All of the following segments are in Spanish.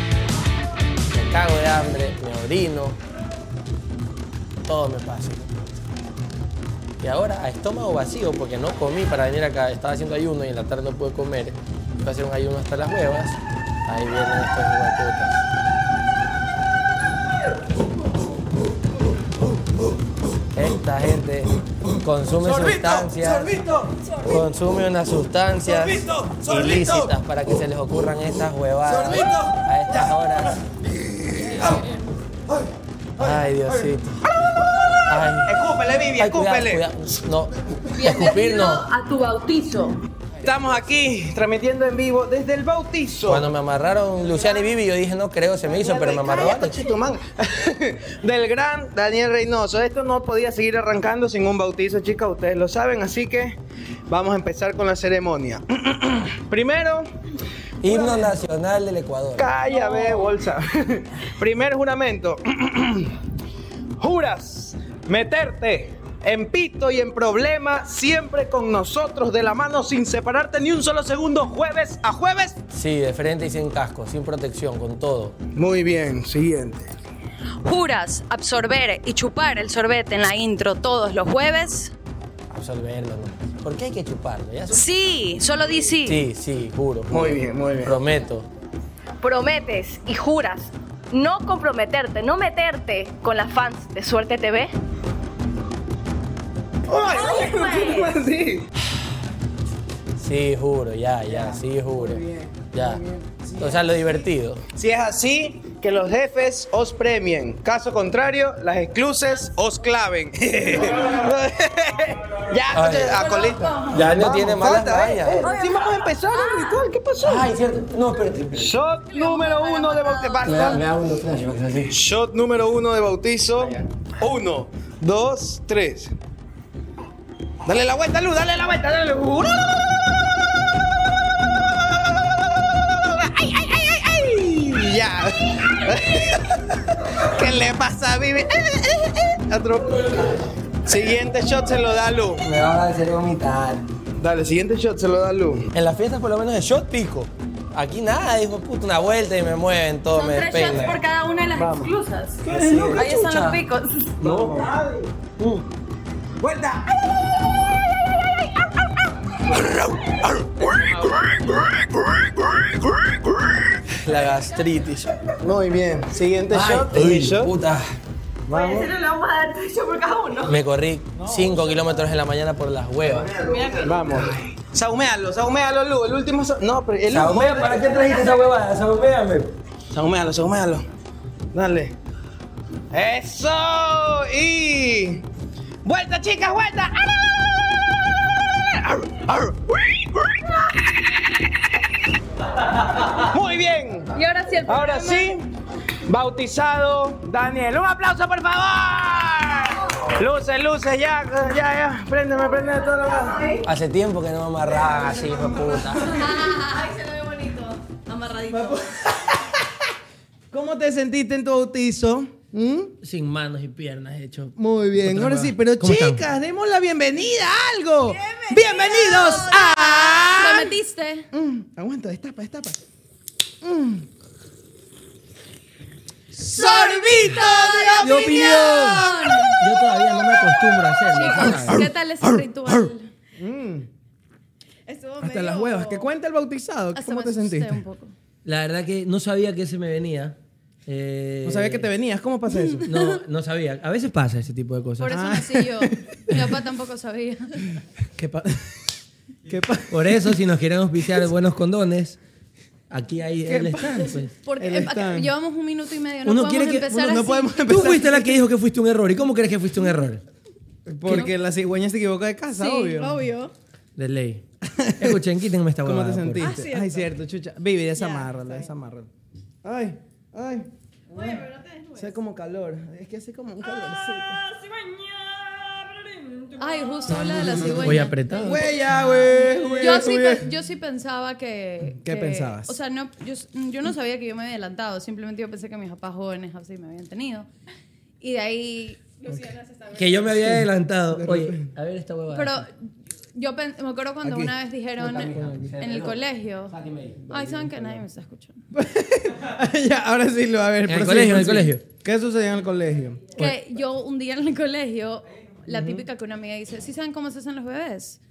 Me cago de hambre, me orino, todo me pasa. Y ahora a estómago vacío, porque no comí para venir acá, estaba haciendo ayuno y en la tarde no pude comer, iba a hacer un ayuno hasta las huevas, ahí vienen estos huevotas. Esta gente consume Pues sustancias, consume unas sustancias Sorbito, sorbito. ilícitas para que se les ocurran estas huevadas Sorbito. a estas horas. Ay, Diosito. Ay. Escúpele, Vivi, Ay, cuidado, escúpele. cuidado. No, escupir no. a tu bautizo. Estamos aquí transmitiendo en vivo desde el bautizo. Cuando me amarraron Luciana y Vivi, yo dije, no creo, se me hizo, pero me amarraron. Cállate, chito, man. Del gran Daniel Reynoso. Esto no podía seguir arrancando sin un bautizo, chicas, ustedes lo saben, así que vamos a empezar con la ceremonia. Primero, Himno nacional del Ecuador. Calla, ve, bolsa. Primer juramento. Juras meterte en pito y en problema siempre con nosotros de la mano sin separarte ni un solo segundo jueves a jueves. Sí, de frente y sin casco, sin protección, con todo. Muy bien, siguiente. Juras absorber y chupar el sorbete en la intro todos los jueves. Absolverlo, ¿no? ¿Por qué hay que chuparlo? ¿Ya su- Sí, solo di sí. sí, sí, juro. juro. Muy bien, muy bien. Prometo. prometes y juras no comprometerte, no meterte con las fans de Suerte TV. ¡Ay, ¿cómo así? Sí, juro, ya, ya, sí, juro. ya. o sea, lo divertido. Si es así, que los jefes os premien. Caso contrario, las excluses os claven. ya, Ay. a colita. Ya no tiene malas falta, ¿eh? rayas. Eh, sí, vamos a empezar el ritual. ¿Qué pasó? Ay, cierto. No, pero. Shot número uno Me de da, bautizo. me da unos flashbacks así. Shot número uno de bautizo. Uno, dos, tres. Dale la vuelta, Luz, dale la vuelta, dale. ¡Ay, ay, ay, ay, ay! Ya. ¿Qué le pasa a Vivi? Otro. Siguiente shot se lo da Lu. Me van a hacer vomitar. Dale, siguiente shot se lo da Lu. En las fiestas por lo menos de shot pico. Aquí nada, dijo puta, una vuelta y me mueven todo, me despeinan. cada una de las exclusas. Ahí están los picos. ¡Vuelta! La gastritis. Muy bien. Siguiente Ay, shot. uy, Siguiente shot. puta. Voy a hacer el agua de tuyo por cada uno. Me corrí 5 kilómetros en la mañana por las huevas. Vamos. Saumealo, saumealo, Lu. El último. sa- No, pero el último. Saumea, ¿para qué trajiste esa huevada? Saumeame. Saumealo, saumealo. Dale. ¡Eso! Y. ¡Vuelta, chicas, vuelta! ¡Ar, ar, ar! Muy bien. Y ahora sí el Ahora programa. sí, bautizado Daniel. ¡Un aplauso, por favor! Luces, luces, ya, ya, ya. Préndeme, préndeme todo lo que. Hace tiempo que no me amarraba así, hijo de puta. Ay, se lo ve bonito. Amarradito. ¿Cómo te sentiste en tu bautizo? ¿Mm? Sin manos y piernas, hecho. Muy bien, ahora sí, pero ¿Cómo chicas, están? demos la bienvenida a algo. Bienvenidos a... metiste? Mm, aguanta, destapa, destapa. Mm. ¡Sorbito de opinión! Yo todavía no me acostumbro a hacerlo. ¿sabes? ¿Qué tal ese ritual? Estuvo Hasta medio- las huevas. Que cuenta el bautizado. Hasta ¿Cómo me te asusté sentiste? un poco. La verdad que no sabía que se me venía. Eh, No sabía que te venías. ¿Cómo pasa eso? No, no sabía. A veces pasa ese tipo de cosas. Por eso Ah. nací yo. Mi papá tampoco sabía. ¿Qué pasa? ¿Qué pasa? Por eso, si nos quieren auspiciar buenos condones, aquí hay el stand. pues. El Porque eh, acá- stand. llevamos un minuto y medio. No podemos empezar uno no así. podemos- Tú empezar. fuiste la que dijo que fuiste un error. ¿Y cómo crees que fuiste un error? Porque la cigüeña se equivoca de casa, Sí, obvio. obvio. De ley. Escuchen, quítenme esta ¿Cómo huevada. pues. te por- sentiste? Ah, cierto. Ay, cierto, chucha. Vivi, desamárrala, desamárrala. Ay, ay. Oye, pero no te desnudes. Ah. Hace como calor. Es que hace como un calorcito. Ay, justo habla de la cigüeña. Voy apretado. Güey, ya, güey. güey, Yo sí, güey. pe- yo sí pensaba que... ¿Qué que- pensabas? O sea, no, yo, s- yo no sabía que yo me había adelantado. Simplemente yo pensé que mis papás jóvenes así me habían tenido. Y de ahí... Que yo me había adelantado. Oye, a ver esta huevada. Pero yo pen- me acuerdo cuando Aquí. una vez dijeron en el colegio... Sáquenme. Ay, ¿saben que nadie me está escuchando? ya, ahora sí lo va a ver. En el prosigue, colegio, en el prosigue. colegio. ¿Qué sucedió en el colegio? Que yo un día en el colegio, la típica que una amiga dice, ¿sí saben cómo se hacen los bebés?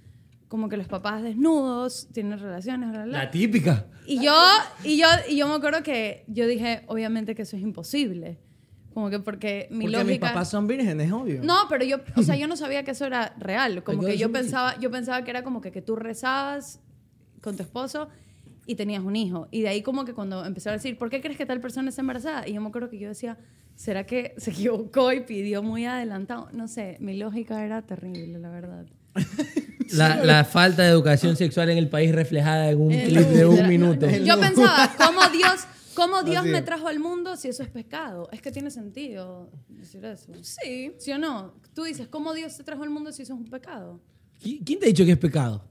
Como que los papás desnudos, tienen relaciones, bla, bla, bla. La típica. Y yo, y yo, y yo me acuerdo que yo dije, obviamente que eso es imposible. Como que porque mi Porque mis lógica. papás son vírgenes, obvio. No, pero yo, o sea, yo no sabía que eso era real. Como Yo que yo siempre- pensaba, yo pensaba que era como que, que tú rezabas con tu esposo y tenías un hijo. Y de ahí como que cuando empezaron a decir, ¿por qué crees que tal persona está embarazada? Y yo me acuerdo que yo decía, ¿será que se equivocó y pidió muy adelantado? No sé, mi lógica era terrible, la verdad. La, la falta de educación sexual en el país reflejada en un clip de un minuto. Yo pensaba, ¿cómo Dios, cómo Dios Así me es. trajo al mundo si eso es pecado? Es que tiene sentido decir eso. Sí. ¿Sí o no? Tú dices, ¿cómo Dios te trajo al mundo si eso es un pecado? ¿Qui- ¿Quién te ha dicho que es pecado?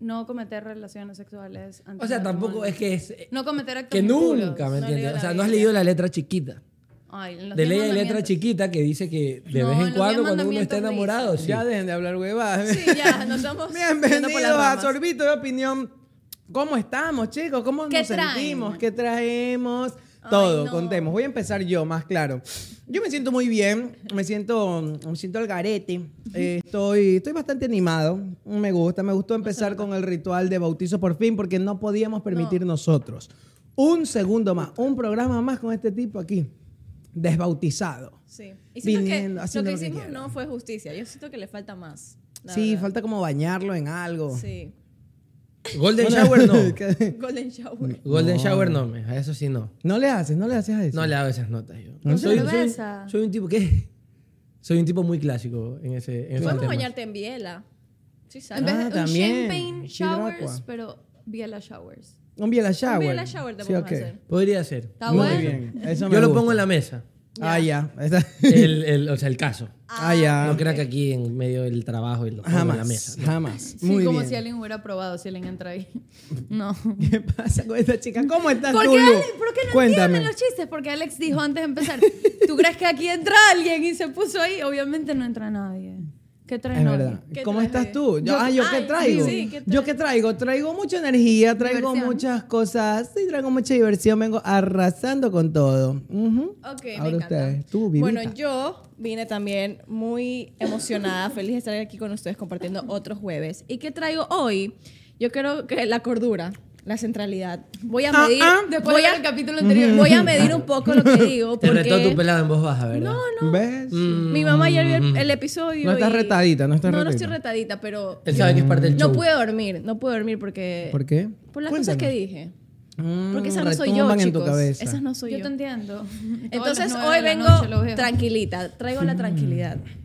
No cometer relaciones sexuales antes O sea, del tampoco matrimonio. es que es... eh, No cometer actos Que impuros. nunca, ¿me No entiendes? leo O sea, la no has Biblia. leído la letra chiquita. Ay, en los De diez ley hay letra mandamientos. chiquita que dice que de No, vez en en cuando, los diez cuando uno está mandamientos enamorado, sí. Ya dejen de hablar huevadas. Sí, ya, nos estamos yendo por las Bienvenidos a ramas. Sorbito de Opinión. ¿Cómo estamos, chicos? ¿Cómo ¿Qué nos traen? sentimos? ¿Qué traemos? Todo, no. contemos. Voy a empezar yo, más claro. Yo me siento muy bien, me siento, me siento al garete. Eh, estoy, estoy bastante animado. Me gusta, me gustó empezar con el ritual de bautizo por fin, porque no podíamos permitir nosotros un segundo más, un programa más con este tipo aquí, desbautizado. Sí. Y siento que Viniendo, lo haciendo que lo que hicimos quiera. no fue justicia. Yo siento que le falta más. la sí, verdad. falta como bañarlo en algo. Sí. Golden Una- Shower no. Golden Shower. Golden Shower no, me, a eso sí no. No le haces, no le haces a eso. No le hago esas notas yo. ¿No? Soy, soy, Cerveza. soy un tipo que... Soy un tipo muy clásico en ese en esos Podemos temas. bañarte en biela. Sí, En sabes. vez Ah, de un también. champagne Shiro showers, Aqua. pero Biela showers. Un biela shower. Un biela shower te Sí, podemos ok. hacer. Podría ser. Está Muy bueno. bien. Eso Yo me lo gusta. pongo en la mesa. Ah, ya. Está- El, el- o sea, el caso. Ah, ya. No crea que aquí en medio del trabajo y lo pongo en la jamás. mesa. Jamás. Sí, Muy como bien. si alguien hubiera probado, si alguien entra ahí. No. ¿Qué pasa con esta chica? ¿Cómo estás, ¿Por qué, Lulu? Ale- por qué no Cuéntame. entienden los chistes? Porque Alex dijo antes de empezar, ¿tú crees que aquí entra alguien y se puso ahí? Obviamente no entra nadie. ¿Qué trae Es nadie? verdad. ¿Qué ¿Cómo traes? estás tú? Yo, Yo- ah, ¿yo qué ay, traigo? sí, ¿qué ¿Yo qué traigo? Traigo mucha energía, traigo Diversión. muchas cosas, sí, traigo mucha diversión, vengo arrasando con todo. Ujú. Ok, me Ahora encanta. ustedes, tú, Vivita. bueno, yo vine también muy emocionada, feliz de estar aquí con ustedes compartiendo otro jueves. ¿Y qué traigo hoy? Yo creo que la cordura, la centralidad. Voy a medir, ah, Después voy, del a, capítulo anterior. voy a medir un poco lo que digo. Te Porque retó tu pelado en voz baja, ¿verdad? Mm. No, no. ¿Ves? Mi mamá ya vio el, el episodio. No estás y- retadita, no estás No, no retadita. estoy retadita, pero Él sabe que es parte del show. no pude dormir, no pude dormir porque. ¿Por qué? Por las Cuéntanos. cosas que dije. Mm, Porque esas no soy yo, retumban chicos. en tu cabeza. Esas no soy yo. Yo te entiendo. Todas las Entonces nueve hoy de la vengo noche lo veo. tranquilita, traigo la tranquilidad. Mm,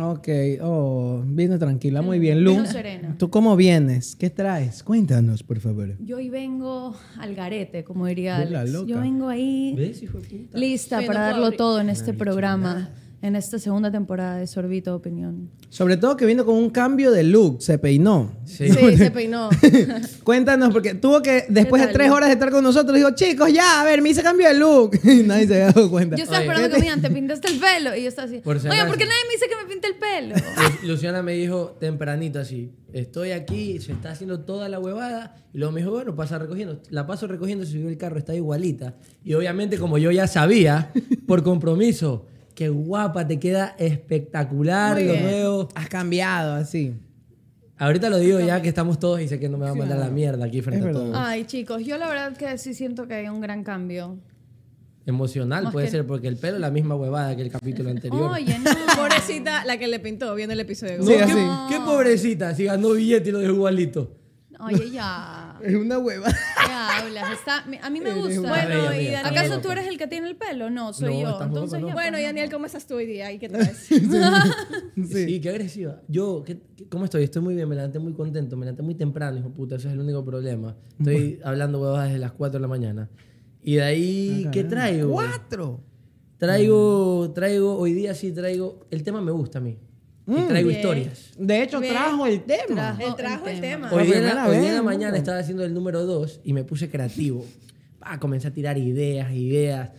Ok, oh, vino tranquila, muy bien. Lu, Vino serena. ¿tú cómo vienes? ¿Qué traes? Cuéntanos, por favor. Yo hoy vengo al garete, como diría Hola, Alex. loca. Yo vengo ahí ¿Ves, hijo de puta? lista Oye, no para puedo darlo abrir. todo en este programa. en esta segunda temporada de Sorbito de Opinión. Sobre todo que vino con un cambio de look, se peinó. Sí, se peinó. Cuéntanos, porque tuvo que, después de tal? tres horas de estar con nosotros, dijo, chicos, ya, a ver, me hice cambio de look. Y nadie se había dado cuenta. Yo estaba Oye. esperando que me digan, te pintaste el pelo. Y yo estaba así, Por si oye, acaso. ¿por qué nadie me dice que me pinte el pelo? Lu- Luciana me dijo tempranito así, estoy aquí, se está haciendo toda la huevada, y luego me dijo, bueno, pasa recogiendo, la paso recogiendo, se subió el carro, está igualita. Y obviamente como yo ya sabía, por compromiso, que guapa, te queda espectacular Muy los bien. nuevos. Has cambiado, así. Ahorita lo digo ya que estamos todos y sé que no me va a mandar la mierda aquí frente a todos. Ay, chicos, yo la verdad que sí siento que hay un gran cambio. Emocional Más puede que- ser, porque el pelo es la misma huevada que el capítulo anterior. Oye, no. Pobrecita, la que le pintó viendo el episodio. No, Sí, qué, así. qué pobrecita, si ganó billete y lo dejó igualito. Oye, ya. Es una hueva. ¿Qué hablas? Está- a mí me gusta. Bueno, Bueno, y y Daniel- ¿Acaso tú eres el que tiene el pelo? No, soy No, yo. tampoco, Entonces, no. ya, Bueno, pues, y no. Daniel, ¿cómo estás tú hoy día? ¿Y qué traes? Sí. qué agresiva. Yo, ¿qué- qué- ¿cómo estoy? Estoy muy bien, me levanté muy contento, me levanté muy temprano, hijo de puta, ese es el único problema. Estoy hablando huevadas desde las 4 de la mañana. Y de Ah, ahí, ¿qué traigo? Cuatro. Traigo, Mm. traigo, hoy día sí traigo, el tema me gusta a mí. Mm. Y traigo historias. De hecho, trajo el tema. Él trajo el tema. Hoy día, en primera la- hoy día vez, en la ¿no? mañana estaba haciendo el número 2 y me puse creativo. Ah, comencé a tirar ideas, ideas.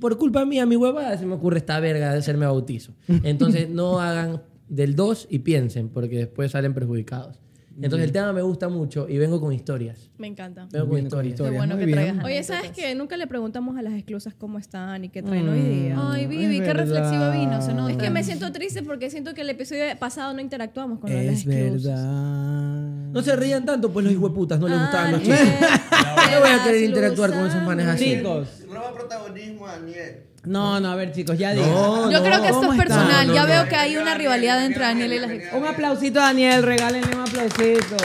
Por culpa mía, mi huevada, se me ocurre esta verga de hacerme bautizo. Entonces, no hagan del 2 y piensen, porque después salen perjudicados. Entonces, el tema me gusta mucho y vengo con historias. Me encanta. Vengo con historias. Historias, bueno muy que bien. traigas. Oye, ¿sabes qué? Nunca le preguntamos a las exclusas cómo están y qué traen hoy día. Ay, Mm, Es Vivi, qué verdad. reflexiva vino. Se nota. Es que me siento triste porque siento que el episodio pasado no interactuamos con las Es exclusas. verdad. No se rían tanto, pues los hijueputas no les gustaban los Ah, chistes. yeah. No voy a querer interactuar con esos manes así. Chicos. Roba protagonismo a Daniel. No, no, a ver, chicos, ya digo. No, Yo creo que esto ¿Cómo es está? personal. No, ya no, veo no. que hay una rivalidad entre Daniel y las Un aplausito a Daniel, regálenle un aplausito.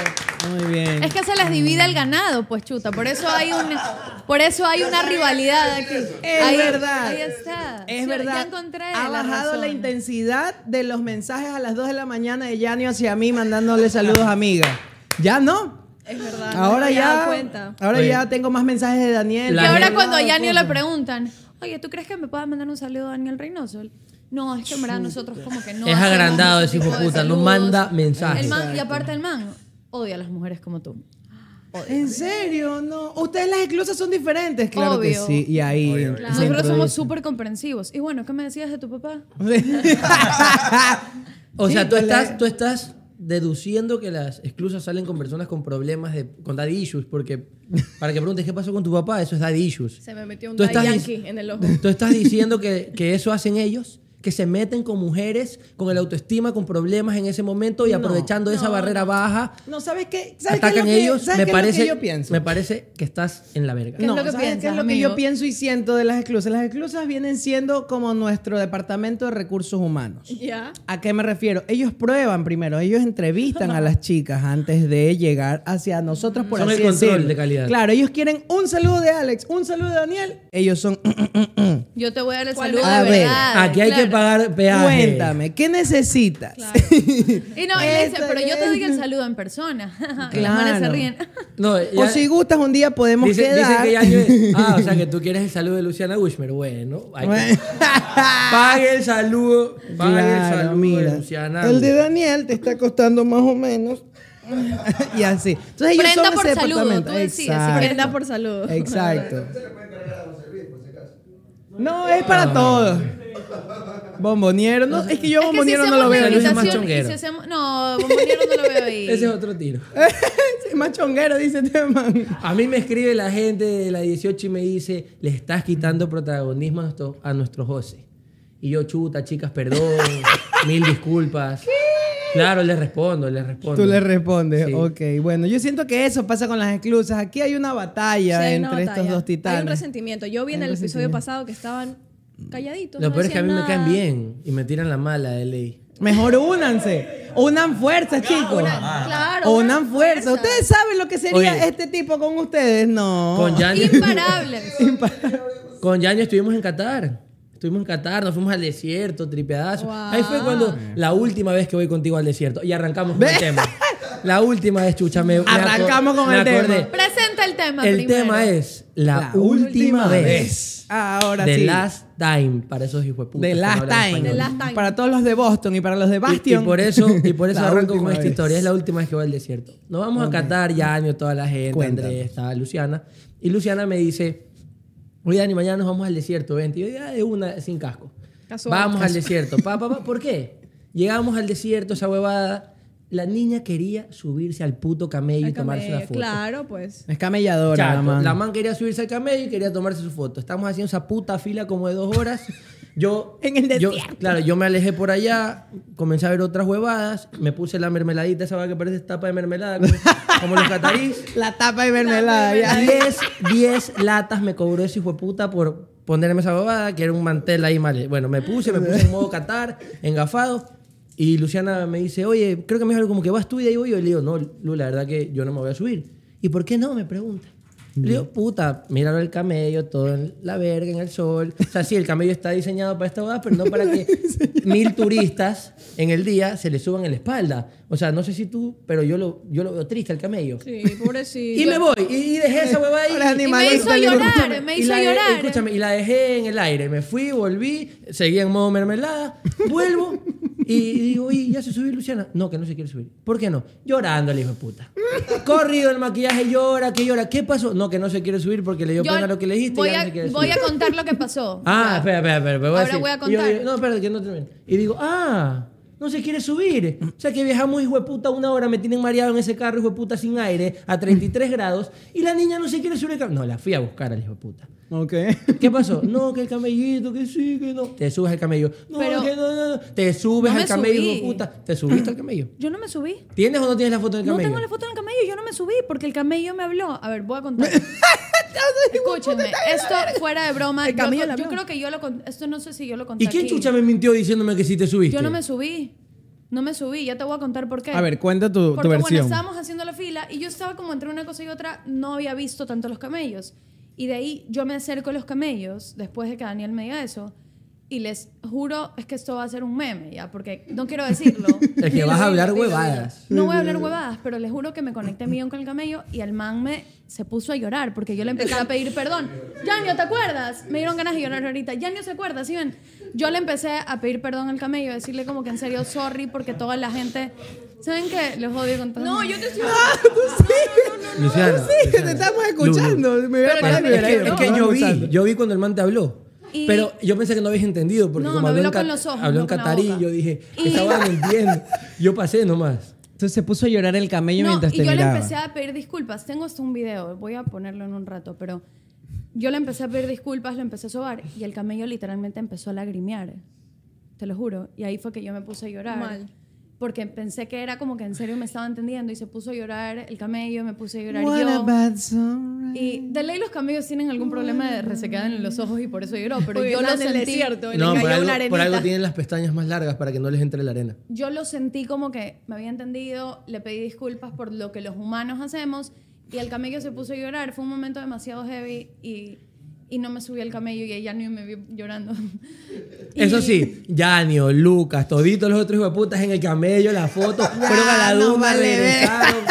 Muy bien. Es que se las divide el ganado, pues chuta. Por eso hay una, por eso hay una rivalidad aquí. Es Ahí- verdad. Ahí está. Es Sí, Ya verdad. encontré ha la bajado la razón. intensidad de los mensajes a las 2 de la mañana de Yanio hacia mí mandándole saludos, amiga. Ya no. Es Ah, verdad. no Ahora me había ya. dado cuenta. Ahora Oye. ya tengo más mensajes de Daniel. La Y ahora gente- cuando a Yanio le preguntan, oye, ¿tú crees que me puedas mandar un saludo a Daniel Reynoso? Él, No, es que en verdad nosotros como que no. Es hacemos agrandado ese tipo hijo de puta, no saludos". manda mensajes. El man, y aparte el man, odia a las mujeres como tú. ¿En serio? No. Ustedes las exclusas son diferentes, claro que Obvio. sí. Y ahí. se Nosotros somos introduce. súper comprensivos. Y bueno, ¿qué me decías de tu papá? O sea, Sí, tú con la- estás, tú estás deduciendo que las exclusas salen con personas con problemas de, con daddy issues, porque para que preguntes qué pasó con tu papá, eso es daddy issues. Se me metió un Tú Dai estás- Yankee en el ojo. Tú estás diciendo que, que eso hacen ellos, que se meten con mujeres, con el autoestima, con problemas en ese momento y aprovechando esa barrera baja, No, ¿sabes qué? ¿Sabes qué es lo atacan que, ellos. Me ¿sabes qué es lo que parece, yo pienso? me parece que estás en la verga. ¿Qué es no, lo que ¿sabes qué piensas, es lo que yo amigo? pienso y siento de las exclusas? Las exclusas vienen siendo como nuestro departamento de recursos humanos. Ya. ¿A qué me refiero? Ellos prueban primero, ellos entrevistan a las chicas antes de llegar hacia nosotros por Son así el control decirlo. de calidad. Claro, ellos quieren un saludo de Alex, un saludo de Daniel. Ellos son Yo te voy a dar el ¿Cuál saludo me- A de ver, verdad. Aquí hay que claro. pagar peaje. cuéntame, ¿qué necesitas? Y no, y le dice, Esta pero yo te doy el vez. saludo en persona. Y las Claro. manes se ríen. No, o ya- si gustas un día podemos Dice, dice quedar. que ya yo es- Ah, o sea que tú quieres el saludo de Luciana Wishmer. Bueno, hay que- pague el saludo. Pague el Claro, saludo mira. de Luciana. El de Wishmer. Daniel te está costando más o menos. y así. Entonces ellos Prenda son por ese saludo, departamento. tú decides, si Exacto. quieres Prenda por salud. Exacto. No, es Ah. para todos. Bomboniero, no, es que yo Es que si bomboniero no hacemos lo veo. la Yo soy invitación- más- más y si chonguero. hacemos, no, bombonero no lo veo ahí. Ese es otro tiro. Ese es más chonguero, dice este man. A mí me escribe la gente de la 18 y me dice, le estás quitando protagonismo a nuestro, a nuestro José. Y yo, chuta, chicas, perdón, mil disculpas. Claro, les respondo, les respondo. Tú le respondes, Sí. ok. Bueno, yo siento que eso pasa con las exclusas. Aquí hay una batalla Sí, hay una entre batalla. estos dos Hay un titanes. resentimiento. Yo vi en el episodio pasado que estaban calladitos. Lo no peor es que a decían mí me caen nada. bien y me tiran la mala de ley. Mejor únanse. Unan fuerzas, chicos. Claro. Unan fuerzas. Ustedes saben lo que sería Oye. este tipo con ustedes. No. Con Yanyo- Imparables. Con Yaño estuvimos en Qatar. Estuvimos en Qatar, nos fuimos al desierto, tripeadazo. Ahí fue cuando la última vez que voy contigo al desierto. Y arrancamos con el tema. La última vez, chucha, me, me aco- Arrancamos con me el tema. acordé. Presenta el tema El primero. tema es la, La última última vez. vez. Ahora The sí. last time para esos hijueputas. De que no Last hablan Time. español. The Last Time. Para todos los de Boston y para los de Y- Bastion. Y, por eso, y por eso La arranco con última esta vez. historia. Es la última vez que voy al desierto. Nos vamos a Qatar, Yanio, toda la gente, Cuéntame. Andrés, estaba Luciana. Y Luciana me dice, oye, Dani, mañana nos vamos al desierto, vente. Y yo, ya de una, sin casco. Casual, vamos al casual. desierto. Pa, pa, pa. ¿Por qué? Llegamos al desierto, esa huevada. La niña quería subirse al puto camello y Al tomarse una camello, foto. Claro, pues. Es camelladora, Chato, la man. quería subirse al camello y quería tomarse su foto. Estamos haciendo esa puta fila como de dos horas. Yo, En el yo- desierto. claro, yo me alejé por allá, comencé a ver otras huevadas, me puse la mermeladita, esa vaga que parece tapa de mermelada, como, como los catarís. La tapa y mermelada. ya. 10, 10 latas me cobró ese hijo de puta por ponerme esa bobada, que era un mantel ahí mal. Bueno, me puse, me puse en modo Qatar, engafado. Y Luciana me dice, oye, creo que me dijo algo como que vas tú y de ahí voy yo. Y le digo, no, Lu, la verdad que yo no me voy a subir. ¿Y por qué no? Me pregunta. Le digo, puta, míralo el camello, todo en la verga, en el sol. O sea, sí, el camello está diseñado para esta boda, pero no para que mil turistas en el día se le suban en la espalda. O sea, no sé si tú, pero yo lo, yo lo veo triste al camello. Sí, pobrecito. Y me voy, y, y dejé esa huevada ahí. Pobre animal, me hizo está bien. llorar. Escúchame, me y hizo la de- llorar. Escúchame, y la dejé en el aire. Me fui, volví, seguí en modo mermelada, vuelvo y digo, y ya se subió Luciana. No, que no se quiere subir. ¿Por qué no? Llorando el hijo de puta. Corrido el maquillaje, llora, que llora. ¿Qué pasó? No, que no se quiere subir porque le dio Yo pena lo que le dijiste. Voy, ya no a, se quiere voy subir. a contar lo que pasó. Ah, Ya. espera, espera, espera. espera, Ahora decir. voy a Y yo contar. digo, no, espérate, que no termine. Y digo, ah, no se quiere subir. O sea, que viajamos, hijo de puta, una hora, me tienen mareado en ese carro, hijo de puta, sin aire, a 33 grados, y la niña no se quiere subir al carro. No, la fui a buscar al hijo de puta. Ok. ¿Qué pasó? No, que el camellito, que sí, que no. Te subes al camello. No, Pero- que no, no, no. Te subes No me al camello, subí. hijo de puta. ¿Te subiste al camello? Yo no me subí. ¿Tienes o no tienes la foto del No camello? tengo la foto en el camello, yo no me subí porque el camello me habló. A ver, voy a contar. Escúchenme, esto fuera de broma. El yo, camello co- le yo habló. creo que yo lo conté. Esto no sé si yo lo conté. ¿Y quién aquí. chucha me mintió diciéndome que sí te subiste? Yo no me subí. No me subí, ya te voy a contar por qué. A ver, cuenta tu, tu Porque bueno, versión. estábamos haciendo la fila y yo estaba como entre una cosa y otra, no había visto tanto los camellos. Y de ahí yo me acerco a los camellos después de que Daniel me diga eso. Y les juro, es que esto va a ser un meme, ya, porque no quiero decirlo. Es que vas a hablar huevadas. No voy a Mm. hablar huevadas, pero les juro que me conecté millón con el camello y el man me se puso a llorar porque yo le empecé a pedir perdón. Yanio, ¿te acuerdas? Me dieron ganas de llorar ahorita. Yanio se acuerda, ¿sí ven? Yo le empecé a pedir perdón al camello, decirle como que en serio, sorry, porque toda la gente. ¿Saben qué? Los odio con todo. No, yo te estoy. Ah, Luciana. Sí, te Luciana. estamos Lu, Lu. escuchando. Me hubiera Pero Para- parado y me es hubiera que, ido. es que No, yo escuchando. vi, yo vi cuando el man te habló. Y- Pero yo pensé que no habías entendido, porque No, como me habló, en, habló con cat- los ojos, habló no en con la catarí, boca. yo dije, Y- esta vaina no entiendo. Yo pasé nomás. Entonces se puso a llorar el camello No, mientras y te yo miraba. le empecé a pedir disculpas. Tengo hasta un video, voy a ponerlo en un rato, pero yo le empecé a pedir disculpas, lo empecé a sobar y el camello literalmente empezó a lagrimear. Te lo juro. Y ahí fue que yo me puse a llorar. Mal. Porque pensé que era como que en serio me estaba entendiendo y se puso a llorar el camello, me puse a llorar What yo. about some- Y de ley los camellos tienen algún problema de resequedad en los ojos y por eso lloró, pero Oye, yo lo estaba en el sentí. desierto, y le No, cayó por una algo, arenita. por algo tienen las pestañas más largas para que no les entre la arena. yo lo sentí como que me había entendido, le pedí disculpas por lo que los humanos hacemos y el camello se puso a llorar. Fue un momento demasiado heavy y, y no me subí al camello y ella ni me vio llorando. Y- Eso sí, Yanio, Lucas, toditos los otros hijos de putas en el camello, la foto, fueron a la no duna, vale ver. regresaron.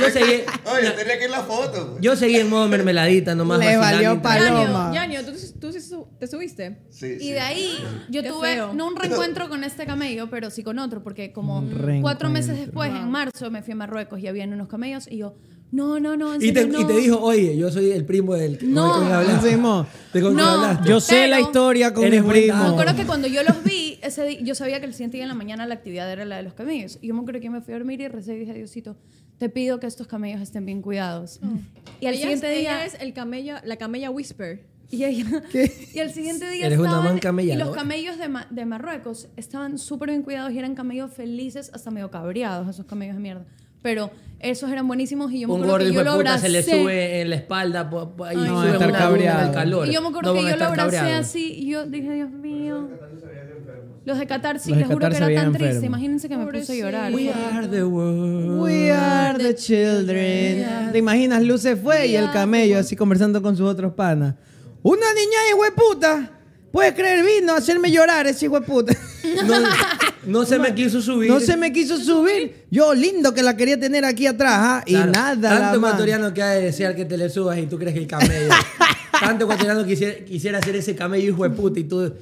Yo seguí, Oye, tenía que ir la foto. pues. yo seguí en modo mermeladita nomás. Le vacilando valió y tal. palo. Paloma. Yanio, Yanio, ¿tú, tú sí su- te subiste? Sí, Y de ahí yo Qué tuve feo. no un reencuentro con este camello, pero sí con otro, porque como reencuentro. cuatro meses después, en marzo, me fui a Marruecos y habían unos camellos y yo, no, no, no, en Y te, serio, y te no". dijo, oye, yo soy el primo del con el No. que hablaste. Simón. ¿De con quién No. hablaste? Yo sé la Pero- historia con mi Eres buen primo. Me acuerdo que cuando yo los vi, ese di- yo sabía que el siguiente día en la mañana la actividad era la de los camellos. Y yo me acuerdo que me fui a dormir y recé y dije, Diosito, te pido que estos camellos estén bien cuidados. Y al Mm. Ella- siguiente ella día... es el camella, la camella Whisper. Y, ella- y al siguiente día Eres una estaban- man camelladora. y los camellos de, Ma- de Marruecos estaban súper bien cuidados y eran camellos felices, hasta medio cabreados, esos camellos de mierda. Pero esos eran buenísimos y yo me un gordo acuerdo que hijo yo de lo puta abracé. se le sube en la espalda po- po- y No, sube estar una duna cabreado. del calor. Y yo me acuerdo No que van a yo lo estar abracé cabreados. así y yo dije, Dios mío. Los de Qatar sí, Los de les juro Qatar que se era veían tan triste. enfermos. Imagínense que me puse a llorar. We are the world. We are the children. ¿Te imaginas? Luz se fue y el camello así conversando con sus otros panas. Una niña de hueputa. Puedes creer, vino a hacerme llorar ese hueputa. No, No se me quiso subir. No se me quiso subir. Yo lindo que la quería tener aquí atrás, ¿ah? y Claro, nada. la Tanto man. ecuatoriano que ha de desear que te le subas y tú crees que el camello. tanto ecuatoriano quisiera, quisiera hacer ese camello hijo de puta y tú.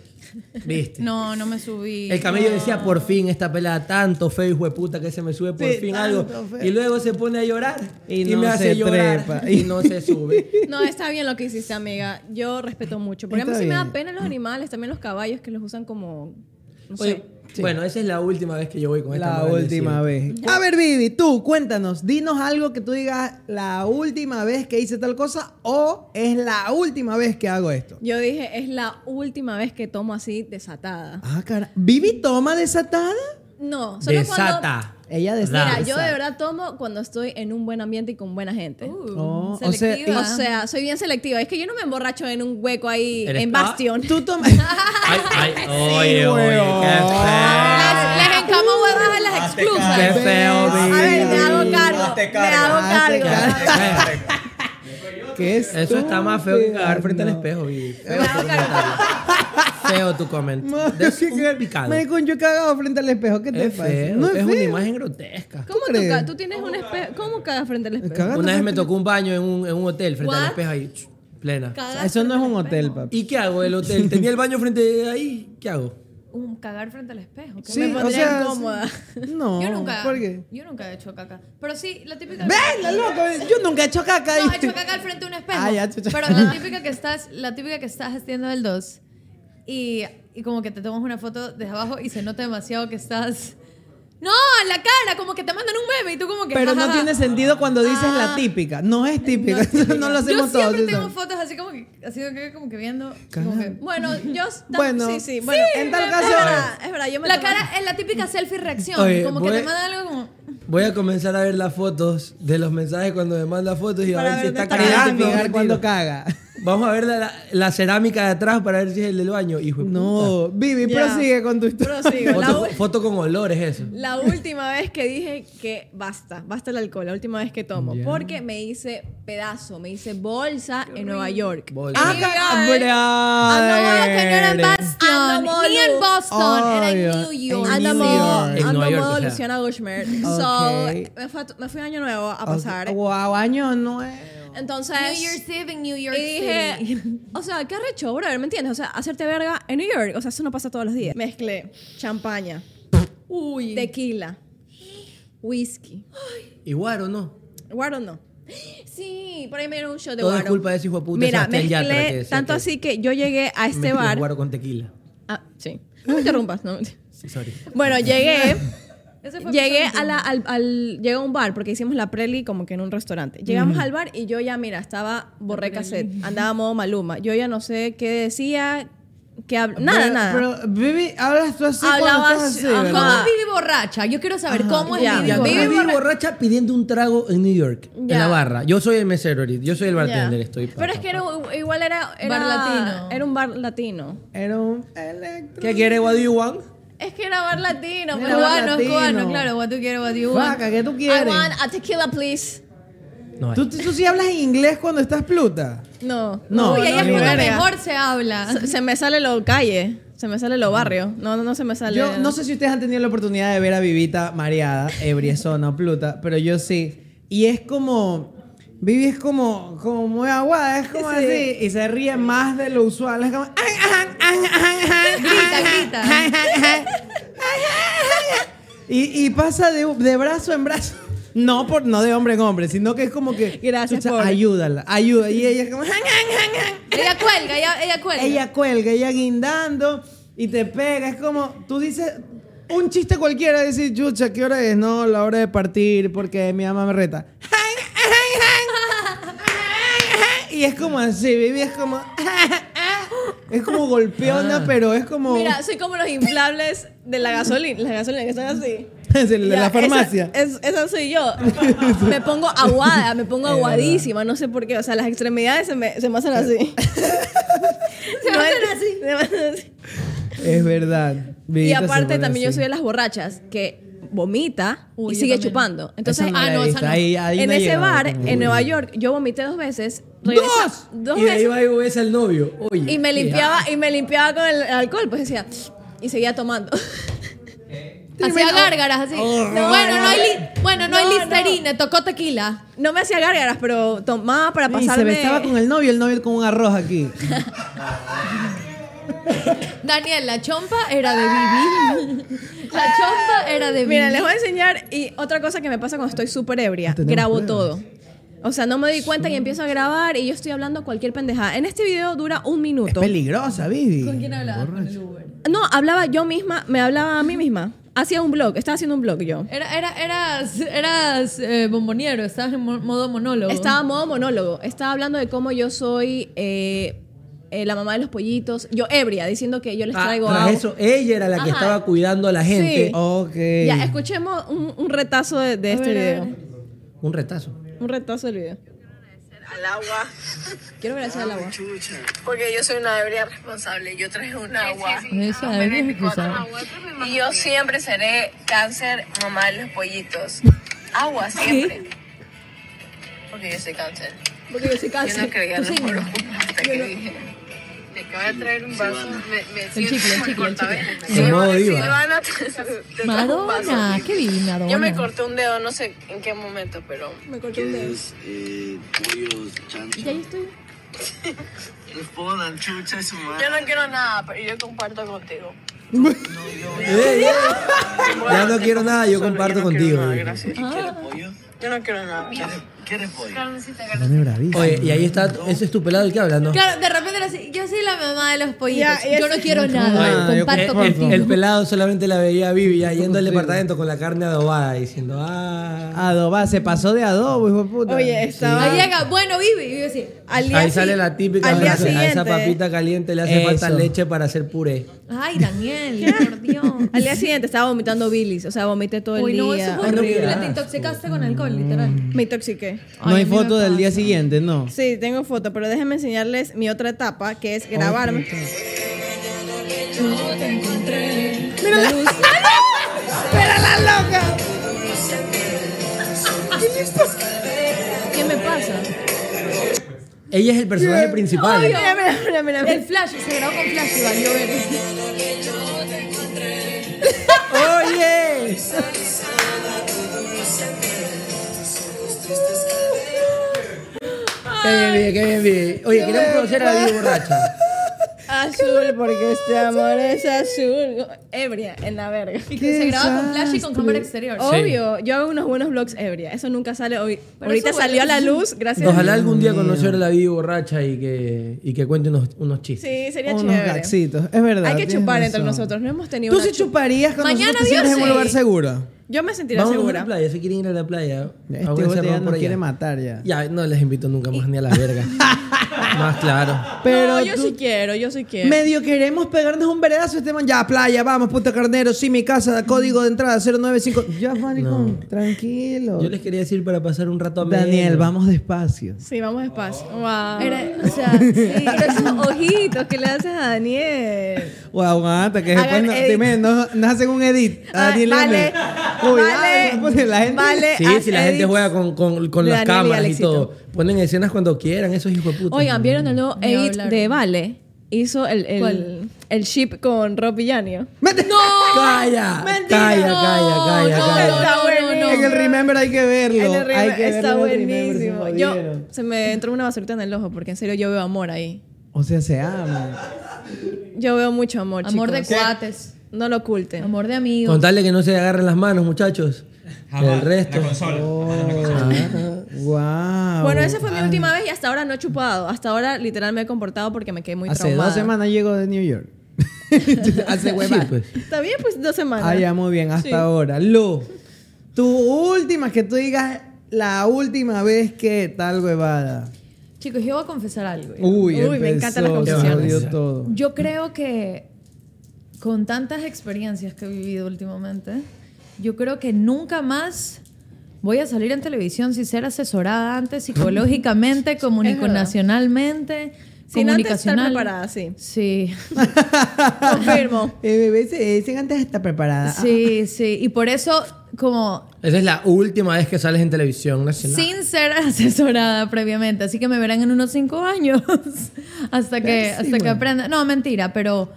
¿Viste? No, no me subí. El camello No. decía, por fin, esta pelada tanto feo, hijo de puta, que se me sube por Sí, fin algo. tanto feo. Y luego se pone a llorar y, Y no me hace se llorar trepa. y no se sube. No, está bien lo que hiciste, amiga. Yo respeto mucho. Porque a mí Está sí me da bien. pena los animales, también los caballos que los usan como. No Oye, sé. Bueno, esa es la última vez que yo voy con esta La madre del última cielo. vez. A ver, Vivi, tú cuéntanos, dinos algo que tú digas la última vez que hice tal cosa o es la última vez que hago esto. Yo dije, es la última vez que tomo así desatada. Ah, cara. ¿Vivi toma desatada? No, solo Desata. Ella cuando. desata. Mira, yo de verdad tomo cuando estoy en un buen ambiente y con buena gente. Oh, o sea, Selectiva. O sea, soy bien selectiva. Es que yo no me emborracho en un hueco ahí, ¿Eres en pa? Bastion. Tú tomas. Ay, ay, oye, oye, Las, las encamo huevas a las exclusas. qué feo. Qué feo, A Vivi. ver, me hago cargo. Hazte Me cargo, hago hazte cargo. cargo. Qué feo. ¿Qué Eso está más feo que estúpida, cagar frente al no. espejo, Vivi. Feo tu comentario. Feo tu comentario. Es un picado. Es Maricón, yo he cagado frente al espejo. ¿Qué te pasa? feo. No es, es una feo. imagen grotesca. ¿Cómo tú, crees? ca- tú tienes un espejo? ¿Cómo cagas frente al espejo? Cagando Una vez me frente- tocó un baño en un, en un hotel frente al What? espejo ahí, ch, plena. Cagas Eso no es un frente al hotel, espejo. papi. ¿Y qué hago? El hotel tenía el baño frente a ahí. ¿Qué hago? Un cagar frente al espejo. Sí, me o pondría sea, incómoda. No. Yo nunca. ¿Por qué? Yo nunca he hecho caca. Pero sí, la típica. Venga, loco. Yo nunca he hecho caca. No, he hecho caca al frente de un espejo. Ah, ya, chucha. Pero la típica que estás, la típica que estás haciendo el 2 y, y como que te tomas una foto desde abajo y se nota demasiado que estás. No, en la cara, como que te mandan un meme y tú como que. Pero "Ja, ja, no ja". tiene sentido cuando dices la Ah. típica. No es típica. No, lo Yo hacemos todos. siempre ¿sí tengo sabes? fotos así como que, así que como que viendo. Carajo. Como que, Bueno, yo. Bueno, sí, sí. Bueno, en tal es caso- verdad, es verdad, yo me la tomo- cara es la típica selfie reacción. Oye, como voy- que te mandan algo como. Voy a comenzar a ver las fotos de los mensajes cuando me manda fotos y a ver si está Para cagando. identificar cuando mentira. caga. Vamos a ver la, la- la cerámica de atrás para ver si es el del baño, hijo de puta. No, Vivi, Ya. prosigue con tu historia. Prosigo. La, Foto, u- foto con olores eso. la última vez que dije que basta, basta el alcohol, la última vez que tomo. Porque me hice pedazo, me hice bolsa en Nueva York. Bolsa. Ah, eh, Ah, no, que no era en cabrón. Boston. Ni en Boston. era en Obvio, New York. en Ando New modo, York. En ando Nueva York, modo o sea. Luciana Gushmer. Ok. So, me fui, a, me fui a Año Nuevo a Ok. Oh, pasar. Wow, año nuevo. Entonces, New Year's Eve en New York y City. dije, o sea, ¿qué arrecho, brother? ¿Me entiendes? O sea, hacerte verga en New York. O sea, eso no pasa todos los días. Mezclé champaña, Uy. tequila, whisky. ¿Y guaro no? Guaro no. Sí, por ahí me dieron un shot de Todo es guaro. culpa de ese hijo de puta Mira, Sebastián Yatra que mezclé decía tanto que así que yo llegué a este Mezcla bar. Guaro con tequila. Ah, sí. No me interrumpas, no me interrumpas. Sí, sorry. Bueno, llegué. Ese fue mi llegué último. a la, al, al- llegué a un bar porque hicimos la preli como que en un restaurante. Llegamos al bar y yo ya, mira, estaba borré cassette. Andaba modo maluma. Yo ya no sé qué decía, qué hab- Nada, Pero- nada. Pero, Vivi, hablas tú así Hablaba cuando estás así, así, ajá. ¿verdad? ¿Cómo es Vivi borracha? Yo quiero saber cómo es ya. Vivi Y acá borracha. viví borracha pidiendo un trago en New York, en Ya. la barra. Yo soy el mesero ahorita, yo soy el Ya. bartender, estoy. Pero es que era, igual era, era. Bar latino. Era un bar latino. Era un electro. ¿Qué quiere? What do you want? Es que era bar latino, Era pero bueno. bar Cubano, es cubano, Latino. claro. What you quiero, what you want. Vaca, ¿qué tú I quieres? want a tequila, please. No, ¿Tú, tú sí hablas inglés cuando estás pluta. No. No. Uy, ella es ni como verga. mejor se habla. Se, se me sale lo calle. Se me sale lo barrio. No, no, no se me sale. Yo no sé si ustedes han tenido la oportunidad de ver a Vivita mareada, ebriezona o pluta, pero yo sí. Y es como. Vivi es como, como muy aguada, es como así. Y se ríe más de lo usual. Es como. "An, an, an, an, an, Grita, an, an, grita. an, an, an". Y, y pasa de, de brazo en brazo. No, por, no de hombre en hombre, sino que es como que. Gracias chucha, por- Ayúdala, ayuda. Y ella es como. "An, an, an, an". Ella cuelga, ella, ella cuelga. Ella cuelga, ella guindando y te pega. Es como, tú dices un chiste cualquiera, decir, chucha, ¿qué hora es? No, la hora de partir porque mi mamá me reta. Y es como así, Vivi es como... Es como golpeona, pero es como... Mira, soy como los inflables de la gasolina. Las gasolinas que están así. es el de Ya, la farmacia. Esa, es- esa soy yo. Me pongo aguada, me pongo aguadísima, no sé por qué. O sea, las extremidades se me, se me hacen así. se me hacen así. Se me hacen así. Es verdad. Y Vivita se aparte pone también yo así. soy de las borrachas que vomita Uy, y yo sigue también. chupando. Entonces, ah, Esa no la he visto. Ahí- ahí en no he ese llegado bar, tampoco. en Nueva York, yo vomité dos veces. regresa- ¡Dos! Dos y de ahí veces. va y ves al novio. Oye. Y me ¿qué limpiaba, y me limpiaba con el alcohol, pues decía, y seguía tomando. Hacía gárgaras, así. Oh, bueno, no, hay li- bueno, no, hay No, no. listerine, tocó tequila. No me hacía gárgaras, pero tomaba para Y se pasarme. besaba con el novio, el novio con un arroz aquí. Daniel, la chompa era de Vivi. La chompa era de Vivi. Ah. Mira, les voy a enseñar y otra cosa que me pasa cuando estoy súper ebria, Tenemos grabo pruebas. todo. O sea, no me doy cuenta y empiezo a grabar y yo estoy hablando cualquier pendejada. En este video dura un Es minuto. peligrosa, Vivi. ¿Con quién hablabas? Con Borracho. el Uber. No, hablaba yo misma, me hablaba a mí misma. Hacía un blog, estaba haciendo un blog yo. Era, era, eras, eras eh, bomboniero, estabas en mo- modo monólogo. Estaba modo monólogo. Estaba hablando de cómo yo soy eh, eh, la mamá de los pollitos. Yo ebria, diciendo que yo les Ah, traigo tras agua. eso, eh. ella era la que Ajá. estaba cuidando a la gente. Sí. Ok. Ya, escuchemos un, un retazo de, de este ver, a video. Un retazo. Un retazo del video. al agua, Quiero ver eso del agua. porque yo soy una ebria responsable, yo traje un agua. Eso, Ah, deberías excusar. Y yo siempre seré cáncer, mamá de los pollitos. Agua siempre. Porque yo soy cáncer. Porque yo soy Yo no cáncer. creía Tú en los sí. horóscopos hasta que dije, de que voy a traer un vaso, me, me El chicle, el chicle, el De modo diva. Silvana, te- te trajo un Madonna, vaso. qué vi, Madonna. Yo me corté un dedo, no sé en qué momento, pero... Me corté un dedo. Ya yo estoy. Respondan, chucha su madre. Yo no quiero nada, pero yo comparto contigo. Ey, ey. Ya no quiero nada, yo comparto contigo. Vivi. Yo no quiero nada. ¿Quieres pollo? Dani bravísimo. Oye, y ahí está, ese es tu pelado el que habla, ¿no? Claro, de repente era así. Yo soy la mamá de los pollitos. Ya, ya yo no sé. quiero nada. Ah, yo comparto comparto. contigo. El, el pelado solamente la veía a Vivi ya yendo al contigo. departamento con la carne adobada diciendo, ah. Adoba, se pasó de adobo, hijo de puta. Oye, estaba. Ahí llega, bueno, Vivi. Y yo así. al día Ahí si- sale la típica Al día frase, a esa siguiente. papita caliente le hace falta Eso. leche para hacer puré. Ay, Daniel, por Dios. Al día siguiente estaba vomitando bilis. O sea, vomité todo el Uy, día. no, eso es Ay, no horrible. digas. Te intoxicaste con alcohol, literal. Me intoxiqué. no hay foto del día siguiente, no. Sí, tengo foto, pero déjenme enseñarles mi otra etapa, que es grabarme. ¿Qué me pasa? Ella es el personaje principal. Mira, mira, mira, mira, mira. El flash, se grabó con flash y valió ver. ¡Oye! Qué bien, Vivi, qué bien, Vivi. Oye, queremos conocer a Vivi borracha. Azul, porque este amor es azul. Ebria, en la verga. Y que se grababa con flash y con cámara Oh. exterior. Obvio, yo hago unos buenos vlogs ebria. Eso nunca sale hoy. Pero Ahorita eso salió a bueno. la luz, gracias Ojalá a Dios. algún día conocer a la Vivi borracha y que, y que cuente unos, unos chistes. Sí, sería Unos chévere. gaxitos, es verdad. Hay que tienes chupar entre razón. nosotros. No hemos tenido ¿Tú una sí chupa. chuparías con Mañana nosotros si Dios eres en un sí. lugar seguro? Yo me sentiré Vamos a segura. la playa, se quieren ir a la playa. Este A un bote cerro ya nos por allá. quiere matar ya. Ya, no les invito nunca más ni a la verga. más claro. Pero no, yo tú- sí quiero, yo sí quiero. Medio queremos pegarnos un veredazo este man. Ya, playa, vamos, Punta Carnero, sí, mi casa, código de entrada 095. Ya, maricón, tranquilo. Yo les quería decir para pasar un rato a Daniel, vamos despacio. Sí, vamos despacio. Wow. Era, o sea, sí. Pero esos ojitos que le haces a Daniel. O aguanta, que después Hagan no- edit. dime, no- nos hacen un edit. A Ah, Daniel vale, Leone. Uy, vale, ah, pues, la gente- vale. Sí, haz si la gente edits. juega con, con, con las eh, Daniel y cámaras y, Alexito. todo. Ponen escenas cuando quieran, esos hijos de puta. Oigan, ¿vieron el nuevo Ni edit hablar. de Vale? Hizo el, el, ¿Cuál? el ship con Rob Villanio. Mete- ¡Calla! ¡Calla, calla, calla, no, calla! Está no, buenísimo. En el Remember hay que verlo. hay que Está verlo en el Remember, se buenísimo. Yo, jodieron. se me entró una basurita en el ojo porque en serio yo veo amor ahí. O sea, se ama. Yo veo mucho amor, Amor de chicos. cuates. No lo oculten. Amor de amigos. Contarle que no se agarren las manos, muchachos. el resto. Oh, ah, wow. Ah, Bueno, esa fue mi última vez y hasta ahora no he chupado. Hasta ahora literal me he comportado porque me quedé muy Hace traumada. dos semanas llegó de New York. Hace hueva. Sí, pues. Está bien, pues dos semanas. Ah, ya, muy bien, hasta Sí. ahora. Lu, tu última, que tú digas la última vez que tal huevada. Chicos, yo voy a confesar algo. Uy, Uy, me encantan las empezó, se confesiones. jodió todo. Yo creo que con tantas experiencias que he vivido últimamente, yo creo que nunca más voy a salir en televisión sin ser asesorada antes psicológicamente, comunicacionalmente, Sin antes estar comunicacional. preparada, sí. Sí, Confirmo. Eh, bebé, se dicen antes está Ah. preparada. sí, sí. Y por eso, como Esa es la última vez que sales en televisión nacional. sin ser asesorada previamente. Así que me verán en unos cinco años. hasta que, hasta que aprenda. No, mentira, pero,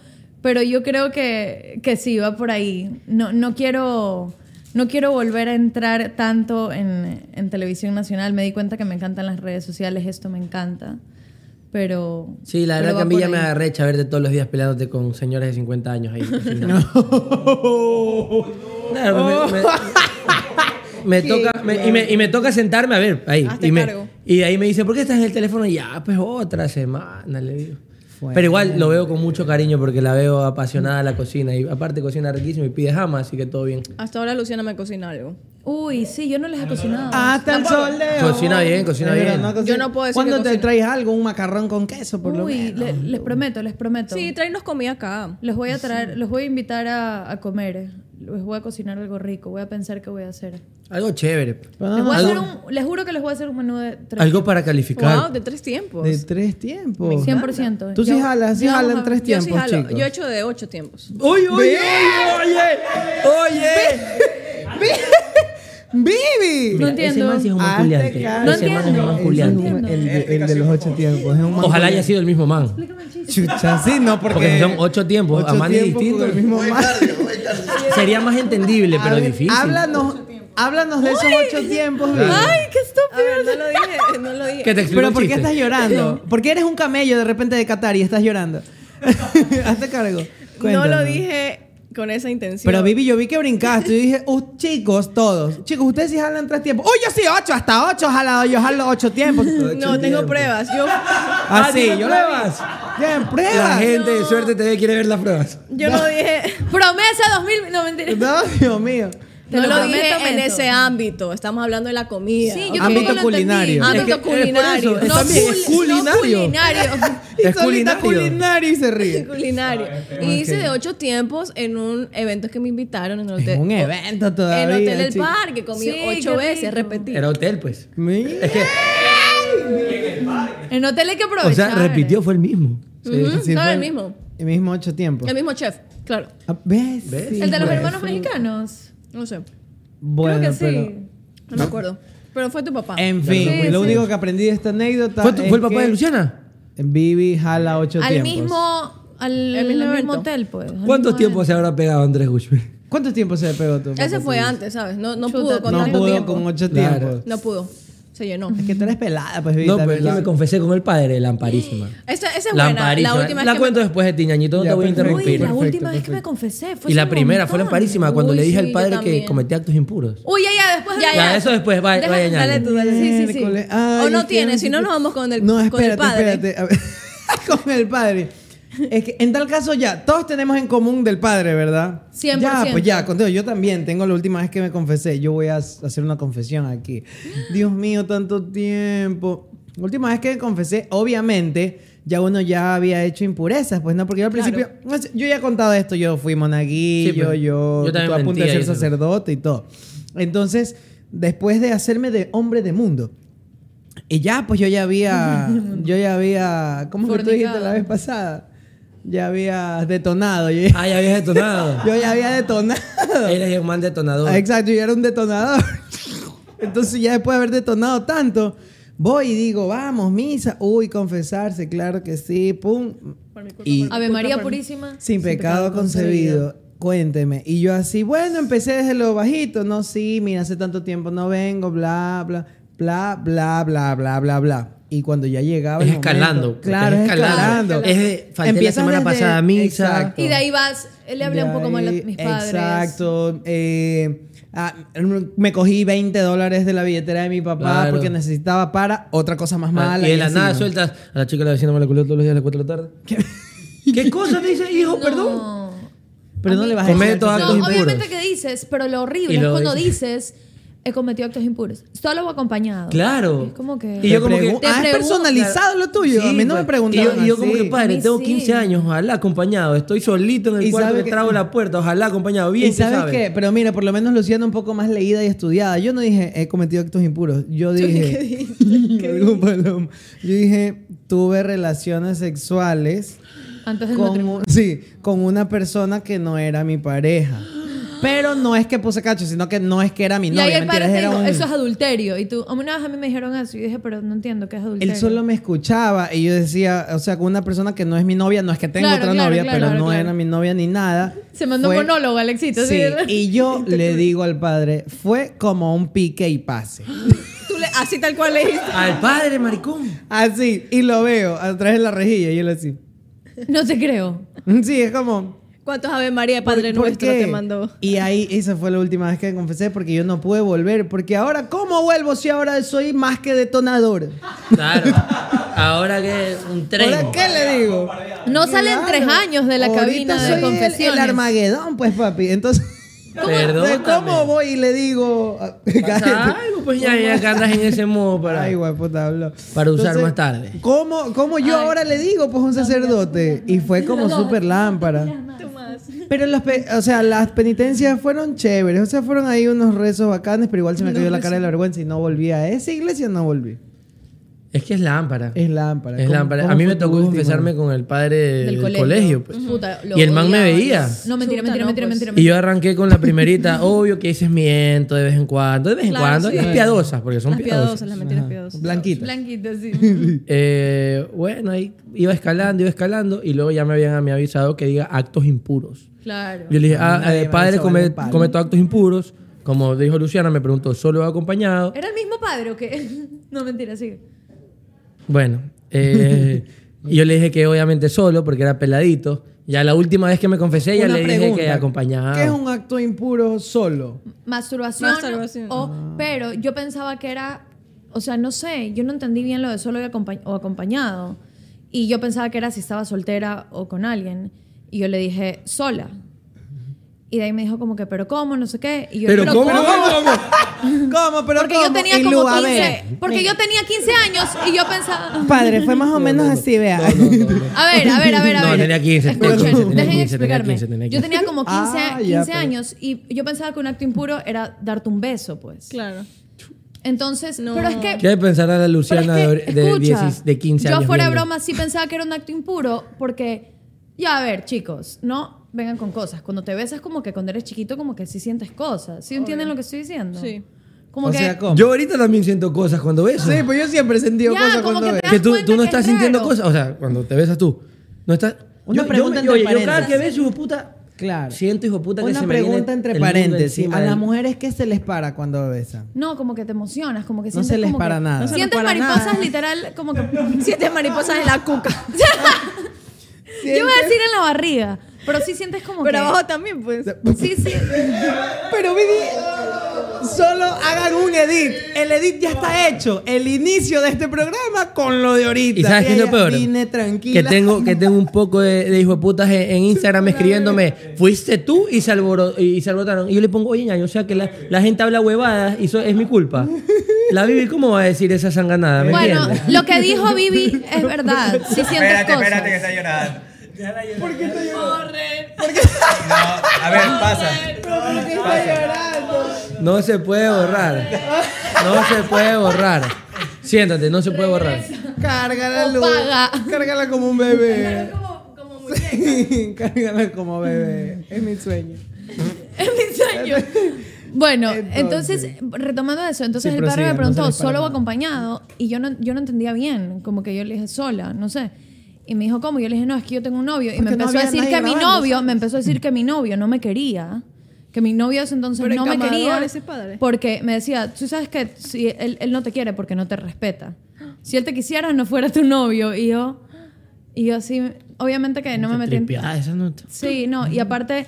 Pero yo creo que, que sí, va por ahí. No, no quiero... No quiero volver a entrar tanto en, en televisión nacional. Me di cuenta que me encantan las redes sociales, esto me encanta. Pero. Sí, la pero verdad que va a mí por ya me ahí. arrecha verte todos los días peleándote con señores de 50 años ahí. Claro, pues me- me- me Qué toca, me- y, me, y me toca sentarme a ver ahí. Hazte Y, me- cargo. y de ahí me dice, ¿por qué estás en el teléfono? Y ya, pues otra semana, le digo. Pero igual lo veo con mucho cariño porque la veo apasionada a la cocina. Y aparte cocina riquísimo y pide jama, así que todo bien. Hasta ahora Luciana me cocina algo. Uy, sí, yo Ah, no les he cocinado. Hasta Ah, el sol de Cocina bien, cocina bien. Yo no puedo decir ¿Cuándo que te cocina. traes algo? Un macarrón con queso, por lo Uy, menos. le- les prometo, les prometo. Sí, tráenos comida acá. Los voy a traer, los voy a invitar a, a comer. Les voy a cocinar algo rico. Voy a pensar qué voy a hacer. Algo chévere. Les, voy a hacer Algo, un- les juro que les voy a hacer un menú de tres. algo para calificar. Wow, de tres tiempos. De tres tiempos. 100%. Tú sí Yo- jalas, sí yo- jalan tres Yo tiempos, sí jalo. chicos. Yo he hecho de ocho tiempos. ¡Oye, oye, oye! ¡Oye! ¡Vivi! No entiendo. man sí es un Hazte manculiante. cargo. Ese man es No un manculiante. El, el- el de los ocho tiempos. Es un man- Ojalá haya sido el mismo man. Chucha, sí, no, porque... Porque son ocho tiempos, a ocho manes tiempos con distintos. el mismo man. Sería más entendible, pero A ver, difícil. Háblanos, háblanos de esos ocho tiempos, Vivi. Ay, qué A estúpido. ver, no lo dije, no lo dije. Que te explico Pero un ¿por qué chiste. estás llorando? ¿Por qué eres un camello de repente de Qatar y estás llorando? Hazte cargo. No lo Cuéntanos. dije con esa intención. Pero Vivi, yo vi que brincaste y dije, "Uh, chicos, todos, chicos, ustedes sí jalan tres tiempos. Uy, yo sí, ocho, hasta ocho, jalado, yo jalo ocho tiempos. No, tengo pruebas. Yo, Ah, Así, sí, yo yo lo la vi. vas. Bien, La pruebas. gente de suerte TV quiere ver las pruebas. yo no dije, Promesa 2000. No, mentira. No, Dios mío. Te no lo prometo, dije en Beto. ese ámbito. Estamos hablando de la comida. Sí, ¿ok? yo Ámbito tampoco lo entendí. culinario. eh, Es que- Ámbito es por culinario. eso, es no también cul- es no culinario. culinario. Y Es solita culinario. culinario y se ríe. culinario. Y hice de ocho tiempos en un evento que me invitaron en el hotel. Es un evento todavía. En el Hotel del chico. Parque, comí Sí, ocho qué veces, rico. repetí. Era hotel, pues. Mira. Es que, En hotel hay que o aprovechar. sea, repitió, fue el mismo. Sí, Ujú, sí, todo fue el mismo. El mismo ocho tiempos. El mismo chef, claro. Ah, ¿Ves? ¿Ves? Sí, El de los pues. hermanos mexicanos. No sé, Bueno, Creo que sí. pero- no me acuerdo. Pero fue tu papá. En fin, Sí, lo sí. único que aprendí de esta anécdota. ¿Fue, tu- es fue el papá que de Luciana? Vivi jala ocho Al tiempos. mismo. Al El mismo al evento. hotel, pues. al ¿Cuántos mismo tiempos se habrá pegado Andrés Gushman? ¿Cuántos tiempos se pegó tu papá? Ese fue antes, ¿sabes? No, no Chuta, pudo con no tanto No pudo tiempo. con ocho Claro. tiempos. No pudo. Se llenó. Es que tú eres pelada, pues Vivi. No, también. pero yo me confesé con el padre, Lamparísima. Esa, esa es buena. Lamparísima. La última la es que cuento después de ti, ñañito, no Ya, te voy a perfecto. Uy, interrumpir. la Perfecto, última vez que perfecto. me confesé fue Y la hace un primera fue montón. Lamparísima, cuando Uy, le dije sí, al yo padre que también. cometí actos impuros. Uy, ya, ya, después de Ya, ya, eso después, va- Deja- vaya, Dale añade. tú, dale. Sí, sí, sí. Miércoles. Ay, O no qué tiene, si no ansiedad. nos vamos con el- No, con el espérate, padre. espérate. A ver, con el padre. Es que en tal caso ya, todos tenemos en común del padre, ¿verdad? 100%. Ya, pues ya, contigo. Yo también tengo la última vez que me confesé. Yo voy a s- hacer una confesión aquí. Dios mío, tanto tiempo. La última vez que me confesé, obviamente, ya uno ya había hecho impurezas, pues no, porque yo al principio. no sé, Yo ya he contado esto, yo fui monaguillo, Sí, pero yo, yo estuve también a punto de mentía ser y eso. sacerdote y todo. Entonces, después de hacerme de hombre de mundo. Y ya, pues yo ya había. Yo ya había. ¿Cómo fue que tú dijiste Fornicado. la vez pasada? Ya había detonado. Yo ya, Ah, ya habías detonado. yo ya había detonado. Eres un man detonador. Ah, Exacto, yo era un detonador. Entonces, ya después de haber detonado tanto, voy y digo, vamos, misa. Uy, confesarse, claro que sí, pum. Y Ave María Purísima. sin pecado, concebido. Cuénteme. Y yo así, bueno, empecé desde lo bajito. No, sí, mira, hace tanto tiempo no vengo, bla, bla, bla, bla, bla, bla, bla, bla. Y cuando ya llegaba. el Es escalando, momento- porque claro, es es escalando. escalando. Es de, falté la semana pasada a misa. Y de ahí vas, él le hablé De un poco mal a ahí, mis padres. Exacto. eh, ah, me cogí 20 dólares de la billetera de mi papá Claro. porque necesitaba para otra cosa más Ah, mala. y de la así, nada ¿no? sueltas a la chica de la vecina me la culió todos los días a las 4 de la tarde. ¿Qué, cosa te dice, hijo? Perdón. Pero no le vas a Comete decir al todas papá. No, Actos impuros. obviamente que dices, pero lo horrible Y es lo cuando dices. dices, he cometido actos impuros. Solo acompañado. Claro. Es como que. Y yo como pregun- que- Ah, es Te pregun- personalizado lo tuyo. a mí pues. no me preguntan. Y preguntaron yo, y yo como así. que, padre, mí tengo sí. 15 años, ojalá acompañado. Estoy solito en el Y cuarto, sabe me que- trago la puerta, ojalá acompañado. Bien, ¿Y sabes qué? Pero mira, por lo menos Luciana un poco más leída y estudiada. Yo no dije he cometido actos impuros. Yo dije. Algún palomo. Yo dije tuve relaciones sexuales Antes del con matrimonio. un- sí, con una persona que no era mi pareja. Pero no es que puse cacho, sino que no es que era mi Y ahí novia. el ¿me entiendes? padre te Era dijo, un- eso es adulterio. Y tú, una vez a mí me dijeron eso. Y yo dije, pero no entiendo qué es adulterio. Él solo me escuchaba y yo decía, o sea, con una persona que no es mi novia, no es que tengo Claro, otra claro, novia, claro, pero claro, no claro. era mi novia ni nada. Se mandó Fue- monólogo, Alexito. Sí, Sí. y yo le digo al padre, fue como un pique y pase. Tú le- así tal cual le dijiste. Al padre, maricón. Así, y lo veo atrás de la rejilla y él así. No te creo. Sí, es como... ¿Cuántos Ave María de Padre ¿Por Nuestro qué? te mandó? Y ahí esa fue la última vez que confesé porque yo no pude volver. Porque ahora, ¿cómo vuelvo si ahora soy más que detonador? Claro. Ahora que un tren. ¿Ahora qué le digo? No salen Claro. tres años de la Ahorita cabina soy de el- confesiones. El, Armagedón, pues, papi. Entonces, Perdón. ¿cómo voy y le digo? Pasa algo, pues ya, ya que andas en ese modo para. Ay, guay, puta, habló. Para usar más tarde. ¿Cómo, cómo yo ahora le digo, pues, un sacerdote? Y fue como súper lámpara. Pero las, pe- o sea, las penitencias fueron chéveres. O sea, fueron ahí unos rezos bacanes, pero igual se me cayó pues la cara de la vergüenza y no volví a esa iglesia, no volví. Es que es lámpara. Es lámpara. Es ¿Cómo- lámpara. cómo A mí fue me tu tocó última? confesarme con el padre del, Del colegio. colegio. pues. Puta, lo y el man me odiaba. veía. Chuta, No, mentira, mentira, no, pues. mentira, mentira, Y yo mentira. arranqué con la primerita, obvio que dices miento de vez en cuando, de vez en Claro, cuando, sí. las piadosas, porque son Las piadosas. piadosas, las mentiras piadosas. Blanquita. Blanquito, sí. Eh, bueno, ahí iba escalando, iba escalando, y luego ya me habían a mí avisado que diga actos impuros. Claro. Yo le dije, ah, Nadie eh, me padre, hizo come, valer palo. cometo actos impuros. Como dijo Luciana, me preguntó, ¿solo acompañado? ¿Era el mismo padre o qué? No, mentira, sigue. Bueno, eh, y yo le dije que obviamente solo, porque era peladito. Ya la última vez que me confesé, ya Una le dije pregunta. que acompañado. ¿Qué es un acto impuro solo? Masturbación. Masturbación. O, Pero yo pensaba que era, o sea, no sé, yo no entendí bien lo de solo y acompa- o acompañado. Y yo pensaba que era si estaba soltera o con alguien. Y yo le dije, sola. Y de ahí me dijo como que, pero ¿cómo? No sé qué. Y yo, ¿Cómo? ¿Pero Porque cómo? yo tenía Y como Lu, a 15. ver. Porque yo tenía 15 años y yo pensaba... Padre, fue más o menos así, vea. A ver, a ver, a ver, a No, ver. tenía 15, tenía Escuchen, 15, tenía dejen 15, tenía explicarme. 15, tenía Yo tenía como 15, Ah, ya, 15 pero- años y yo pensaba que un acto impuro era darte un beso, pues. Claro. Entonces, pero es que... ¿Qué de pensar a la pero es Luciana que, de- de, escucha, 10 de 15 años? Yo fuera de viendo? broma sí pensaba que era un acto impuro porque, ya a ver, chicos, no vengan con cosas. Cuando te besas como que cuando eres chiquito como que sí sientes cosas. ¿Sí entienden lo que estoy diciendo? Sí. Como o que... sea, ¿cómo? Yo ahorita también siento cosas cuando beso. sí, pues yo siempre he sentido Ya, cosas como cuando que veo. te que tú, das tú cuenta no que estás es sintiendo raro. cosas. O sea, cuando te besas tú, no estás. Una yo, pregunta yo, me- yo- entre yo cada que paréntesis. beso, hijo puta, Claro. siento, hijo puta, que Una se me viene pregunta entre el mundo paréntesis. encima ¿A del- las mujeres qué se les para cuando besan? No, como que te emocionas, como que No sientes se les como para que- nada. No se nos sientes para mariposas nada. literal, como que sientes mariposas en la cuca. Yo voy a decir en la barriga, pero sí sientes como que también, pues. Sí, sí. Pero Vivi, solo hagan un edit. El edit ya está hecho. El inicio de este programa con lo de ahorita. ¿Y sabes qué es lo ella peor? Vine Que tranquila. tengo, que tengo un poco de, de hijo de putas en, en Instagram escribiéndome, fuiste tú y se, alboro- y se alborotaron. Y yo le pongo, oye, ñaño, o sea que la, la gente habla huevadas y eso es mi culpa. La Vivi, ¿cómo va a decir esa sanganada? ¿Me Bueno, entiendes? lo que dijo Vivi es verdad. Sí sientes Espérate, cosas. espérate que está llorando. No, a ver, pasa. No se puede borrar. No se puede borrar. Siéntate, no se puede borrar. Cárgala, Lu. Paga. Cárgala como un bebé. Sí, Cárgala como bebé. Es mi sueño. Bueno, Entonces- entonces, retomando eso, entonces Sí, el padre prosiga, me no preguntó, se les para ¿solo o nada. acompañado? Y yo no, yo no entendía bien, como que yo le dije sola, no sé. Y me dijo, ¿cómo? Y yo le dije, no, es que yo tengo un novio. Y me Porque no empezó a había decir nadie que mi grabando, novio, me empezó a decir que mi novio no me quería. Que mi novio ese entonces Pero no me encamador quería. ese padre. Porque me decía, tú sabes que si él, él no te quiere porque no te respeta. Si él te quisiera, no fuera tu novio. Y yo, y yo así, obviamente que Eh, no me metí en- Tripeada Ah, esa nota. Sí, no, y aparte,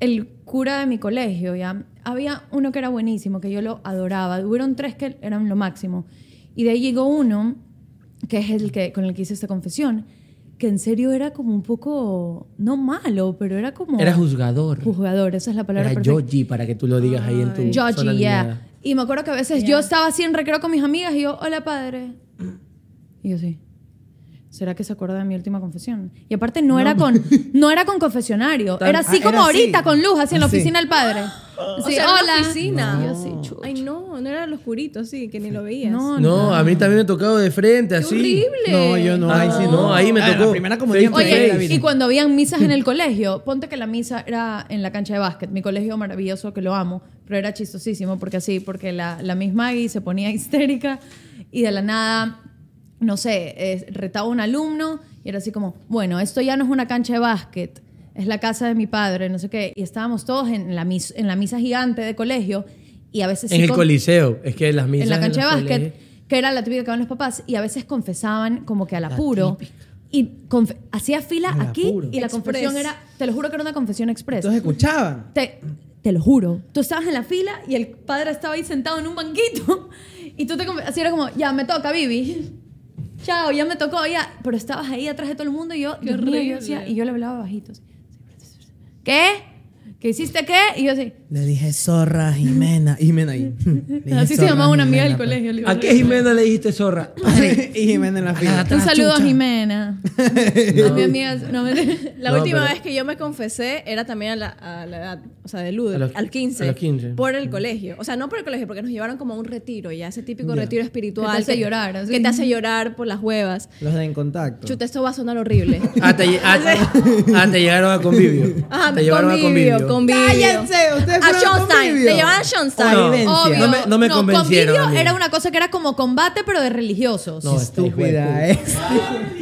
el cura de mi colegio, ya, había uno que era buenísimo, que yo lo adoraba. Hubieron tres que eran lo máximo. Y de ahí llegó uno, que es el que, con el que hice esta confesión, que en serio era como un poco, no malo, pero era como... Era juzgador. Juzgador, esa es la palabra Era perfecta. Yoji, para que tú lo digas ahí en tu. zona Yoji, lineal. yeah. Y me acuerdo que a veces yo estaba así en recreo con mis amigas y yo, hola padre. Y yo sí. ¿Será que se acuerda de mi última confesión? Y aparte no, era con no era con confesionario, Tan- era así Ah, como era así. ahorita con luz, así en la Así. oficina del padre. O Sí, sea, en hola. la oficina. Y yo así, chucha. Ay, no, no era los curitos, sí, que ni lo veías. No, No, a mí también me ha tocado de frente, Qué así. horrible. No, yo no. Ah, ahí sí, no, ahí me Ah, tocó. La primera comunión Face to que tuve en la face. vida. Oye, y cuando habían misas en el colegio, ponte que la misa era en la cancha de básquet, mi colegio maravilloso que lo amo, pero era chistosísimo porque así, porque la, la misma Maggie se ponía histérica y de la nada, no sé, eh, retaba a un alumno y era así como, bueno, esto ya no es una cancha de básquet, es la casa de mi padre, no sé qué, y estábamos todos en la, mis- en la misa gigante de colegio y a veces... En sí el con- coliseo. Es que las misas. en la cancha de los básquet, colegios- que era la típica que van los papás, y a veces confesaban como que al apuro. Y conf- hacía fila Al aquí apuro. y la confesión era, te lo juro que era una confesión express. Entonces escuchaban. te, te lo juro. Tú estabas en la fila y el padre estaba ahí sentado en un banquito y tú te conf- así era como, ya me toca, Bibi. Chao, ya me tocó, ya. Pero estabas ahí atrás de todo el mundo y yo, Dios mío, yo decía- y yo le hablaba bajito. así. ¿Qué? ¿Qué hiciste qué? Y yo así. Le dije zorra, Jimena. Jimena ahí. Así se llamaba una amiga del colegio. le digo, ¿A qué Jimena le dijiste zorra? pues". y Jimena en la fila. Un saludo a Jimena. A mi amiga. No, me... La No, última pero- vez que yo me confesé era también a la, a la edad, o sea, de Ludo, A los- al 15. a los 15. Por el colegio. O sea, no por el colegio, porque nos llevaron como a un retiro, ya ese típico Ya. retiro espiritual. Que te hace llorar, así. Que te hace llorar por las huevas. Los de en contacto. Chuta, esto va a sonar horrible. Ah, te, lle- ah, ah, te llegaron a convivio. Ah, Ajá, te llevaron a convivio, convivio. convivio. ¡Cállense! ¡Ustedes A fueron a Johnstein. convivio! Te llevaban a Johnstein. No, Convivencia. no me, no me convencieron. convivio amigo. era una cosa que era como combate, pero de religiosos. No, este hijo de puta. Estúpida es.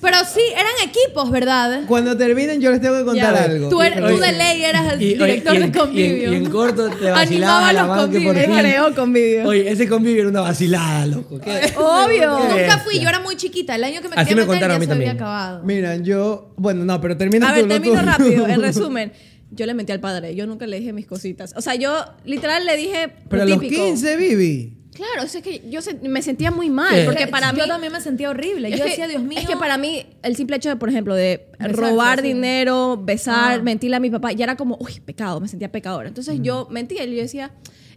Pero sí, eran equipos, ¿verdad? Cuando terminen yo les tengo que contar Ya, algo. Tú, er- tú Oye, de ley eras el Y- oye, director y en- de convivio. Y en, y en corto te Animaba vacilaba los la banca que por convivios. fin- Creo convivio. Oye, ese convivio era una vacilada, loco. ¿Qué? Obvio. Qué Nunca bestia. fui, yo era muy chiquita. El año que me Así me quería meter contaron a ya mí se había también. acabado. Mira, yo... Bueno, no, pero termina A tú. ver, no termino tú. rápido. En resumen, yo le mentí al padre. Yo nunca le dije mis cositas. O sea, yo literal le dije. lo Pero a los típico. 15, Vivi. Claro, eso es que yo se- me sentía muy mal. ¿Qué? Porque para mí. Yo también me sentía horrible. Yo es que- decía, Dios mío. Es que para mí, el simple hecho de, por ejemplo, de Besarse, robar sí. dinero, besar, Ah. mentirle a mi papá, ya era como, uy, pecado, me sentía pecadora. Entonces yo mentía y yo decía,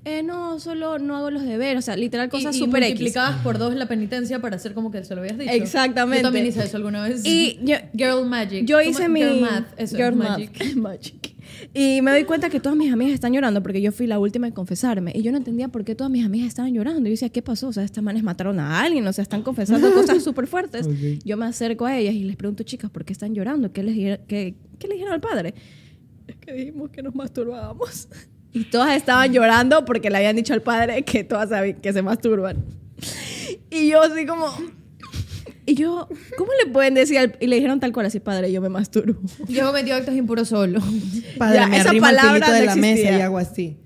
eh, no, solo no hago los deberes. O sea, literal, cosas y, súper y X. multiplicabas por dos la penitencia para hacer como que se lo habías dicho. Exactamente. Yo también hice eso alguna vez. Y yo- Girl Magic. Yo ¿Cómo? hice mi. Girl Math. Eso Girl es math. Magic. Magic. Y me doy cuenta que todas mis amigas están llorando porque yo fui la última en confesarme. Y yo no entendía por qué todas mis amigas estaban llorando. Yo decía, ¿qué pasó? O sea, estas manes mataron a alguien, o sea, están confesando cosas súper fuertes. Yo me acerco a ellas y les pregunto, chicas, ¿por qué están llorando? ¿Qué les, di- qué, qué le dijeron al padre? Es que dijimos que nos masturbábamos. Y todas estaban llorando porque le habían dicho al padre que todas saben que se masturban. Y yo así como... Y yo, ¿cómo le pueden decir al... Y le dijeron tal cual así, padre, yo me masturbo. Yo cometí actos impuros solo. Padre, Ya, me esa arrimo al palabra filito de no la mesa existía. y hago así.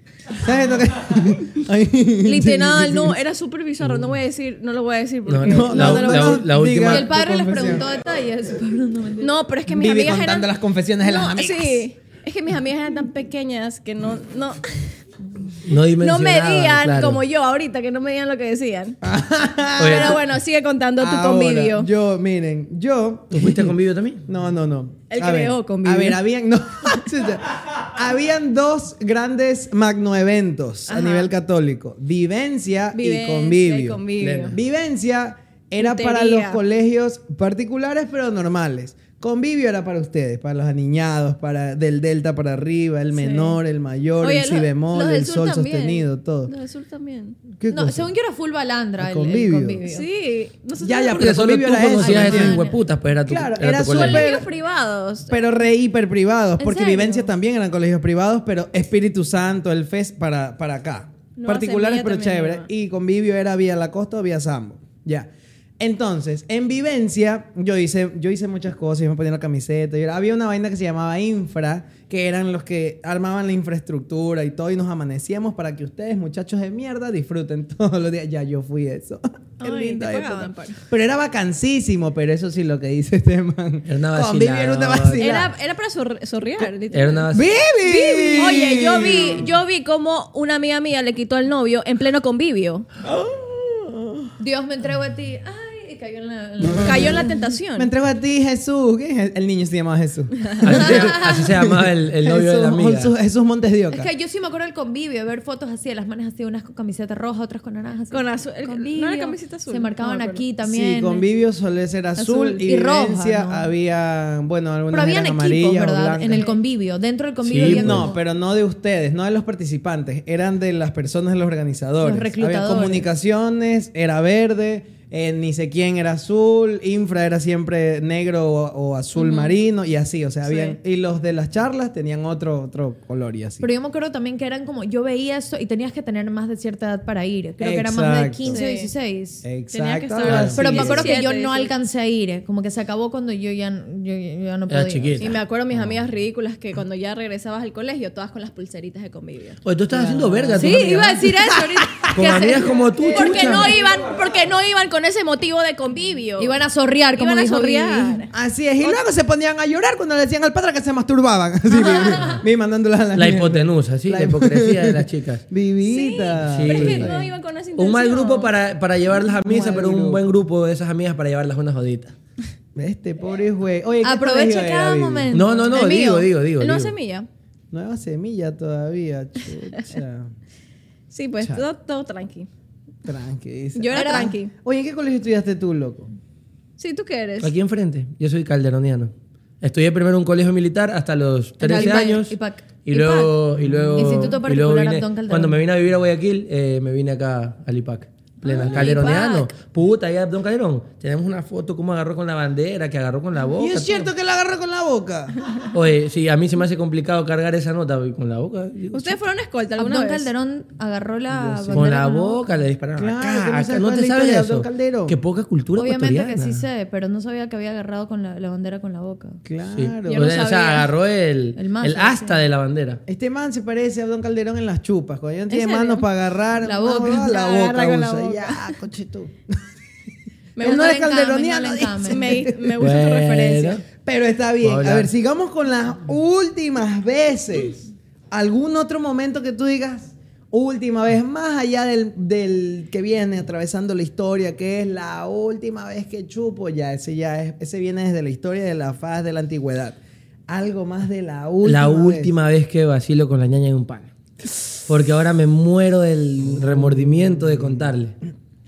¿Sabes lo que...? Ay, Literal, no, era súper bizarro. No voy a decir, no lo voy a decir porque... No, no, No, la, no, no, la- no, la última. Y el padre les Confesión. preguntó detalles. Pablo, no mentira. No, pero es que mis Vivi amigas eran... contando las confesiones de las No, amigas. Sí, es que mis amigas eran tan pequeñas que no... no No no dimensionaban, medían claro. como yo ahorita, que no medían lo que decían. Pero tú- bueno, sigue contando tu Ahora, convivio. Ah, Yo, miren, yo... ¿Tú fuiste a convivio también? No, no, no. Él A creó ver, convivio. A ver, habían, no, chucha. habían dos grandes magnoeventos a nivel católico. Vivencia, Vivencia y convivio. y convivio. Plena. Vivencia era Puntería. para los colegios particulares pero normales. Convivio era para ustedes, para los aniñados, para del delta para arriba, el menor, el mayor, Oye, el si los- bemol, los del el sur sol también. sostenido, todo. Los del sur también. ¿Qué No, cosa? según yo era full balandra El el, el convivio. convivio. Sí. nosotros Ya, ya, éramos- Porque pero solo tú convivio era eso, conocías ¿no? esos hueputas, pues era tu, Claro, era era tu colegio. súper- colegios privados. Pero re hiper privados, porque serio? Vivencia también eran colegios privados, pero Espíritu Santo, el FES para, para acá. No, Particulares Semilla pero también chévere. iba. Y convivio era vía La Costa o vía Sambo. Ya. Entonces, en Vivencia, yo hice, yo hice muchas cosas, yo me ponía la camiseta. yo era- había una vaina que se llamaba Infra, que eran los que armaban la infraestructura y todo, y nos amanecíamos para que ustedes, muchachos de mierda, disfruten todos los días. Ya yo fui eso. Qué Ay, linda te época. pagaban, pa. Pero era vacancísimo, pero eso sí lo que dice este man. Era una Convivio era una vacilada. vacilada. Era, era para sor- sorrear. literal. Era una ¡Vivi! Oye, yo vi, yo vi cómo una amiga mía le quitó al novio en pleno convivio. Dios me entrego a ti. Ay, y cayó en la, cayó en la Me tentación. entrego a ti, Jesús. ¿Qué es? El niño se llamaba Jesús. Así se, así se llamaba el, el novio de la Jesús- amiga. Jesús, Jesús Montes de Oca. Es que yo sí me acuerdo del convivio, de ver fotos así de las manes así, unas con camiseta roja, otras con naranja. así. Con azul- el- no era camiseta azul. Se No marcaban me acuerdo. aquí también. Sí, convivio suele ser azul, Azul. y, Y roja, vivencia ¿no? había, bueno, Pero algunas eran habían equipos, amarillas o ¿verdad? En blancas. el convivio. Dentro del convivio Sí, había no, como- pero no de ustedes, no de los participantes, eran de las personas, de los organizadores. Los Había reclutadores. comunicaciones, era verde, eh, ni sé quién era azul, infra era siempre negro o, o azul marino y así, o sea, habían y los de las charlas tenían otro otro color y así. Pero yo me acuerdo también que eran como, yo veía eso y tenías que tener más de cierta edad para ir. Creo que era más de Exacto. 15 o Sí. 16. Tenía que Exacto. estar- así Pero me es. acuerdo que yo 17, no 18. alcancé a ir. eh, Como que se acabó cuando yo ya, yo, yo ya no Era podía. chiquita. Y me acuerdo Ah. mis amigas ridículas que cuando ya regresabas al colegio, todas con las pulseritas de convivio. Oye, tú estás haciendo verga. Sí, iba a decir eso ahorita. Con Que se- amigas como tú, Porque chucha. no iban, porque no iban con ese motivo de convivio. Iban a zorrear, como Iban a dijo Vivi. zorrear. Así es, y luego se ponían a llorar cuando le decían al padre que se masturbaban. Así, vi- vi mandándolas a la La hipotenusa, sí, la hipocresía de las chicas. Vivita. Sí. Pero es que no iban con esa intención. Un mal grupo para, para llevarlas a misa, mal pero un grupo. buen grupo de esas amigas para llevarlas a una jodita. Este pobre güey. Oye, ¿qué colegio Aprovecha era, cada Vivi? momento. No, no, no, El digo, mío. digo, digo. No digo. semilla. Nueva semilla todavía, chucha. Sí, pues todo, todo tranqui. Tranqui, dice. Yo era Ah, tranqui. Oye, ¿en qué colegio estudiaste tú, loco? Sí, tú qué eres. Aquí enfrente, yo soy calderoniano. Estudié primero en un colegio militar hasta los 13 Ipac, años. Ipac. Y luego, Ipac. y luego. Instituto y luego Particular vine- Antón Calderón. Cuando me vine a vivir a Guayaquil, eh, me vine acá al IPAC. Ah, Plena, calderoniano. Puta, ya Don Calderón. Tenemos una foto cómo agarró con la bandera, que agarró con la boca. Y es cierto que la agarró con la boca. todo. Oye, sí, a mí se me hace complicado cargar esa nota y con la boca. digo, Ustedes fueron escolta alguna Abdón vez. Calderón agarró la bandera Con la ¿no? boca le dispararon. Claro, acá, que no acá. sabes no cuál te es la sabes historia de eso. Don Calderón. Qué poca cultura Obviamente que ecuatoriana. sí sé, pero no sabía que había agarrado con la, la bandera con la boca. Sí. Claro. O, sea, o sea, agarró el, El el, mazo, asta de la bandera. Este man se parece a Don Calderón en las chupas. Cuando ya no tiene serio? manos para agarrar. La ah, boca. huevada, la La agarra boca con la usa. boca. Ya, coche tú. Me Él gusta no es la encame, calderoniano. no la encame. dice. Me, me gusta tu Bueno. referencia. Pero está bien. Hola. A ver, sigamos con las últimas veces. ¿Algún otro momento que tú digas última vez, más allá del, del que viene atravesando la historia, que es la última vez que chupo? Ya, ese ya es, ese viene desde la historia de la faz de la antigüedad. Algo más de la última. la vez. última vez. que vacilo con la ñaña en un pan. Porque ahora me muero del remordimiento de contarle.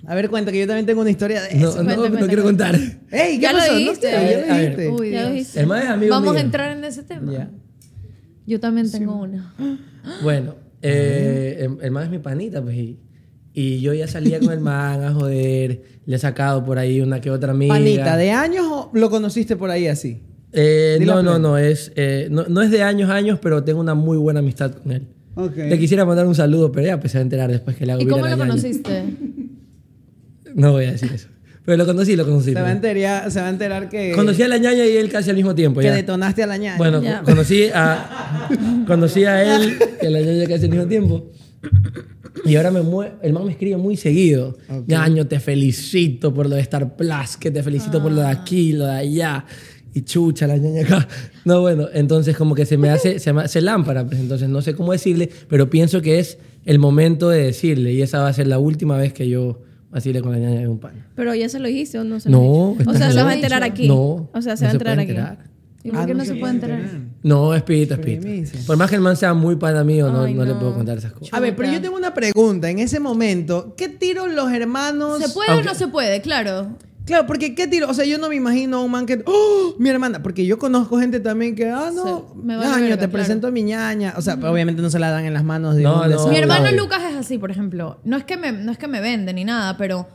A ver, cuenta que yo también tengo una historia Eh, de No, eso. no, no quiero contar. ¡Ey! ¿Qué Ya lo pasó? No dijiste. sé, A ver, a ya lo ver. dijiste. Uy, Ya Dios. dijiste. El más es amigo Vamos mío. a entrar en ese tema. Ya. Yo también tengo una. Bueno, eh, el, el man es mi panita, pues. Y, y yo ya salía con el man a joder. Le he sacado por ahí una que otra amiga. Panita, ¿de años o lo conociste por ahí así? Eh, Dilo no, no, pleno. no, es, eh, no, no es de años, años, pero tengo una muy buena amistad con él. Ok. Le quisiera mandar un saludo, pero ya pues, se va a enterar después que le hago ¿Y cómo viral lo a Ñaño. conociste? No voy a decir eso. Pero lo conocí, lo conocí. pues. Se va a enterar, se va a enterar que, Conocí a la ñaña y él casi al mismo tiempo. que ya. detonaste a la ñaña. Bueno, co- conocí a, conocí a él y a la ñaña casi al mismo tiempo. Y ahora me mue- el man me escribe muy seguido. Ñaño, te felicito por lo de Star Plus, que te felicito por lo de aquí, lo de allá. Y chucha, la ñaña acá. No, bueno, entonces como que se me hace, se me hace lámpara, pues entonces no sé cómo decirle, pero pienso que es el momento de decirle y esa va a ser la última vez que yo vacile con la ñaña de un pan. Pero ya se lo dijiste o no se No, lo dijiste? O estás sea, se va loco. a enterar aquí. No, O sea, se no va a se puede enterar aquí. enterar. ¿Y por Ah, qué no no se se puede puede enterar? No, es pito, es pito. Premisa. Por más que el man sea muy pana mío, no, no le puedo contar esas cosas. A ver, pero yo tengo una pregunta. En ese momento, ¿qué tiro los hermanos? ¿Se puede o no se puede? Claro. Claro, porque ¿qué tiro? O sea, yo no me imagino a un man que. ¡Oh! Mi hermana. Porque yo conozco gente también que. Ah, no. Se- me vale ñaño, verga, te claro. presento a mi ñaña. O sea, obviamente no se la dan en las manos de No, un no. desagradable. Mi hermano Claro. Lucas es así, por ejemplo. No es que me, no es que me vende ni nada, pero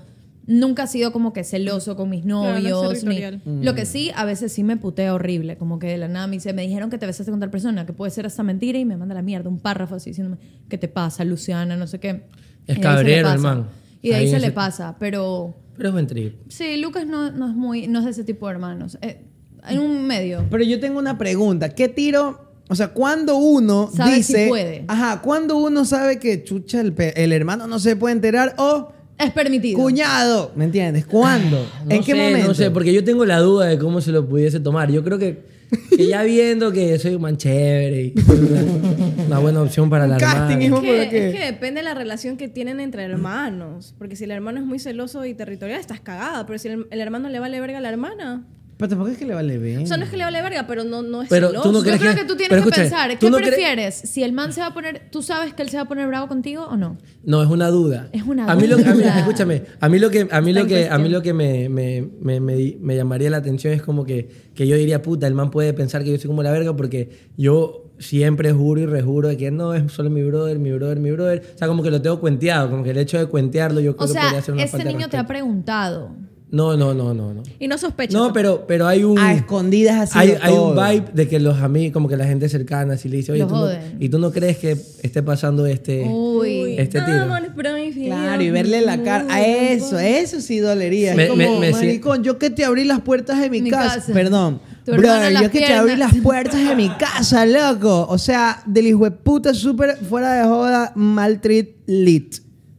nunca ha sido como que celoso con mis Claro, no es novios. ni- territorial. Lo que sí, a veces sí me putea horrible. Como que de la nada me dice, me dijeron que te besaste con tal persona, que puede ser hasta mentira, y me manda la mierda, un párrafo así diciéndome, ¿qué te pasa, Luciana? No sé qué. Es Y de ahí se le cabrero el pasa. man. Y de ahí, Ahí se ese- le pasa, pero... Pero es buen trip. Sí, Lucas no, no es muy, no es de ese tipo de hermanos. Eh, en un medio. Pero yo tengo una pregunta. ¿Qué tiro? O sea, cuando uno Sabe si dice. puede. Ajá, cuando uno sabe que chucha el, pe- el hermano no se puede enterar o. Es permitido. Cuñado, ¿me entiendes? ¿Cuándo? Ah, No ¿En qué sé, momento? No sé, porque yo tengo la duda de cómo se lo pudiese tomar. Yo creo que Que ya viendo que soy un man chévere y soy una, una buena opción para la casting, armada. hijo. Es ¿Cómo que, por qué? es que depende de la relación que tienen entre hermanos. Porque si el hermano es muy celoso y territorial, estás cagada. Pero si el, el hermano le vale verga a la hermana. Pero tampoco es que le vale bien. O sea, no es que le vale verga, pero no, no es Pero celoso. tú no Yo crees creo que- que tú tienes pero que escúchame, pensar, ¿tú ¿qué no crees- prefieres? Si el man se va a poner, ¿tú sabes que él se va a poner bravo contigo o no? No, es una duda. Es una a mí Lo, a mí- duda. escúchame, a mí lo que, a mí Está lo en que, a mí cuestión. lo que me, me, me, me- me llamaría la atención es como que, que yo diría, puta, el man puede pensar que yo soy como la verga porque yo siempre juro y rejuro de que no, es solo mi brother, mi brother, mi brother. O sea, como que lo tengo cuenteado, como que el hecho de cuentearlo yo creo O que sea, podría ser una ese falta de niño te ha respeto. preguntado. No, no, no, no, no. Y no sospecha. No, pero, pero hay un... Ah, A escondidas así. Hay, hay un vibe de que los amigos, como que la gente cercana, si le dice, oye, Lo tú no- joden. Oh, y tú no crees que esté pasando este... Uy. este Ah, tiro. bueno, pero mi vida. Claro, y verle la cara. A eso, eh. eso sí dolería. Me- es como, me- me si- maricón, yo que te abrí las puertas de mi, Mi casa. casa. Perdón. Tu hermana Brother, las yo que te abrí piernas. las puertas de mi casa, loco. O sea, del hijo de puta súper fuera de joda, maltreat lit.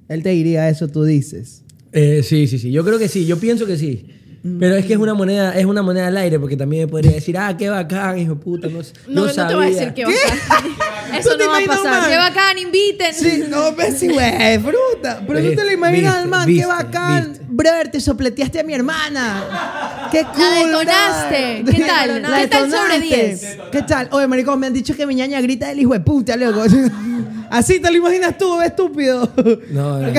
Él te diría eso, tú dices. Eh, sí, sí, sí. Yo creo que sí. Yo pienso que sí. Mm. Pero es que es una moneda, es una moneda al aire, porque también me podría decir, ah, qué bacán, hijo de puta. No, sé. No, yo no te sabía. voy a decir que va a ¿Tú Eso te no va a imaginas un pasar. man? ¡Qué bacán, inviten! Sí, no, pero sí, güey, fruta. Pero tú te lo Viste, imaginas al viste, man, qué viste, bacán. viste. Brother, te sopleteaste a mi hermana. Qué cool. detonaste. brother. ¿Qué tal? La ¿Qué tal sobre detonaste. 10? ¿Qué tal? Oye, maricón, me han dicho que mi ñaña grita del hijo de puta, loco. Así te lo imaginas tú, estúpido. No, no, no. me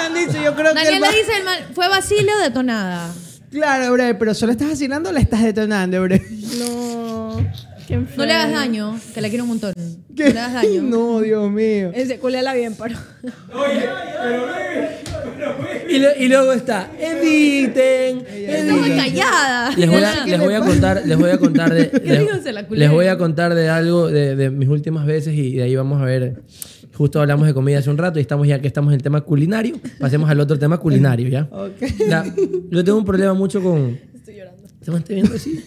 han dicho, yo creo que. el Daniel le man- dice, el man, ¿fue vacilo o detonada? Claro, brother, pero solo estás asesinando o la estás detonando, brother. No. Qué No le hagas enfermo. daño, que la quiero un montón. ¿Qué? No le hagas daño. No, Dios mío. Ese culela bien, paro. Y, lo- y luego está, eviten. Estaba eviten". callada. Les voy, Nada. a, les voy a contar, les voy a contar de, les, dijo? Se la culé. les voy a contar de algo de, de mis últimas veces y de ahí vamos a ver. Justo hablamos de comida hace un rato y estamos ya que estamos en el tema culinario, pasemos al otro tema culinario, ¿ya? La- yo tengo un problema mucho con ¿Te me estoy viendo así?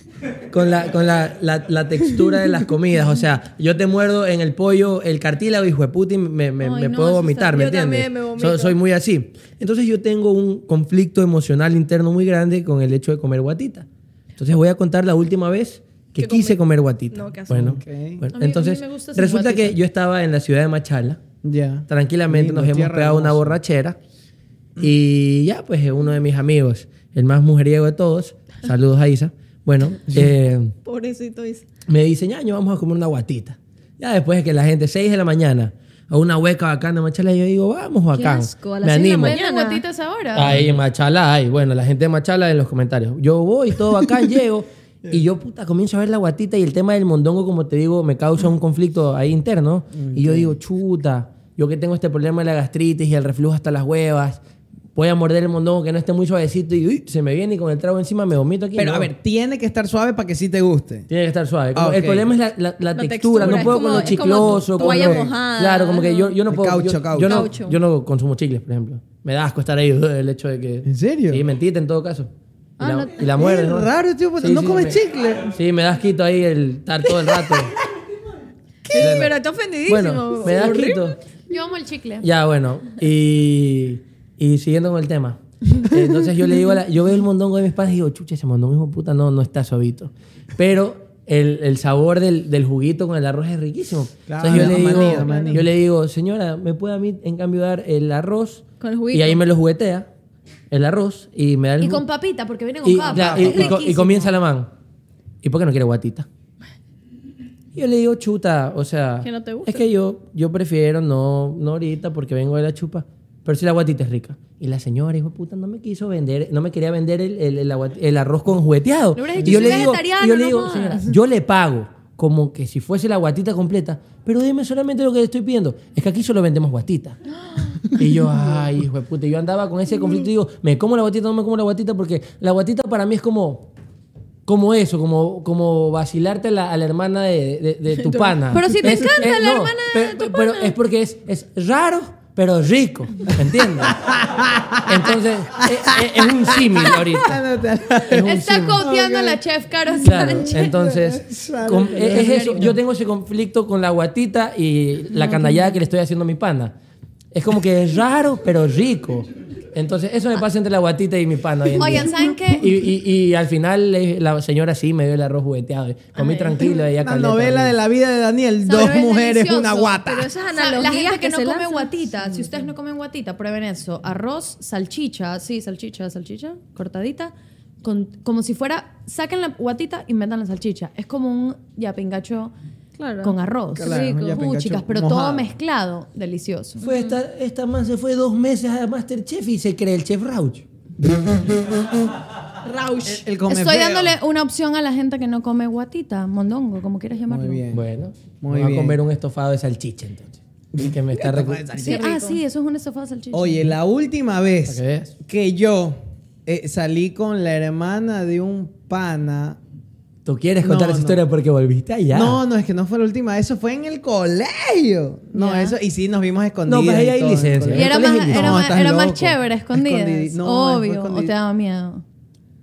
Con, la, con la, la- la textura de las comidas. O sea, yo te muerdo en el pollo el cartílago, hijo de puta, y me, me- Ay, me no, puedo eso vomitar, está- ¿me yo entiendes? también me So- vomito. soy muy así. Entonces yo tengo un conflicto emocional interno muy grande con el hecho de comer guatita. Entonces voy a contar la última vez que Que quise comer guatita. No, qué asco. bueno, Ok. bueno, A mí- a mí entonces me gusta sin resulta que guatita. yo estaba en la ciudad de Machala Ya. tranquilamente Lindo, nos hemos tierra pegado una hermosa. borrachera y ya pues uno de mis amigos el más mujeriego de todos saludos a Isa bueno eh, Pobrecito dice. me dice ñaño vamos a comer una guatita ya después de que la gente 6 de la mañana a una hueca bacana en Machala yo digo vamos bacán asco, a las me seis de la animo Ah. mañana. ¿Ven las guatitas ahora? Ahí, Machala, ahí. Bueno, la gente de Machala en los comentarios. Yo voy, todo bacán, llego. Y yo, puta, comienzo a ver la guatita y el tema del mondongo, como te digo, me causa un conflicto ahí interno. Y yo digo, chuta, yo que tengo este problema de la gastritis y el reflujo hasta las huevas, voy a morder el mondongo que no esté muy suavecito y uy, se me viene y con el trago encima me vomito aquí. Pero a No. ver, tiene que estar suave para que sí te guste. Tiene que estar suave. Como- Ah, ok. El problema es la, la- la La textura. textura, No es puedo como- con lo es como chicloso. tu- con toalla lo- mojada. Claro, como que yo, yo no El puedo. caucho, yo, caucho. Yo, no, Caucho. yo no consumo chicles, por ejemplo. Me da asco estar ahí. El hecho de que. ¿En serio? Sí, mentita en todo caso. Y Ah, la, y la muerde, Es ¿no? raro, tío, porque no comes me- chicle. Sí, me da asquito ahí el estar todo el rato. Pero está ofendidísimo. bueno, me da asquito. Yo amo el chicle. Ya, bueno. Y, y siguiendo con el tema. Entonces yo le digo a la- Yo veo el mondongo de mis padres y digo, chucha, ese mondongo hijo de puta no, no está suavito. Pero el, el sabor del, del juguito con el arroz es riquísimo. Claro, Entonces yo le, maní, digo, maní. yo le digo, señora, ¿me puede a mí en cambio dar el arroz? Con el juguito. Y ahí me lo juguetea, el arroz, y me da el Y ju- con papita, porque viene con y, papa. claro, y- es y co- y riquísimo. comienza la man. ¿Y por qué no quiere guatita? Y Yo le digo, chuta, o sea. Que no te gusta. Es que yo, yo prefiero no, no ahorita porque vengo de la chupa. Pero si la guatita es rica. Y la señora, hijo de puta, no me quiso vender, no me quería vender el, el, el aguat- el arroz con jugueteado. Le hubieras Y yo dicho, "Soy le digo, vegetariano, y yo le no digo, jodas". señora, yo le pago como que si fuese la guatita completa, pero dime solamente lo que le estoy pidiendo. Es que aquí solo vendemos guatita. Y yo, ay, hijo de puta. Y Yo andaba con ese conflicto y digo, me como la guatita, no me como la guatita, porque la guatita para mí es como, como eso, como, como vacilarte a la, a la hermana de, de- de tu pana. Pero si te Es- encanta la hermana de pero, tu pero pana. es porque es, es raro, pero rico. ¿Me entiendes? Entonces, es, es- es un símil ahorita. Es un Está símil. copiando a la chef Caro Claro, Sánchez. entonces com- es, es eso. Yo tengo ese conflicto con la guatita y la canallada que le estoy haciendo a mi pana. Es como que es raro, pero rico. Entonces, eso me pasa entre la guatita y mi pana. hoy en Oigan, día. ¿saben qué? Y, y- y al final eh, la señora sí me dio el arroz jugueteado. Comí tranquilo. Ella La novela de la vida de Daniel, dos mujeres, una guata. la gente que, que no se come lanzan- guatita, si ustedes no comen guatita, prueben eso. Arroz, salchicha, sí, salchicha, salchicha, cortadita. con- como si fuera, saquen la guatita y metan la salchicha. Es como un yapingacho Claro. con arroz. Claro, Rico. un yapingacho Puchicas, pero todo mojado. mezclado. Delicioso. Fue esta, esta man se fue dos meses a Masterchef y se cree el chef Rauch. Rausch. El, Estoy dándole una opción a la gente que no come guatita, mondongo, como quieras llamarlo. Bueno, Muy voy a bien. comer un estofado de salchicha entonces. Y que me está recu- Sí, ah, sí, eso es un estofado de salchicha. Oye, la última vez ¿Para qué ves? que yo eh, salí con la hermana de un pana. ¿Tú quieres No, contar esa no. historia porque volviste allá? No, no, es que no fue la última. Eso fue en el colegio. No, Ya. eso. Y sí, nos vimos escondidos. No, pues ahí y hay todo en el licencia. colegio. Y era ¿cuál más, es el- era No, más- estás era más loco. chévere escondidas. Escondidi- no, Obvio. fue O te escondidi- daba miedo.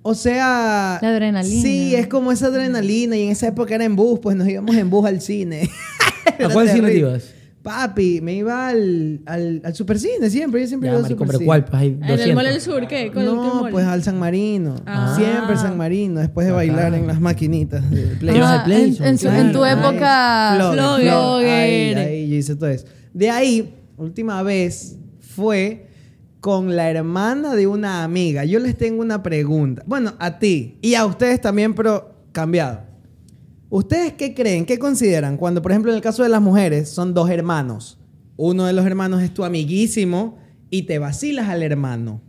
O sea. La adrenalina. Sí, es como esa adrenalina. Y en esa época era en bus, pues nos íbamos en bus al cine. ¿A Era cuál cine te terrible. ibas? Papi, me iba al, al, al supercine siempre. Yo siempre Ya, iba al marico, pero supercine. ¿cuál? Pues hay En el Mall 200. del Sur, ¿qué? ¿Cuál- qué No, mall? pues al San Marino. Ah. Siempre San Marino, después de bailar en las maquinitas del Play. Ibas al Ah, Play, en- son en su- en tu claro. época Flogger, flogger. flogger. Ahí, ahí yo hice todo eso. De ahí, última vez fue con la hermana de una amiga. Yo les tengo una pregunta. Bueno, a ti y a ustedes también, pero cambiado. ¿Ustedes qué creen, qué consideran cuando, por ejemplo, en el caso de las mujeres, son dos hermanos? Uno de los hermanos es tu amiguísimo y te vacilas al hermano.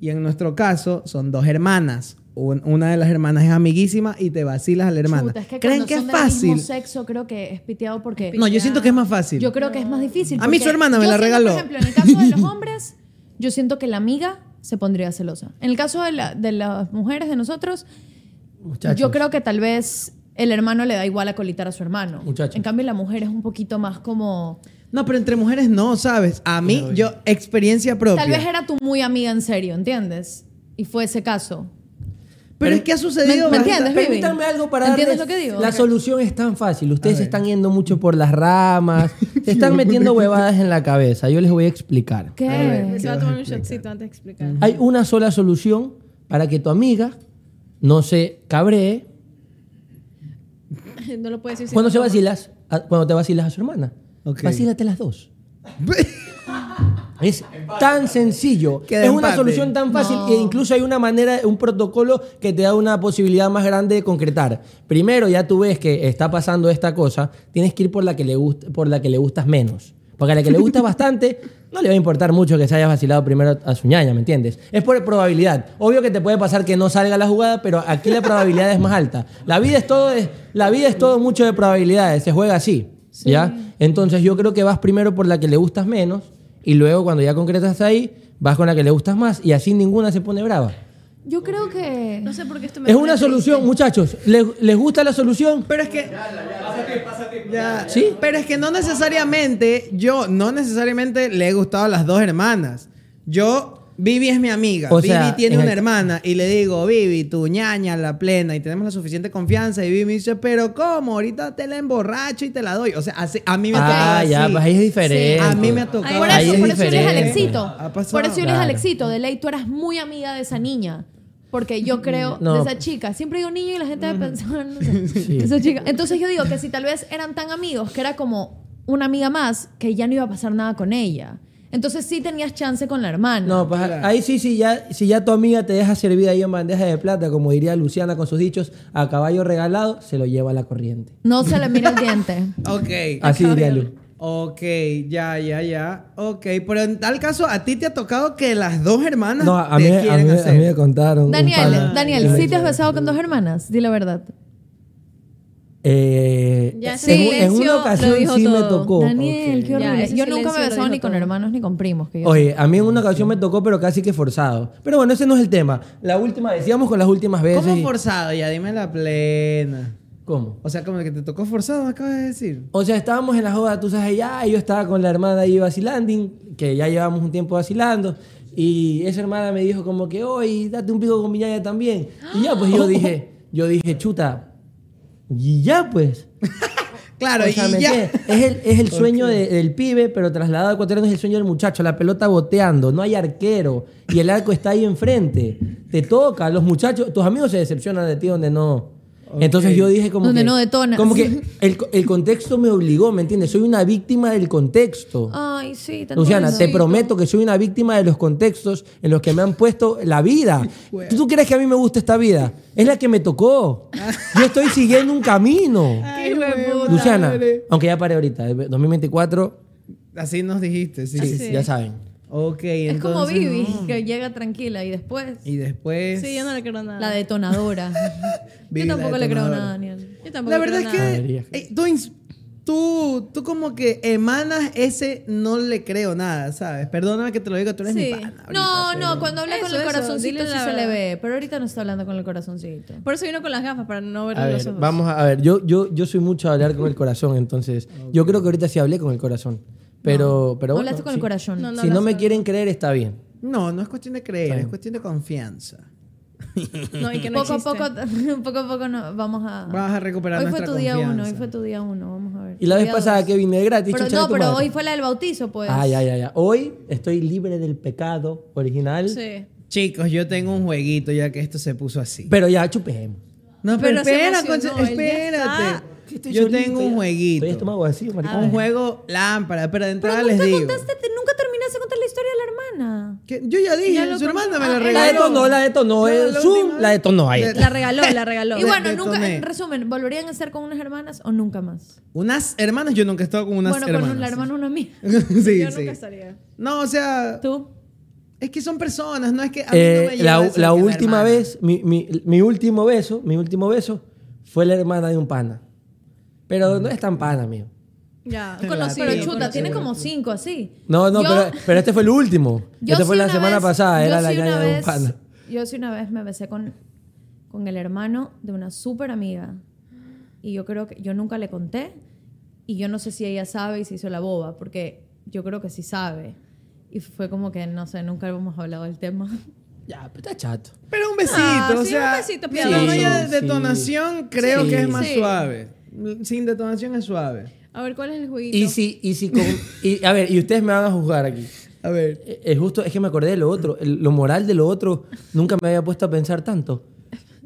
Y en nuestro caso, son dos hermanas. Un- una de las hermanas es amiguísima y te vacilas a la hermana. Puta, es que ¿Creen cuando que es son del mismo fácil? sexo creo que es piteado porque... No, yo siento que es más fácil. Yo creo que es más difícil. A mí porque su hermana me yo la siento, regaló. Por ejemplo, en el caso de los hombres, yo siento que la amiga se pondría celosa. En el caso de, la- de las mujeres, de nosotros, Muchachos. yo creo que tal vez el hermano le da igual a colitar a su hermano. Muchachos. En cambio, la mujer es un poquito más como... No, pero entre mujeres no, ¿sabes? A mí, yo, experiencia propia. Tal vez era tu muy amiga en serio, ¿entiendes? Y fue ese caso. Pero es que ha sucedido ¿Me- me bastante- entiendes? Vivi? Permítanme algo para ¿Entiendes darles- lo que digo? La Ok. solución es tan fácil. Ustedes A se ver. están yendo mucho por las ramas. Se están metiendo huevadas en la cabeza. Yo les voy a explicar. ¿Qué? Se va a tomar un shotcito antes de explicar. Hay una sola solución para que tu amiga no se cabree No lo puedes decir. sin cuando se broma. vacilas, a- cuando te vacilas a su hermana. Ok. Vacílate las dos. Es tan sencillo. Queda es una empate. solución tan fácil e incluso hay una manera, un protocolo que te da una posibilidad más grande de concretar. Primero ya tú ves que está pasando esta cosa, tienes que ir por la que le gust- por la que le gustas menos. Porque a la que le gustas bastante, no le va a importar mucho que se hayas vacilado primero a su ñaña, ¿me entiendes? Es por probabilidad. Obvio que te puede pasar que no salga la jugada, pero aquí la probabilidad es más alta. La vida es todo, es- la vida es todo mucho de probabilidades, se juega así. ¿Ya? Entonces yo creo que vas primero por la que le gustas menos y luego cuando ya concretas ahí, vas con la que le gustas más y así ninguna se pone brava. Yo creo que... No sé por qué esto me Es pone una solución, muchachos. ¿Les, les gusta la solución? Pero es que. Ya. Sí. Pero es que no necesariamente, yo no necesariamente le he gustado a las dos hermanas. Yo, Vivi es mi amiga. O sea, Vivi tiene en una el- hermana y le digo, Vivi, tu ñaña, la plena, y tenemos la suficiente confianza. Y Vivi me dice, pero ¿cómo? Ahorita te la emborracho y te la doy. O sea, así- a mí me ha tocado Ah, ya, así. pues ahí es diferente. A mí me ha tocado. Ay, por Ahí eso, es por eso yo eres diferente. Alexito. Ha pasado. Por eso yo eres Claro. Alexito. De ley, tú eras muy amiga de esa niña. Porque yo creo, No. de esa chica. Siempre digo niño y la gente va a pensar, no sé, Sí. esa chica. Entonces yo digo que si tal vez eran tan amigos que era como una amiga más, que ya no iba a pasar nada con ella. Entonces sí tenías chance con la hermana. No, pues ahí sí, sí ya, si ya tu amiga te deja servida ahí en bandeja de plata, como diría Luciana con sus dichos, a caballo regalado, se lo lleva a la corriente. No se le mira el diente. Ok. Así diría Lu. Ok, ya, ya, ya. Ok, pero en tal caso, a ti te ha tocado que las dos hermanas No, a te mí, a quieren mí- a hacer. mí me contaron. un pana. Daniel, Daniel, Sí. ¿sí te has besado con dos hermanas? Di la verdad. Eh, Ya, en, un- en silencio, una lo ocasión dijo sí me todo. tocó. Daniel, Ok. qué horrible. Ya, ese yo nunca me silencio he lo besado dijo ni con todo. hermanos ni con primos. Que yo Oye, a mí en una ocasión me tocó, pero casi que forzado. Pero bueno, ese no es el tema. La última vez, íbamos con las últimas veces. ¿Cómo y- forzado? Ya dime la plena. ¿Cómo? O sea, como que te tocó forzado, me acabas de decir. O sea, estábamos en la joda, tú sabes, allá, y yo estaba con la hermana ahí vacilando, que ya llevamos un tiempo vacilando, y esa hermana me dijo como que, oye, date un pico con mi yaya también. Y ya, pues yo dije, yo dije, chuta, y ya pues. Claro, O sea, y ¿me ya. entiendes? Es el, es el sueño de- del pibe, pero trasladado a ecuatoriano es el sueño del muchacho. La pelota boteando, no hay arquero y el arco está ahí enfrente. Te toca, los muchachos, tus amigos se decepcionan de ti donde no. Entonces yo dije como Donde que- no detonas. Como que el, co- el contexto me obligó, ¿me entiendes? Soy una víctima del contexto. Ay, sí, tan Luciana, te pobrecito. prometo que soy una víctima de los contextos en los que me han puesto la vida. ¿Tú, tú crees que a mí me gusta esta vida? Es la que me tocó. Yo estoy siguiendo un Ah, camino. Luciana, aunque ya paré ahorita, eh, 2024, Así nos dijiste, sí. sí, ya saben. Ok, Es como entonces, Vivi, no. que llega tranquila y después. Y después. Sí, yo no le creo nada. La detonadora. Vivi yo la tampoco le creo detonadora. nada, Daniel. Yo tampoco La le verdad creo es nada. que eh, tú, ins- tú, tú como que emanas ese no le creo nada, ¿sabes? Perdóname que te lo diga, tú eres Sí. mi pana. no, ahorita, no, pero- cuando habla con Eso, el eso, corazoncito dile sí la se le verdad. ve, pero ahorita no está hablando con el corazoncito. Por eso vino con las gafas, para no A verle los ver, ojos. vamos a a ver, yo, yo, yo soy mucho a hablar con el corazón, entonces yo creo que ahorita sí hablé con el corazón. Pero, pero No bueno, hablaste con sí. el corazón. No, no si no hablaste me quieren creer, está bien. No, no es cuestión de creer, Está es bien. cuestión de confianza. No, y que no poco, a existe. poco, poco a poco no- vamos a... Vas a recuperar hoy fue nuestra tu día confianza. uno, hoy fue tu día uno, vamos a ver. Y la vez Día pasada dos. que vine gratis, Pero, chucha de no, tu pero madre. hoy fue la del bautizo, pues. Ay, ay, ay, ay. Hoy estoy libre del pecado original. Sí. Chicos, yo tengo un jueguito ya que esto se puso así. Pero ya chupemos. No, pero, Pero se espera, emocionó, concha- él ya Ah, está. espérate. Yo tengo un jueguito. Estoy tomado así, maricón. Un juego lámpara, pero de Pero entrada nunca les digo. contaste, te- nunca terminaste de contar la historia de la hermana. que yo ya dije, Ya lo su hermana me contó. la Ah, regaló. La detonó, la detonó. No, eh, la zoom, última. la detonó ahí. De- La regaló, la regaló. Y bueno, nunca, detoné. en resumen, ¿volverían a ser con unas hermanas o nunca más? Unas hermanas, yo nunca he estado con unas bueno, hermanas. con un- la hermana una mía. sí, yo sí. nunca estaría. No, o sea, ¿Tú? es que son personas, no es que a mí no Eh, me la llega eso la de que última hermana. vez, mi, mi- mi último beso, mi último beso fue la hermana de un pana. Pero no es tan pana, amigo. Ya. Conocido, pero chuta, tiene como cinco así. No, no, Yo- pero, pero este fue el último. yo este fue sí la una semana vez- pasada, yo era sí la una caña de un vez- pana. Yo sí una vez me besé con, con el hermano de una súper amiga. Y yo creo que yo nunca le conté. Y yo no sé si ella sabe y se hizo la boba, porque yo creo que sí sabe. Y fue como que, no sé, nunca hemos hablado del tema. Ya, pero está chato. Pero un besito, Ah, sí, o un sea, besito, mira, piadoso. la raya de Sí, sí. detonación creo que es más sí. suave. Sin detonación es suave. A ver, ¿cuál es el jueguito? Y si, y si con- y, a ver, y ustedes me van a juzgar aquí. A ver. Eh, Es justo, es que me acordé de lo otro. El- lo moral de lo otro nunca me había puesto a pensar tanto.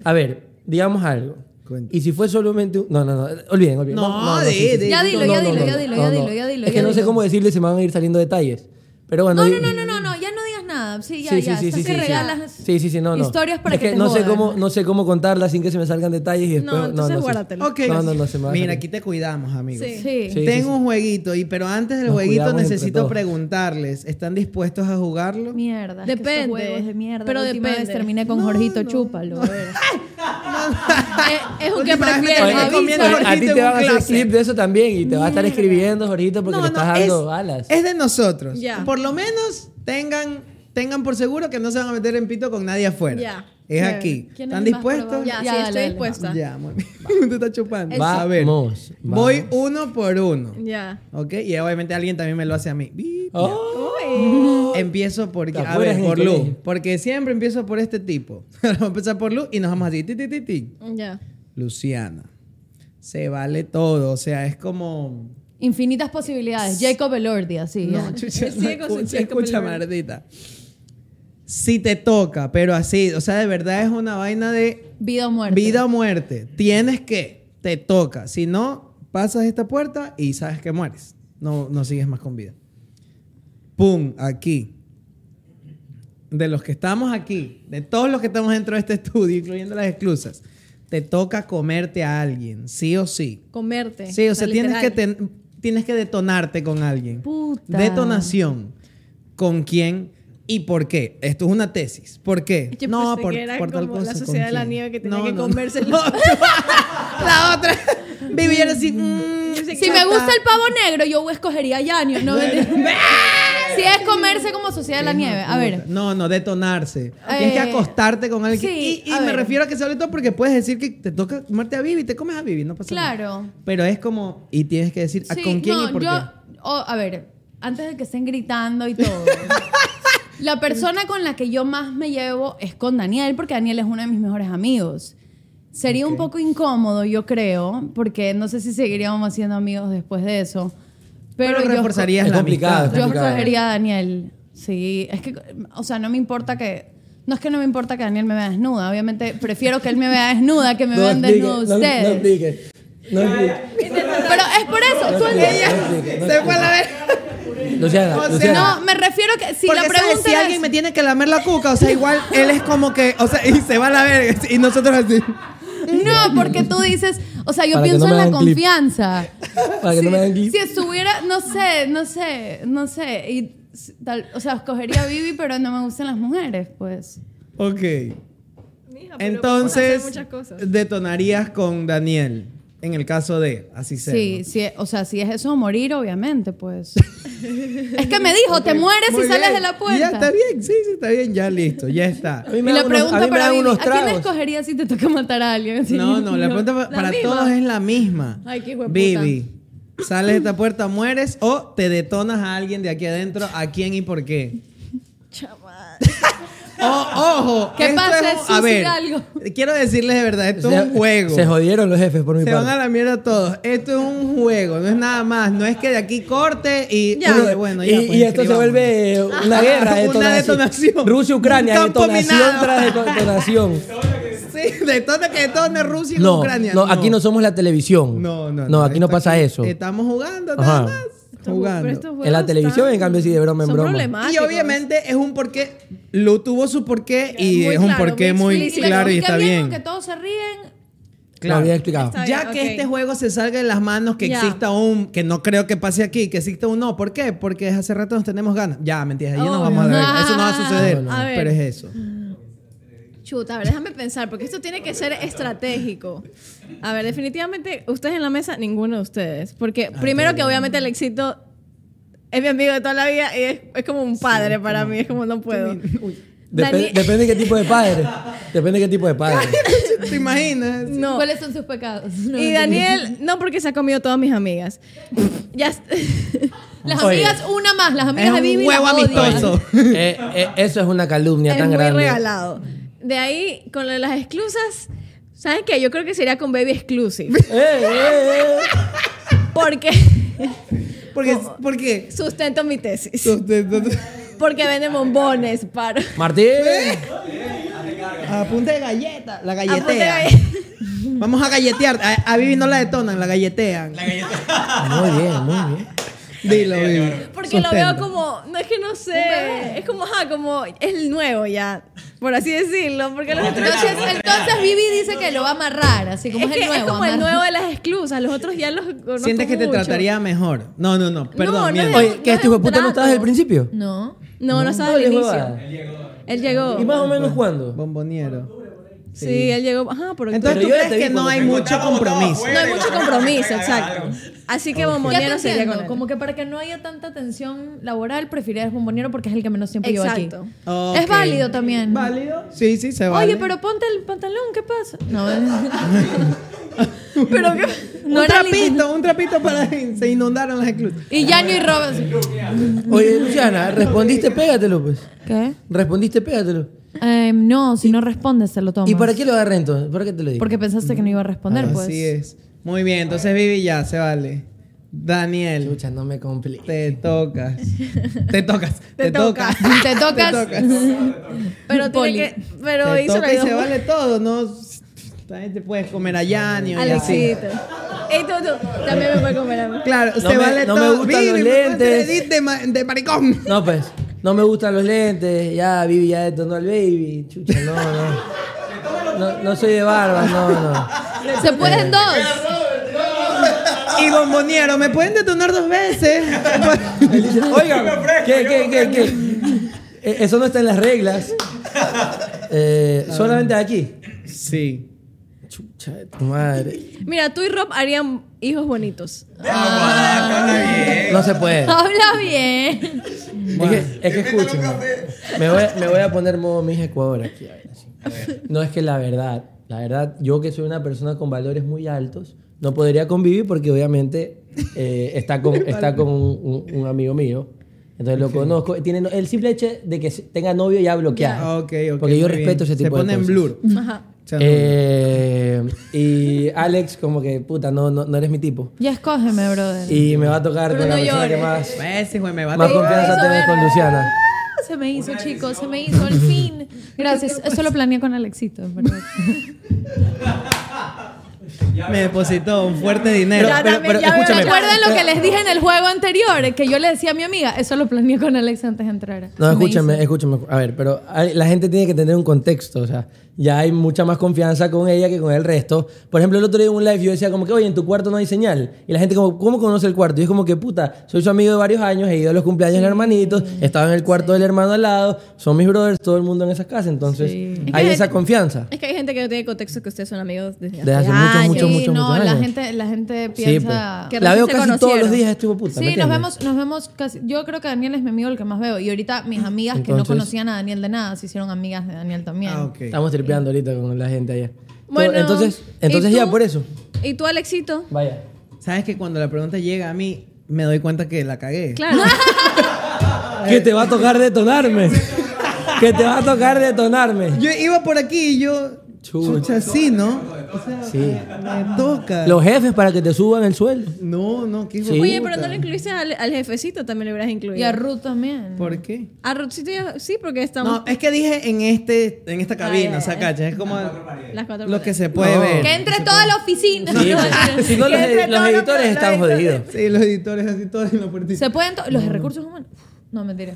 A ver, digamos algo. Cuenta. Y si fue solamente un... No, no, no. Olviden, olviden. No, de- de- Ya dilo, ya no, dilo, no, ya no, dilo, no, ya no. dilo, ya dilo. Es que ya no sé dilo. cómo decirle, se me van a ir saliendo detalles. Pero bueno... No, di- no, no, no, no, no, ya no digas nada. Sí, ya, sí, ya. sí, sí, Estás sí, que sí, regalas sí. Sí, sí, sí, no, no. historias para Es que, te no sé jodan. cómo no sé cómo contarlas sin que se me salgan detalles y después No, entonces sé. guárdatelo. Ok. No, no, no se me va a Mira, salir. aquí te cuidamos, amigos. Sí. Sí. Sí, sí, Tengo un jueguito, y pero antes del Nos jueguito cuidamos entre necesito todos. preguntarles, ¿están dispuestos a jugarlo? Mierda. es que estos Depende. juegos de mierda. Pero la última vez depende. terminé con Jorgito, chúpalo. a ver. Eh, es un que Última vez me prefieres. terminé Oye, comiendo oye, avisa. a Jorgito ti en te un van a hacer closet. clip de eso también y te van a estar escribiendo, Jorgito, porque No, le no, estás dando balas. es de nosotros. Ya. Por lo menos tengan, tengan por seguro que no se van a meter en pito con nadie afuera. Ya. Es Chévere. aquí. ¿Están ¿Quién es el más dispuestos? probable? Ya, Ya, sí, dale, estoy dale. dispuesta. Ya, muy bien. Te está chupando. Vamos, a ver. vamos. Voy uno por uno. Ya. ¿Ok? Y obviamente alguien también me lo hace a mí. Bip, ya. Oh. Empiezo por, Te a acuerdas ver, en por el Lu. colegio. Porque siempre empiezo por este tipo. vamos a empezar por Lu y nos vamos así. Ti, ti, ti, ti. Ya. Luciana. Se vale todo. O sea, es como. Infinitas posibilidades. Jacob Elordi, así. No, ya. chucha, El ciego no, se escucha, checa escucha, primero. mardita. Si te toca, pero así, o sea, de verdad es una vaina de Vida o muerte. vida o muerte. Tienes que, te toca. Si no, pasas esta puerta y sabes que mueres. No, no sigues más con vida. Pum, aquí. De los que estamos aquí, de todos los que estamos dentro de este estudio, incluyendo las exclusas, te toca comerte a alguien, sí o sí. Comerte. Sí, o sea, la tienes que, literal. ten- tienes que detonarte con alguien. Puta. Detonación. ¿Con quién y por qué? Esto es una tesis. ¿Por qué? Yo pensé que era como la ¿con sociedad de la quién? nieve que tenía No, que no, no. comerse el- No, la otra. Vivir así. mm, Si me gusta el pavo negro, yo escogería a Yanio. No, mentira. si es comerse como Sociedad de la Nieve. A ver. No, no, detonarse. Tienes que Eh, acostarte con alguien. sí, y y a me ver. refiero a que sale todo porque puedes decir que te toca comerte a Vivi y te comes a Vivi, no pasa nada. Claro. Pero es como, y tienes que decir, ¿a Sí, ¿con quién no, y por yo, qué? oh, a ver, antes de que estén gritando y todo. la persona con la que yo más me llevo es con Daniel, porque Daniel es uno de mis mejores amigos. Sería un poco incómodo, yo creo, porque no sé si seguiríamos siendo amigos después de eso. Pero, Pero yo reforzarías esco- la Es complicado, amistad. es Yo complicado. escogería a Daniel. Sí, es que, o sea, no me importa que. No es que no me importa que Daniel me vea desnuda. Obviamente prefiero que él me vea desnuda que me No vean explique, desnudo no- No ustedes. explique. No explique. Pero es por eso. No tú explique, entiendes. no explique, no explique. Luciana, O sea, Luciana. No, me refiero que si Porque, la ¿sabes? pregunta si es- alguien me tiene que lamer la cuca, o sea, igual él es como que, o sea, y se va a la verga y nosotros así. No, porque tú dices, o sea, yo Para que pienso no me en la hagan clip. confianza. Para que no me hagan clip. Si estuviera, no sé, no sé, no sé, y s- tal, o sea, escogería a Vivi, pero no me gustan las mujeres, pues. Ok. podemos hacer Entonces, muchas cosas. detonarías con Daniel en el caso de, así sea. Sí, sí, o sea, si es eso morir, obviamente, pues. es que me dijo, te mueres Muy y sales bien. de la puerta. Ya está bien, sí, sí, está bien, ya listo, ya está. Y la pregunta para Vivi, ¿a quién escogerías si te toca matar a alguien? Así, No, no, la yo- pregunta pa- la para misma. todos es la misma. Ay, qué hueputa. Vivi, sales de esta puerta, mueres o te detonas a alguien de aquí adentro, ¿a quién y por qué? Chaval. ojo, ¿Qué esto pasa? es un- a ver, Suicida algo. quiero decirles de verdad, esto es Se- un juego. Se jodieron los jefes por mi Se van a parte. la mierda todos. Esto es un juego, no es nada más. No es que de aquí corte y Ya. Uno- bueno, ya, y, pues, y esto se escribamos. vuelve eh, una guerra. Una detonación. Rusia-Ucrania, Un campo detonación minado. tras deto- detonación. Sí, detona que detone Rusia y No, Ucrania. no, aquí no somos la televisión. No, no, No, aquí no Esto pasa eso. Estamos jugando Ajá. nada más. Jugando. En la televisión, en cambio, sí, de broma en broma. Y obviamente es un porqué, lo tuvo su porqué y es un porqué muy claro y está bien. Que todos se ríen. Claro, bien explicado. Está Ya bien, que ok. este juego se salga de las manos, que Ya. exista un, que no creo que pase aquí, que exista un no. ¿Por qué? Porque desde hace rato nos tenemos ganas. Ya, mentira, ya no Obvio. vamos a ver. Eso no va a Ah. suceder. A ver. Pero es eso. Chuta, a ver, déjame pensar, porque esto tiene que ser estratégico. A ver, definitivamente, ustedes en la mesa, ninguno de ustedes. Porque Ah, primero que obviamente el éxito es mi amigo de toda la vida y es, es como un padre para mí, es como no puedo. Dep- Dani- Depende de qué tipo de padre. Depende de qué tipo de padre. ¿Te imaginas? No. ¿Cuáles son sus pecados? No, Y no. Daniel, no porque se ha comido todas mis amigas. ya. Las Oye. amigas, una más. Las amigas de Vivi. las odian. Eh, eh, eso es una calumnia es tan muy grande. regalado. De ahí, con lo de las exclusas, ¿saben qué? Yo creo que sería con Baby Exclusive. Eh, Porque Porque, ¿Por qué? sustento mi tesis. Sustento tu- Porque vende bombones, para. Martín. A punta de galleta. La punta de galletea. Vamos a galletear. A, a Vivi no la detonan, la galletean. La Muy bien, muy bien. Dilo, Vivi. Porque Sostén. lo veo como, no es que no sé, es como, ajá, como es el nuevo ya, por así decirlo. Porque los otros Entonces, entonces Vivi dice que lo va a amarrar, así como es, es, que el nuevo. es como el amarra. nuevo de las exclusas, los otros ya los conozco Sientes que te mucho. trataría mejor. No, no, no. Perdón, no, mierda. no, Oye, ¿Qué este hijo de puta no estabas desde el principio? No. No, no estaba al le inicio. jodas. Él llegó. ¿Y más o menos cuándo? Bomboniero. Sí, él llegó. Ajá, por Entonces Pero tú yo ya crees te vi que no cuando hay te mucho compromiso. no hay mucho compromiso, exacto. Así que Ya te bombonero sería entiendo, con él. como que para que no haya tanta tensión laboral, prefieres bombonero porque es el que menos tiempo lleva aquí. Exacto. Ok. Es válido también. ¿Válido? Sí, sí, se vale. Oye, pero ponte el pantalón, ¿qué pasa? No, es- Pero que- no un era trapito, un trapito para... Se inundaron las esclusas. Y Yanio y Robinson. Oye, Luciana, respondiste, pégatelo, pues. ¿Qué? Respondiste, pégatelo. Em, no, si no respondes, se lo tomas. ¿Y para qué lo agarré entonces? ¿Para qué te lo dije? Porque pensaste que no iba a responder, Así pues. es. Muy bien, entonces Vivi ya, se vale. Daniel, Lucha, no me compliques. te tocas. Te tocas. Te, tocas. Te tocas. Pero, tiene Poli. que, pero te hizo toca la y dos- se vale todo, ¿no? También te puedes comer a Yanni o y así. Alexito. Ey, tú, tú, también me puede comer a mí. Claro, No se me- vale no me todo. gustan los Vivi, me pones lentes. de edit de, ma- de maricón. No, pues. No me gustan los lentes. Ya, Vivi ya detonó al baby. Chucha, no, no. No, no soy de barba, no, no. Se pueden dos. Y bomboniero, ¿me pueden detonar dos veces? Oigan, ¿qué, qué, qué, qué? Eh, Eso no está en las reglas. Eh, solamente aquí. sí. Chucha de tu madre. Mira, tú y Rob harían hijos bonitos. Ah, No se puede. Habla bien. Es que, es que escuchen. Me voy, a- me voy a poner modo mis Ecuador aquí. a ver, así. No es que la verdad, la verdad, yo que soy una persona con valores muy altos, no podría convivir porque obviamente eh, está con, está con un, un- un amigo mío. Entonces lo conozco. Tiene, no- el simple hecho de que se- tenga novio ya bloqueado. Ah, Ok, ok. Porque yo muy bien. respeto ese tipo de Se pone en cosas. blur. Ajá. Eh, y Alex, como que, puta, no, no, no eres mi tipo. Ya escógeme, brother. Y me va a tocar Pero con la no persona que llores. más, Ese güey me va a más tocar. confianza tengo con Luciana. Ah, Se me hizo, chicos, se me hizo, al fin. Gracias. Eso lo planeé con Alexito, en ¿verdad? Me depositó un fuerte dinero. Ya, pero también, pero ya veo. Ah, escúchame. ¿Recuerdan lo que les dije en el juego anterior? Que yo le decía a mi amiga, eso lo planeé con Alex antes de entrar. No, Se me escúchame, escúchame. A ver, pero hay- la gente tiene que tener un contexto. O sea, ya hay mucha más confianza con ella que con el resto. Por ejemplo, el otro día en un live yo decía como que, oye, en tu cuarto no hay señal. Y la gente como, ¿cómo conoce el cuarto? Y es como que, puta, soy su amigo de varios años, he ido a los cumpleaños de los hermanitos, estaba en el cuarto del hermano al lado, son mis brothers, todo el mundo en esas casas. Entonces, Es que hay hay- esa confianza. Es que hay gente que no tiene contexto que ustedes son amigos desde Desde hace muchos, años. muchos, Sí, muchos, no, muchos la años. gente, la gente Sí, piensa. pues. La veo casi todos los días, estuvo puta. ¿me Sí, nos entiendes? vemos, nos vemos casi. Yo creo que Daniel es mi amigo el que más veo. Y ahorita mis amigas que no Entonces- conocían a Daniel de nada se hicieron amigas de Daniel también. Estamos tripeando ahorita con la gente allá. Bueno, entonces, ¿y entonces ya tú? por eso. ¿Y tú, Alexito? Vaya. ¿Sabes que cuando la pregunta llega a mí, me doy cuenta que la cagué? Claro. Que te va a tocar detonarme. que te va a tocar detonarme. Yo iba por aquí y yo. Chucha, sí, ¿no? O sea, Sí. me toca. Los jefes para que te suban el sueldo. No, no, qué hijo Sí. Oye, pero no le incluiste al, al jefecito, también le hubieras incluido. Y a Ruth también. ¿Por qué? A Ruthcito ya- sí, porque estamos. No, es que dije en este, en esta Ay, cabina, ay, o sea, ay. cacha, es como Las cuatro lo paredes. que se puede No. ver. Que entre toda la oficina. Sí, pues. si no, los, Que entre los toda la- editores están jodidos. Sí, los editores así todos en la puertita. Se pueden. to- Los de recursos humanos. Uf, No, mentira.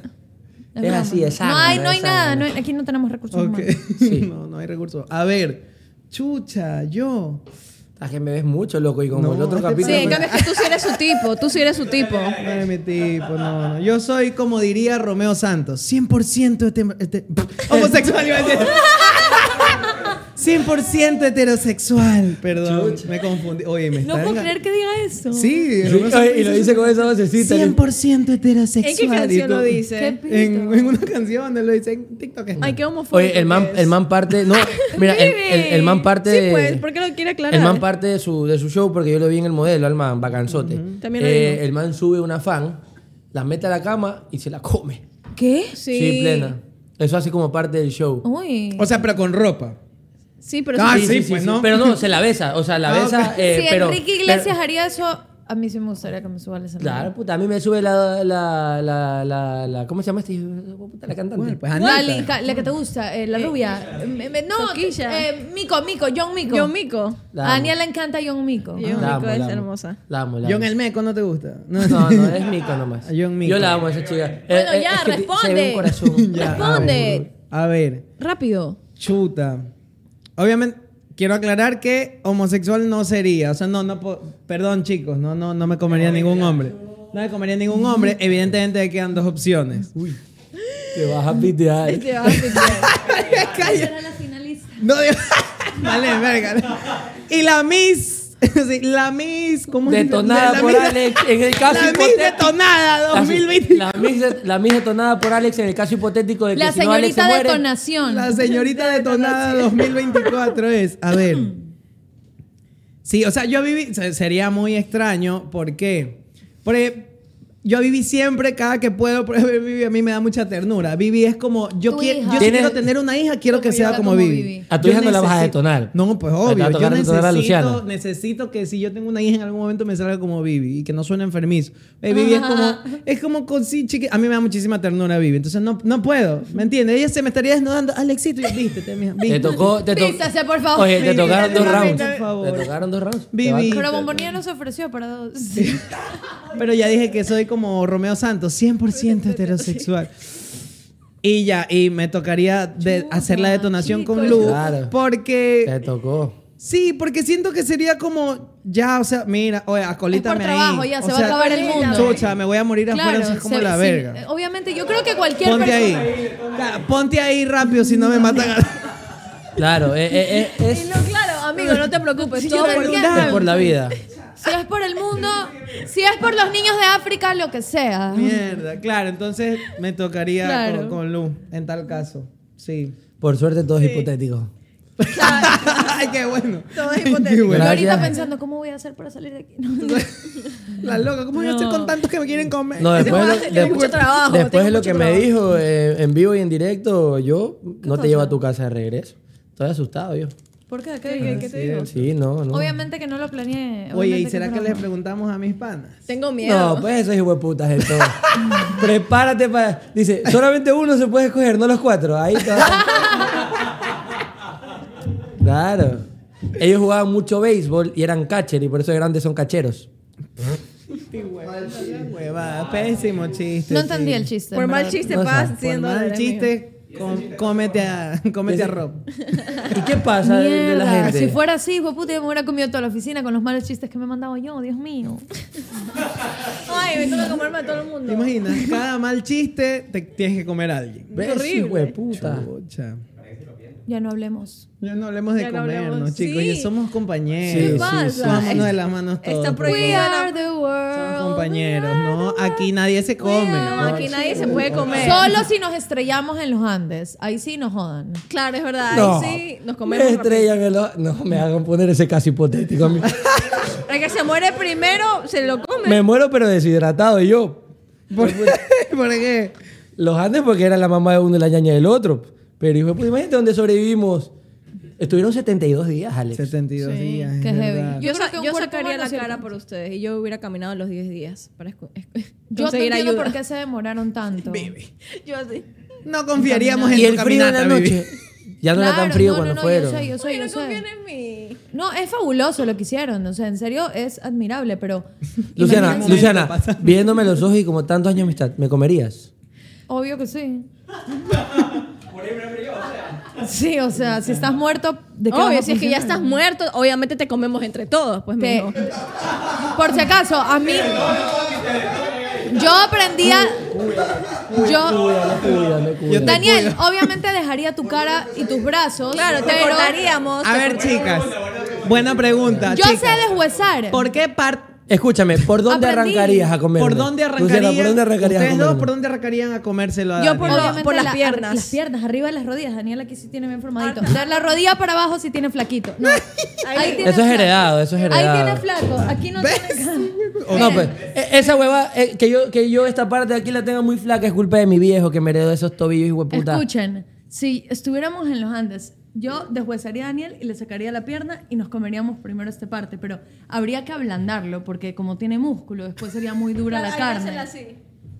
Es broma. así, es No sano, hay, es no hay sano. nada. no hay- aquí no tenemos recursos Ok. humanos. no, no hay recursos. A ver, chucha, yo. La gente me ves mucho, loco. Y como No, el otro este capítulo. Sí, en cambio es que tú sí eres su tipo, tú sí eres su tipo. No es mi tipo, no, no. Yo soy, como diría Romeo Santos, 100% hete- hete- homosexual, iba a decir. 100% heterosexual. Perdón, me confundí. Oye, me No está enga- puedo creer que diga eso. Sí, Sí, Romeo Santos oye, y lo dice con esa vocecita. 100% heterosexual. ¿En qué canción y lo tú- Qué dice? pito. En, en una canción, lo dice en TikTok. está. Ay, qué homofóbico. Oye, el man, que es. el man parte. No, mira, el, el- el man parte. Sí, de- pues, ¿por qué lo quiere aclarar? El man parte de su, de su show porque yo lo vi en el modelo, al man, bacanzote. También lo Eh, dijo. el man sube una fan, la mete a la cama y se la come. ¿Qué? Sí. sí plena. Eso hace como parte del show. Uy. O sea, pero con ropa. Sí, pero Ah, sí. sí, pues, ¿no? Pero no, se la besa. O sea, la Ah, besa. ok. eh, si pero, Enrique Iglesias haría eso, a mí sí me gustaría que me suba la pero- escena. claro, puta, a mí me sube la. la, la, la, la- ¿Cómo se llama este? Puta, la cantante. Bueno, pues La, Anita. li- ca- la que te gusta, eh, la rubia. Me- me- no, Toquilla. eh, Mico, Mico, John Mico. Yo, Mico. La a amo. Ania le encanta John Mico. Yo, La Mico amo, es la amo. hermosa. La amo, la amo. John el Meco no te gusta. No, no, es Mico nomás. A John Mico. Yo la amo a esa chica. Eh, Bueno, eh, ya, es que ti- Se ve responde. un corazón. Ya, ah, Responde. A ver, Rápido. chuta. Obviamente, quiero aclarar que homosexual no sería. O sea, no, no. po- Perdón, chicos, no, no, no me comería ningún hombre. No me comería ningún hombre. Evidentemente, quedan dos opciones. Te vas a pitear. Calla. la finalista. No, Dios. vale, verga. Y la Miss. sí, la Miss. ¿Cómo es? Detonada La por Miss- Alex en el caso La Miss hipotético. detonada La- 2020. La misa, la misa detonada por Alex en el caso hipotético de que La si no Alex se señorita muere, detonación. La señorita detonada 2024 es. A ver. Sí, o sea, yo viví. se- Sería muy extraño. ¿Por qué? Porque yo viví siempre, cada que puedo, por ejemplo, Vivi a mí me da mucha ternura. Vivi es como. Yo, Tu quiero, hija. yo si Tienes- quiero tener una hija, quiero que Como sea yo, como, como Vivi. Vivi. A tu Yo hija no la vas a necesito- detonar. No, pues Te va a obvio. Yo tocar detonar a necesito, Luciana. necesito que si yo tengo una hija en algún momento me salga como Vivi y que no suene enfermizo. Eh, Vivi es como, es como con sí, chiqui- A mí me da muchísima ternura Vivi, entonces no, no puedo, ¿me entiendes? Ella se me estaría desnudando. Alexito, y yo, viste, te, mija, te viste. tocó, te tocó. Písase, por favor. Oye, te Písase, tocaron dos mamita, rounds. por favor. Te tocaron dos rounds. Vivi. Te va- Pero Bombonera no se ofreció para dos. Pero ya dije que soy como Romeo Santos, 100% heterosexual. Y ya, y me tocaría de- hacer la detonación con chicos. Lu. Claro. Porque Te tocó. Sí, porque siento que sería como ya, o sea, mira, oye, acolítame Es por trabajo, ahí. ya, O se va a sea, acabar el mundo. Chucha, me voy a morir afuera, Claro, así es como se- la sí, verga. eh, Obviamente, yo creo que cualquier ponte ahí. persona. Claro, Ponte ahí rápido si no me matan. a- Claro, eh, eh, eh, es, No, claro, amigo, no pues, te preocupes. todo no por lo ti. entiendo. es por la vida. Si es por el mundo, si es por los niños de África, lo que sea. Mierda, claro, entonces me tocaría Claro. con, con Lu, en tal caso. Sí. Por suerte todo es hipotético. Ay, qué bueno. Todo es hipotético. Yo ahorita Gracias. pensando, ¿cómo voy a hacer para salir de aquí? No, La loca, ¿cómo voy a hacer con tantos que me quieren comer? No, después, lo, Tengo mucho después- trabajo, después tengo de lo mucho que me trabajo. dijo eh, en vivo y en directo, yo no te llevo a tu casa de regreso. Estoy asustado yo. ¿Por qué? ¿Qué, qué- qué te digo? Sí, no, no. Obviamente que no lo planeé. Oye, ¿y obviamente será que no. les preguntamos a mis panas? Tengo No, pues eso es hueputas de todo. Prepárate para. Dice, solamente uno se puede escoger, no los cuatro. Ahí está. claro. Ellos jugaban mucho béisbol y eran catcher y por eso de grandes son cacheros. Hueva, pésimo chiste. No sí. entendí el chiste. Por en mal verdad. chiste O sea, pagas por 100 mal dólares. chiste, com- cómete a, cómete a Rob. ¿Y qué pasa de- de la Mierda, gente? si fuera así, hijo de puta, yo me hubiera comido toda la oficina con los malos chistes que me he mandado yo, Dios mío. Ay, me toca comerme a todo el mundo. ¿Te imaginas? Cada mal chiste te tienes que comer a alguien. Ves, horrible. hueputa. Pucha. Ya no hablemos. Ya no hablemos de Ya no comernos, hablemos, chicos. sí. Ya somos compañeros. Sí, ¿Qué pasa? Vámonos de las manos todos. Está por favor. We prohibida are the world. Somos compañeros, ¿no? Aquí nadie se come. No, aquí nadie se puede comer. Solo si nos estrellamos en los Andes. Ahí sí nos jodan. Claro, es verdad. No. Ahí sí, nos Me comemos. estrellan el o- No, me hagan poner ese caso hipotético. a mí. rápido. El que se muere primero se lo come. me muero, pero deshidratado. Y yo, ¿Por, ¿Por qué? Los Andes porque era la mamá de uno y la ñaña del otro. Pero hijo, de puta, imagínate dónde sobrevivimos. Estuvieron 72 días, Alex. 72 días. es qué heavy. Yo, verdad. Yo sa- creo que un yo cuerpo sacaría humano la sí cara alcanza. por ustedes y yo hubiera caminado los 10 días para escu- escu- Yo no conseguir entiendo ayuda. por qué se demoraron tanto. Yo así. No confiaríamos en Y tu el frío en la caminata, Vivi. noche. Ya no era tan Claro, frío no, cuando no, no, fueron. Yo sé, yo sé, Ay, yo no sé. confían en mí. No, es fabuloso lo que hicieron. O sea, en serio, es admirable, pero. Luciana, imagínense- Luciana, pasando. viéndome los ojos y como tantos años de amistad, ¿me comerías? Obvio que sí. Sí, o sea, si estás muerto, ¿de qué vas Obvio, a si es que ya estás funcionar? muerto, obviamente te comemos entre todos, pues Te- mijo. por si acaso, a mí. Yo aprendí a. Yo. Cuídame, cuídame. Daniel, obviamente dejaría tu cara y tus brazos. Claro, Te cortaríamos. A ver, chicas. Buena pregunta. Yo chicas. sé deshuesar. ¿Por qué par- Escúchame, ¿por dónde Aprendí. arrancarías a comer? ¿Por dónde arrancarían? ¿por dónde arrancarías a Ustedes dos, comerme? ¿por dónde arrancarían a comérselo a Yo Daniel? por lo- Obviamente las la- piernas. Las piernas, arriba de las rodillas. Daniela aquí sí tiene bien formadito. De la rodilla para abajo sí tiene flaquito. No. Ahí tiene Eso es flaco. heredado, eso es heredado. Ahí tiene flaco. Aquí no tiene cara. No, pues, e- esa hueva, eh, que, yo, que yo esta parte de aquí la tenga muy flaca es culpa de mi viejo que me heredó esos tobillos y hueputa. Escuchen, si estuviéramos en los Andes, yo deshuesaría a Daniel y le sacaría la pierna y nos comeríamos primero esta parte, pero habría que ablandarlo porque como tiene músculo, después sería muy dura la carne.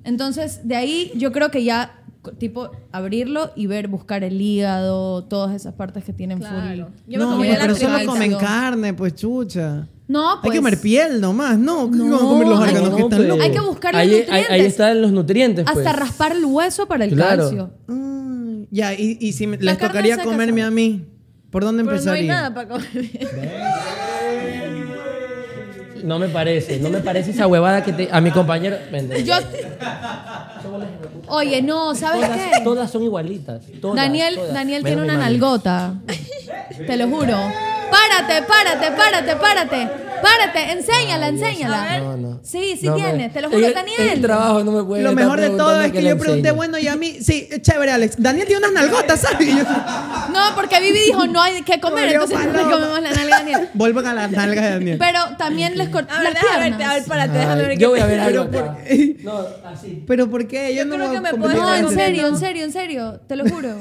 Entonces, de ahí yo creo que ya co- tipo abrirlo y ver buscar el hígado, todas esas partes que tienen Claro. full. Yo me no, comí pues, la pero solo tripita. comen carne, pues chucha. No, Hay pues. que comer piel nomás, ¿no. ¿Qué van a comer los hay órganos que- que están pues. locos? Hay que buscar los ahí, nutrientes. Ahí, ahí están los nutrientes. Hasta pues. raspar el hueso para el Claro. calcio. Mm, ya, y, y si me- La les carne tocaría seca, comerme ¿sabes? a mí, ¿por dónde Pero no hay empezaría? nada para comer. No me parece, no me parece esa huevada que te, a mi compañero. Vente. Yo Oye, no, ¿sabes todas, qué? todas son igualitas. todas, Daniel, todas. Daniel Menos tiene una mi mami. nalgota. Te lo juro. Párate, párate, párate, párate. Párate, enséñala, enséñala. No, no. Sí, sí No me- tiene, te lo juro, el, Daniel. El trabajo no me puede Lo estar mejor de todo preguntando es que, le yo pregunté, enseñe. bueno, y a mí, sí, eh, chévere, Alex. Daniel tiene unas nalgotas, ¿sabes? Y yo- No, porque Vivi dijo no hay que comer, Murió entonces no le paloma. comemos la nalga a Daniel. Vuelvo a las nalgas de Daniel. Pero también les A cortamos ver, las déjame ver, a ver, piernas. párate, déjame ver. Yo qué- voy a ver algo. Pero acá. por- No, así. ¿Pero por qué? Yo, no creo voy a que me comer puedo- No, carne. en serio, en serio, en serio, te lo juro.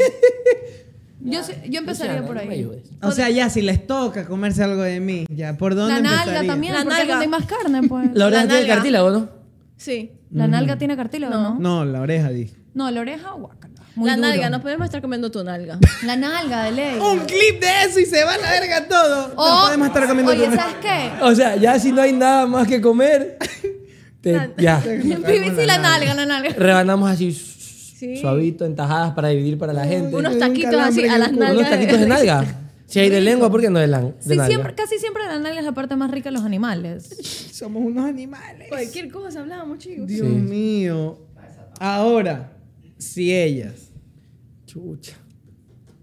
Yo, se- yo empezaría Luciana, por no me ahí. ayudes. O sea, ya, si les toca comerse algo de mí, ya, ¿por dónde La nalga empezaría? también, La porque es nalga. donde hay más carne, pues. La Mm. oreja tiene nalga. cartílago, ¿no? Sí. La nalga tiene cartílago, ¿no? No, la oreja, dije. No, la oreja, guácala. Muy la Uh, duro. nalga, no podemos estar comiendo tu nalga. La nalga de ley. Un clip de eso y se va a la verga todo. no O- podemos estar comiendo Oye, tu- ¿sabes qué? O sea, ya si no hay nada más que comer, te- ya. Vivi, sí, la nalga, la nalga. Rebanamos así suavito, en tajadas para dividir para la gente. Unos un taquitos calambre así en a el las culo. nalgas. Unos taquitos de nalga. Si hay de lengua, ¿por qué no de, lan- de Sí, nalga? siempre, casi siempre la nalga es la parte más rica de los animales. Somos unos animales. Cualquier cosa hablábamos, chicos. Dios Sí. mío. Ahora, si ellas, Chucha.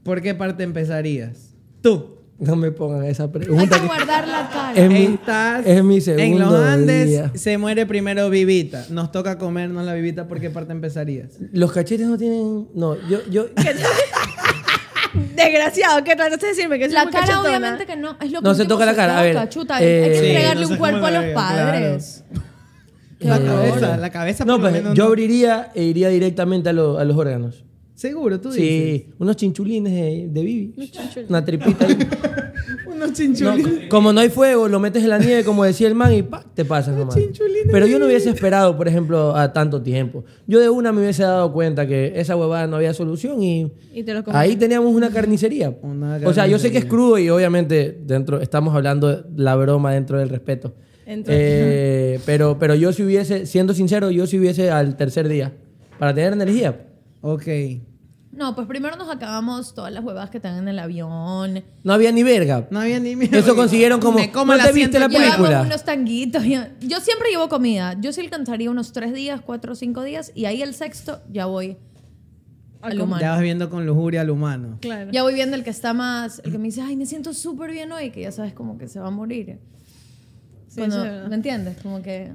¿por qué parte empezarías? Tú. No me pongan esa Hay pregunta. que guardar la cara. Es mi, Estás es mi en los segundo Andes, día. se muere primero Vivita. Nos toca comernos la Vivita, ¿por qué parte empezarías? Los cachetes no tienen... No, yo... yo Desgraciado, ¿qué trataste de decirme? Que soy La muy cara, cachetona. obviamente que no. Es lo No, se último toca la que cara, a ver. toca, chuta, hay- hay Eh, que no entregarle se un cuerpo a come la los verga, padres. La Eh, cabeza, la cabeza. no, por lo pues menos yo no. abriría e iría directamente a, lo- a los órganos. Seguro, tú dices. Sí, unos chinchulines de, de Bibi. Una tripita ahí. Unos chinchulines. No, como no hay fuego, lo metes en la nieve, como decía el man, y pa, te pasas nomás. Pero yo no hubiese esperado, por ejemplo, a tanto tiempo. Yo de una me hubiese dado cuenta que esa huevada no había solución y Y te lo Ah. comes. ahí teníamos una carnicería. O sea, yo sé que es crudo y obviamente dentro estamos hablando de la broma dentro del respeto. Entra- Eh, pero, pero yo si hubiese, siendo sincero, yo si hubiese al tercer día para tener energía. Ok. No, pues primero nos acabamos todas las huevas que están en el avión. No había ni verga. No había ni Eso consiguieron como. Me como ¿No el te viste la asiento, película? Llevamos unos tanguitos. Yo, yo siempre llevo comida. Yo sí alcanzaría unos tres días, cuatro o cinco días. Y ahí el sexto ya voy al humano. Ya vas viendo con lujuria al humano. Claro. Ya voy viendo el que está más, el que me dice, ay, me siento súper bien hoy, que ya sabes como que se va a morir. Sí, Cuando- eso es verdad. ¿Me entiendes? Como que...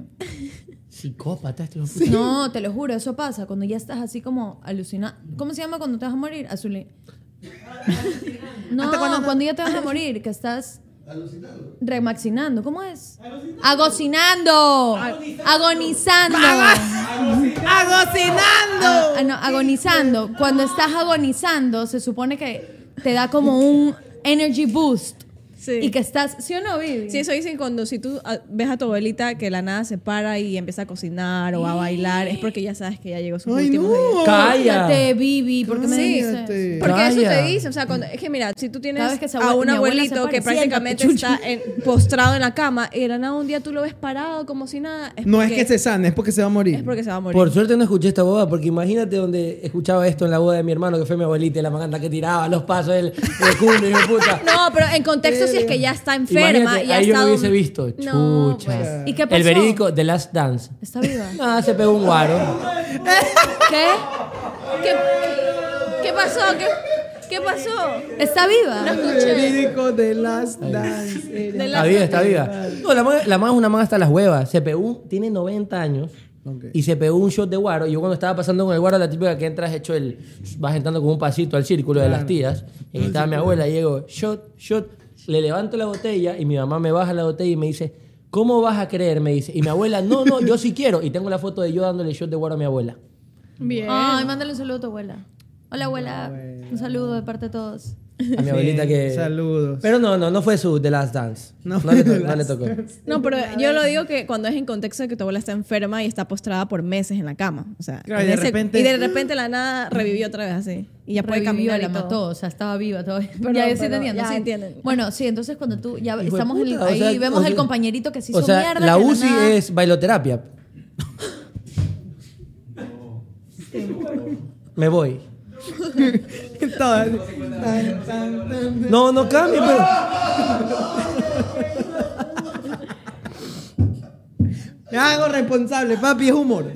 Psicópata, este No, te lo juro, eso pasa. Cuando ya estás así como alucinado. ¿Cómo se llama cuando te vas a morir? Azulín. No, ¿Hasta cuándo cuando, no? ya te vas a morir, que estás... Remaxinando, ¿cómo es? Agocinando. Agonizando. ¡Agocinando! Ah, no, agonizando. Cuando estás agonizando, se supone que te da como un energy boost. Sí. Y que estás, ¿sí o no, Vivi? Sí, eso dicen cuando si tú ah, ves a tu abuelita que la nada se para y empieza a cocinar o a bailar, es porque ya sabes que ya llegó su ¡Ay, últimos no! este, días. Cállate, Vivi, porque me Sí, dices. porque eso te Calla. dice, o sea, cuando- es que mira, si tú Cada tienes vez que esa a abue- un mi abuela se abuelito para, que siéntate, prácticamente chucha. está en- postrado en la cama y de la nada un día tú lo ves parado como si nada, es No es porque- que se sane, es porque se va a morir. es porque se va a morir. Por suerte no escuché esta boda, porque imagínate donde escuchaba esto en la boda de mi hermano, que fue mi abuelita, y la maganda que tiraba, los pasos del, del culo, y yo, puta. No, pero en contexto si es que ya está enferma Imagínate, y ha ahí yo lo estado- hubiese visto. No, Chucha. pues. ¿Y qué pasó? El verídico The Last Dance. Está viva. Ah, se pegó un guaro. ¿Qué? ¿Qué, qué pasó? ¿Qué, qué pasó? ¿Está No viva? escuché. Verídico de las dance. De la- Está viva, está viva. No, la man, la man es una man hasta las huevas. Se pegó, un- tiene 90 años. Ok. Y se pegó un shot de guaro. Yo cuando estaba pasando con el guaro, la típica que entras hecho el... Vas entrando con un pasito al círculo de las tías. Y ahí estaba mi abuela. Y llego, shot, shot. Le levanto la botella y mi mamá me baja la botella y me dice, ¿cómo vas a creer? Me dice. Y mi abuela, no, no, yo sí quiero. Y tengo la foto de yo dándole shot de guaro a mi abuela. Bien. Ay, mándale un saludo a tu abuela. Hola, abuela. Un saludo de parte de todos. A mi abuelita que... Saludos. Pero no, no, no fue su The Last Dance. No No, fue le, to- The no le Last tocó. No, pero yo lo digo que cuando es en contexto de que tu abuela está enferma y está postrada por meses en la cama. O sea, Claro, en y de ese- repente- y de repente la nada revivió otra vez así. Y ya puede Revivió, caminar la y todo. mató, o sea, estaba viva todavía. Pero- ya sí pero te entiendo, ya sí. entienden. Bueno, sí, entonces cuando tú ya Hijo de estamos en- puta, o ahí sea, vemos o sea- el compañerito que se hizo O sea, mierda. la que de UCI nada- es bailoterapia. Me voy. Todas. Tan, tan, tan. No, no cambie, pues. pero. Me hago responsable, papi, es humor.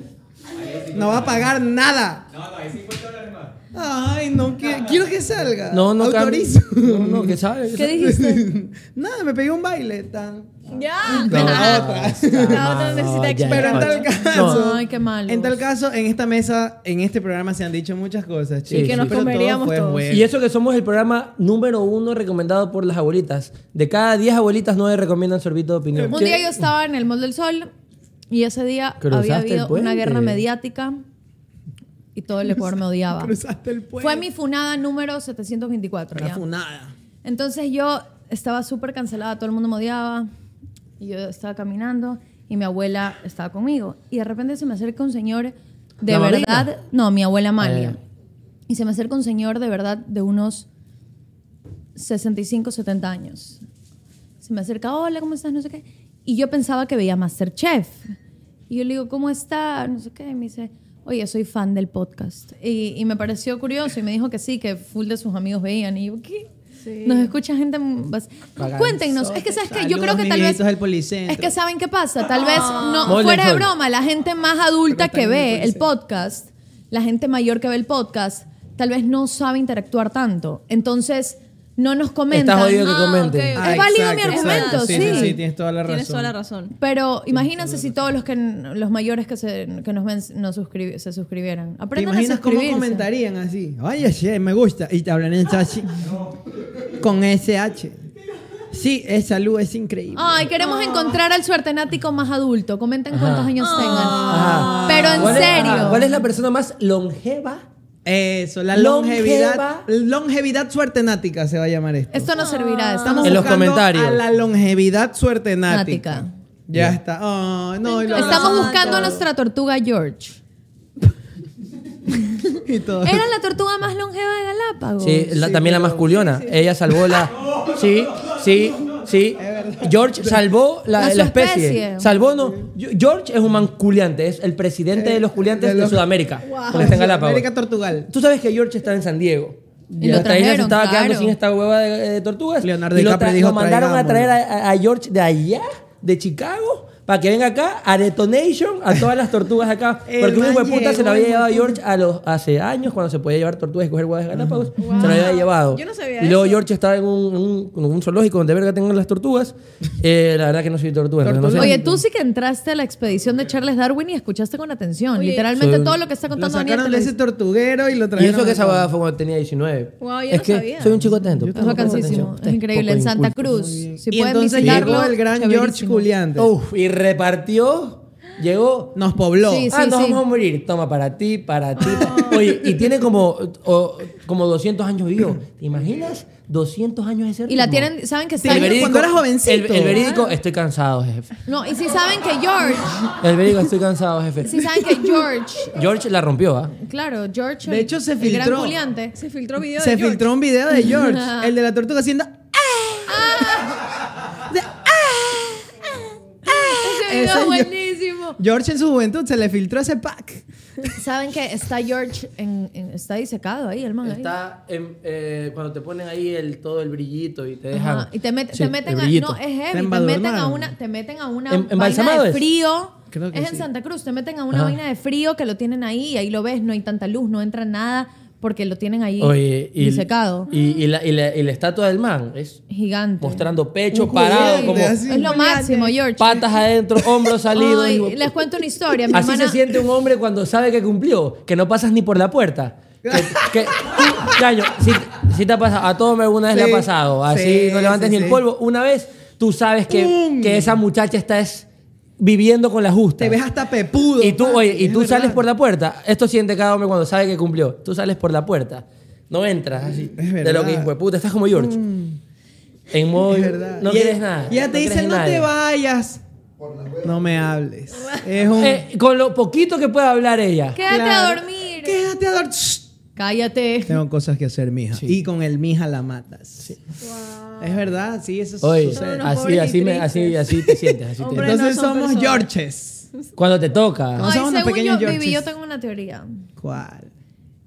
No va a pagar nada. No, no, hay 50 dólares más. Ay, no, que- quiero que salga. No, no cambie. Autorizo. No, no, que sabe. ¿Qué dijiste? nada, me pegué un baile. Tan. ¡Ya! No, La otra. La otra necesita Pero en tal caso. Ay, qué malo. En tal caso, en esta mesa, en este programa se han dicho muchas cosas, Sí, chicos. que nos pero todo comeríamos fue todos. bueno. Y eso que somos el programa número uno recomendado por las abuelitas. De cada 10 abuelitas, 9 recomiendan sorbito de opinión. Un día yo estaba en el Mall del Sol y ese día Cruzaste había el habido puente. una guerra mediática y todo el Ecuador me odiaba. Cruzaste el puente. Fue mi funada número 724. Una ¿ya? funada. Entonces yo estaba súper cancelada, todo el mundo me odiaba. Y yo estaba caminando y mi abuela estaba conmigo. Y de repente se me acerca un señor de ¿La verdad. mamita? No, mi abuela Ah, Amalia. ya. Y se me acerca un señor de verdad de unos 65, 70 años. Se me acerca, hola, ¿cómo estás? No sé qué. Y yo pensaba que veía Masterchef. Y yo le digo, ¿cómo está? No sé qué. Y me dice, oye, soy fan del podcast. Y, y me pareció curioso y me dijo que sí, que full de sus amigos veían. Y yo, ¿qué? Nos escucha gente. bas- Cuéntenos. Es que, ¿sabes que Yo Saludos, creo que tal vez. amiguitos del Policentro. Es que, ¿saben qué pasa? Tal vez, no, Mole fuera de Sol. broma, la gente más adulta que ve el podcast, la gente mayor que ve el podcast, tal vez no sabe interactuar tanto. Entonces, no nos comentan. Está jodido que Ah, comenten. ok. Ah, Es válido mi exacto, exacto. argumento, Sí, sí, sí. tienes toda la razón. este Tienes toda la razón. Pero imagínense si todos los que los mayores que, se, que nos ven nos suscri- se suscribieran. ¿Te Aprendan a imaginas cómo suscribirse. comentarían así? Oye, sí, me gusta. Y te hablan en así. Con SH. Sí, esa luz es increíble. Ay, queremos encontrar al suertenático más adulto. Comenten cuántos años tengan. Ajá. Pero en Ah. ¿Cuál es- serio. ajá, ¿Cuál es la persona más longeva Eso, la Longeva. longevidad. Longevidad suertenática se va a llamar esto. Esto no servirá. Estamos en los buscando comentarios. A la longevidad suertenática. Ya está. Ah, no, y lo Estamos abrazamos buscando a todo. nuestra tortuga George. Y todo. Era la tortuga más longeva de Galápagos. Sí, la- también la masculina. Ella salvó la. Sí, sí, sí. George salvó la, A su la especie. especie. Salvó no. Yo- George es un manculiante, es el presidente de los culiantes de, los- Sudamérica. Wow. donde está en Galápagos. América Tortugal. Tú sabes que George estaba en San Diego. Y lo Nuestra isla se trajeron, estaba quedando claro. sin esta hueva de, de tortugas. Leonardo y lo, DiCaprio tra- dijo, lo mandaron a traer "Traigámoslo". a, a George de allá, de Chicago, para que venga acá a Detonation a todas las tortugas acá. El Porque un man hijo de puta se lo había llegó, llevado a George a los, hace años, cuando se podía llevar tortugas y coger huevas de Galápagos. Se lo había llevado. Yo no sabía y luego eso. George estaba en un, en un- en un zoológico donde verga tengan las tortugas. Eh, la verdad que no soy tortuga. entonces no sé. Oye, tú sí que entraste a la expedición de Charles Darwin y escuchaste con atención. Literalmente Sí. todo lo que está Lo contando Daniel. sacaron te de lo ese tortuguero y lo Y trajeron. eso que esa acá. huevada fue cuando tenía 19. Wow, yo es no que sabía. soy un chico atento. Es bacanísimo, es increíble. En Santa Cruz, si Y pueden entonces visitarlo, llegó el gran George chéverísimo. Oh. Juliante. Uf, y repartió. Llegó. Nos pobló. Sí, ah, sí, nos sí. vamos a morir. Toma, para ti, para ti. Oye, y tiene como, o- como 200 años vivo. ¿Te imaginas? 200 años de ser Y la tienen, saben que está El verídico, cuando era jovencito. El, el verídico, Ah. estoy cansado, jefe. No, y si saben que George, El verídico, estoy cansado, jefe. si saben que George, George la rompió, ¿ah? claro, George De el- hecho, se el filtró. gran Juliante. Se filtró video Se de George. filtró un video de George, el de la tortuga haciendo. Ah. Ah. Ese Ah. Ese video yo- es buenísimo. George en su juventud se le filtró ese pack. Saben que está George en, en- está disecado ahí, el man ahí. Está en, eh, cuando te ponen ahí el, todo el brillito y te dejan. Ajá, Y te, met- Sí, te el meten a, brillito. no, es heavy, te embadurnaron. meten a una, te meten a una ¿Em- vaina embalsamado de es? frío. Creo que es sí. en Santa Cruz, te meten a una Ajá. vaina de frío que lo tienen ahí, y ahí lo ves, no hay tanta luz, no entra nada, porque lo tienen ahí Oye, y, disecado. Y, y la, y la- y la estatua del man es Gigante. mostrando pecho Un parado, juguete, como así. Es lo máximo, George. patas adentro, hombros salidos. Ay, digo, les cuento una historia. Mi Así hermana, se siente un hombre cuando sabe que cumplió, que no pasas ni por la puerta. Que, que- Caño, si, si te ha pasado, a todo me alguna vez Sí, le ha pasado. Así sí, no levantes sí, ni sí. el polvo. Una vez tú sabes que, ¡Pum! que esa muchacha está es, viviendo con la justa. Te ves hasta pepudo. Y tú, papi, oye, y es tú verdad. sales por la puerta. Esto siente cada hombre cuando sabe que cumplió. Tú sales por la puerta. No entras así. Es de lo que verdad. Mm. hijo de puta. Estás como George. En modo. Es verdad. No Y- quieres nada. Ya te crees dicen, en no nadie". te vayas. No me hables. Es un. Eh, con lo poquito que pueda hablar ella. quédate a Claro. dormir. Quédate a dormir. Shh. Cállate. Tengo cosas que hacer, mija. Y con el mija la matas. Es verdad, sí, eso Oye, sucede. así, pobres así, y me- así, así te sientes. así te- Hombre, Entonces no son somos personas. Georges. Cuando te toca. No, Ay, somos unos según yo, pequeños Vivi, yo Georges. tengo una teoría. ¿Cuál?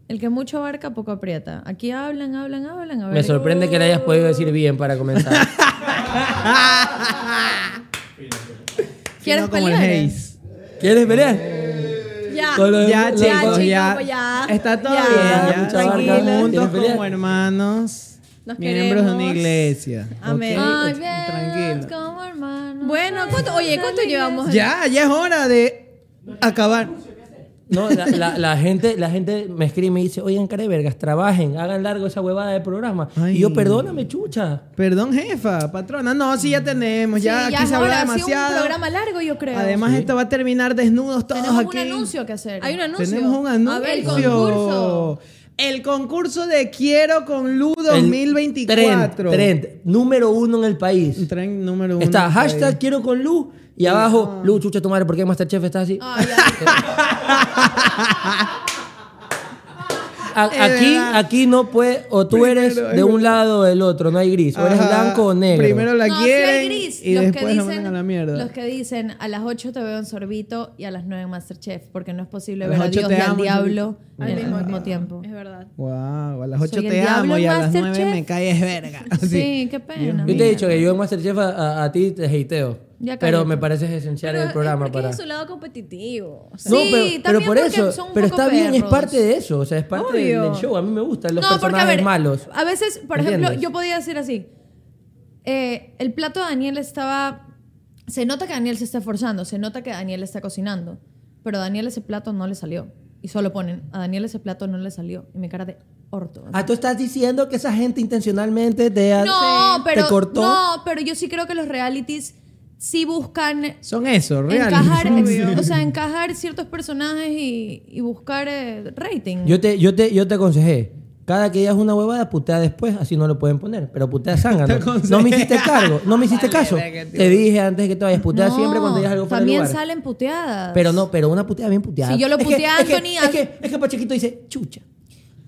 El que mucho abarca, poco aprieta. Aquí hablan, hablan, hablan. A ver. Me sorprende que le hayas podido decir bien para comenzar. ¿Quieres Fino como el pelear? Hayes. ¿Quieres pelear? Ya. Con lo- Ya, Eh, lo- chicos, chicos, ya. Pues ya. Está todo Ya, bien, ya. mucha barca. Tranquilos, juntos ¿Quieres pelear? como hermanos, Nos miembros de una queremos. iglesia. Amén. Ay, Ok, bien, Tranquilo. como hermano. Bueno, ¿cuánto- oye, ¿cuánto llevamos? Ya, ya es hora de acabar. No, la, la- la gente, la gente me escribe y me dice, oigan, care vergas, trabajen, hagan largo esa huevada de programa. Ay. Y yo, perdóname, chucha. Perdón, jefa, patrona. No, sí, ya tenemos. Sí, ya aquí es se habla hora, ha sido demasiado. un programa largo, yo creo. Además, esto va a terminar desnudos todos tenemos aquí. un anuncio que hacer. Hay un anuncio. Tenemos un anuncio. A ver, el concurso. El concurso de Quiero con Lu El 2024. Trend, trend, número uno en el país. Un tren número uno. Está del hashtag país. quiero con Lu y Ah. abajo, Lu, chucha tu madre, ¿por qué Masterchef estás así? A- Es aquí, verdad. aquí no puede, o tú Primero, eres es de un verdad. lado o del otro, no hay gris. O eres Ajá. blanco o negro. Primero la No, sí quieren hay gris. y los después que la dicen, mandan a la mierda. Los que dicen, a las 8 te veo en sorbito y a las 9 en Masterchef, porque no es posible A ver las a 8 Dios te y al amo en diablo Sorbito. al mismo, tiempo. Es verdad. Wow, a las 8 Soy el te diablo amo en y a las 9 Masterchef. me caes verga. Sí, Así. qué pena. Yo te he dicho que yo en Masterchef a, a- a ti te hateo. Ya pero cállate. eh, me parece esencial en el programa porque para. es su lado competitivo. O sea, No, Sí, pero, pero también por porque eso. son un Pero poco está bien, es perros. parte de eso. O sea, es parte del, Obvio. del show. A mí me gustan los no, porque a personajes ver, malos. a veces, por ejemplo, ¿Entiendes? yo podía decir así. eh, el plato de Daniel estaba... Se nota que Daniel se está esforzando, se nota que Daniel está cocinando, pero a Daniel ese plato no le salió. Y solo ponen, a Daniel ese plato no le salió. Y mi cara de orto. Ah, tú estás diciendo que esa gente intencionalmente te, hace- No, pero te cortó. no, pero yo sí creo que los realities sí buscan Son eso, reales. encajar, Obvio. o sea, encajar ciertos personajes y, y buscar eh, rating. Yo te, yo te, yo te aconsejé. Cada que digas una huevada, putea después, así no lo pueden poner. Pero putea zángano. No me hiciste cargo, no me hiciste caso. Te dije antes que te vayas, putea No, siempre cuando digas algo fuera de También lugar. salen puteadas. Pero no, pero una puteada bien puteada. Si yo lo Es que- puteé a es que- Anthony, Es que, es que, Pachequito dice, chucha.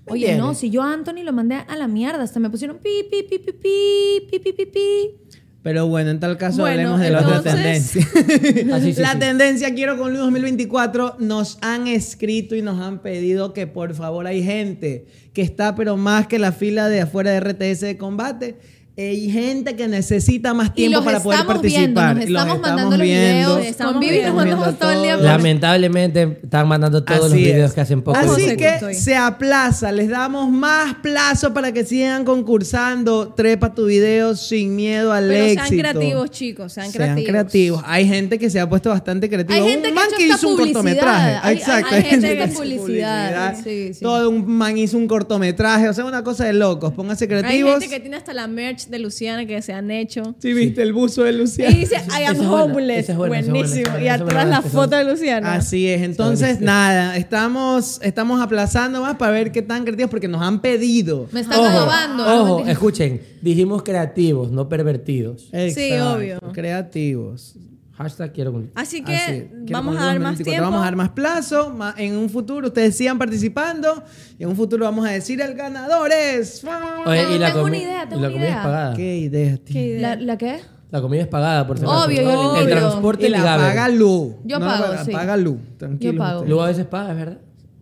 Oye, ¿Entiendes? no, si yo a Anthony lo mandé a la mierda, hasta me pusieron pi, pi, pi, pi, pi, pi, pi, pi, pi. Pero bueno, en tal caso Bueno, hablemos de la otra entonces- tendencia. Así, Ah, sí, la sí. tendencia Quiero con Luz 2024 nos han escrito y nos han pedido que por favor hay gente que está pero más que la fila de afuera de RTS de combate. eh, Hay gente que necesita más Y tiempo los para poder estamos participar. viendo, nos Los estamos mandando los viendo, videos, estamos con Vivi nos viendo mandamos todo el día todo. Lamentablemente están mandando todos los Así videos es. que hacen poco. Así que se aplaza, les damos más plazo para que sigan concursando. Trepa tu video sin miedo al Pero éxito. sean creativos, chicos, sean Sean creativos. creativos. Hay gente que se ha puesto bastante creativa. Hay un gente que ha man hecho que hasta hizo un publicidad. cortometraje. Hay- Exacto. hay- hay gente que hace publicidad. Sí, sí. Todo un man hizo un cortometraje. O sea, una cosa de locos. Pónganse Hay creativos. gente que tiene hasta la merch de Luciana que se han hecho. Sí, viste el buzo de Y Luciana. dice, I am Esa es buena, homeless. esa es buena, esa es buena, Buenísimo. esa es y buena, esa es atrás buena, la esa es foto buena. Ah, de Luciana. Así es, entonces nada, estamos, estamos aplazando más para ver qué tan creativos porque nos han pedido. Me Ojo, Ah, Ojo, escuchen. Dijimos creativos, no pervertidos. Exacto, obvio. Creativos. Hashtag quiero con- Así que Así es. Quiero vamos a ponerlo dar en más 24. tiempo. Vamos a dar más plazo. ma- En un futuro, ustedes sigan participando. Y en un futuro vamos a decir el ganador es. Oye, y la Tengo una comi- idea, y tengo la comida una es idea. pagada. ¿Qué idea, tío? ¿La, la qué? La comida es pagada, por si acaso. Obvio, yo lo El incluyo. transporte Y la Gaber. paga Lu. Yo No, pago, la sí. Paga Lu. Tranquilo. Yo pago. Lu a veces paga, es verdad.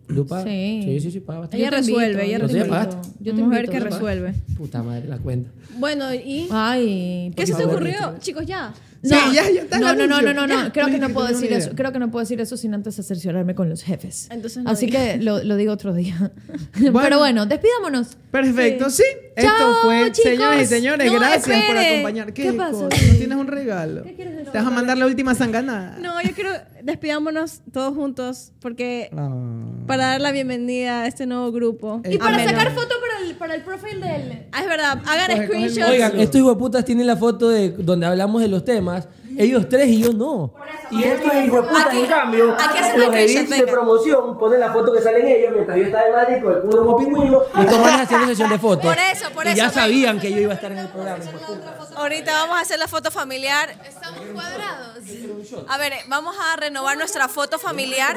Lu paga. Sí. sí, sí, sí, paga bastante. Ella Yo te invito, resuelve, ella yo te resuelve. invito. Yo te Una mujer invito, que yo te pago. resuelve. Puta madre, la cuenta. Bueno, ¿y Ay. qué pues se por te favor, ocurrió? Chicos, ya. No, Sí, ya- ya está el no, no, no, anuncio. no, no, no. Ya, Creo me que no dijiste puedo que tenía decir una eso. idea. Creo que no puedo decir eso sin antes asesorarme con los jefes. Entonces no Así digas. que lo, lo digo otro día. Bueno. Pero bueno, despidámonos. Perfecto, sí. Esto Chao, fue, chicos. señores y señores, No, gracias por espere. acompañar. ¿Qué, ¿Qué pasa? cosa? ¿No tienes un regalo? Te vas a mandar la última zanganada. No, yo quiero despidámonos todos juntos porque No. para dar la bienvenida a este nuevo grupo. Eh, Y para Ah. amén. sacar foto para el, para el profile del. Ah, es verdad, hagan Coge, coge el screenshots. Oigan, estos hijueputas tienen la foto de donde hablamos de los temas. Ellos tres y yo no. Y estos hijueputas, en cambio, aquí hacen los screenshot, edits de venga. promoción ponen la foto que salen ellos mientras yo estaba en Madrid con el culo como pingüino. Y estos van haciendo sesión de fotos. Por eso, por Y ya eso, sabían que yo iba a estar en el programa. hijo de puta. Ahorita vamos a hacer la foto familiar. Estamos cuadrados. A ver, eh, vamos a renovar nuestra foto familiar.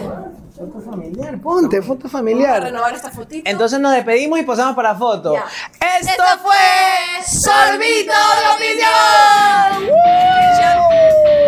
Foto familiar, ponte, foto Vamos a familiar. renovar esta fotito. Entonces nos despedimos y pasamos para foto. Esto, Esto fue fue Sorbito de Opinión. ¡Woo!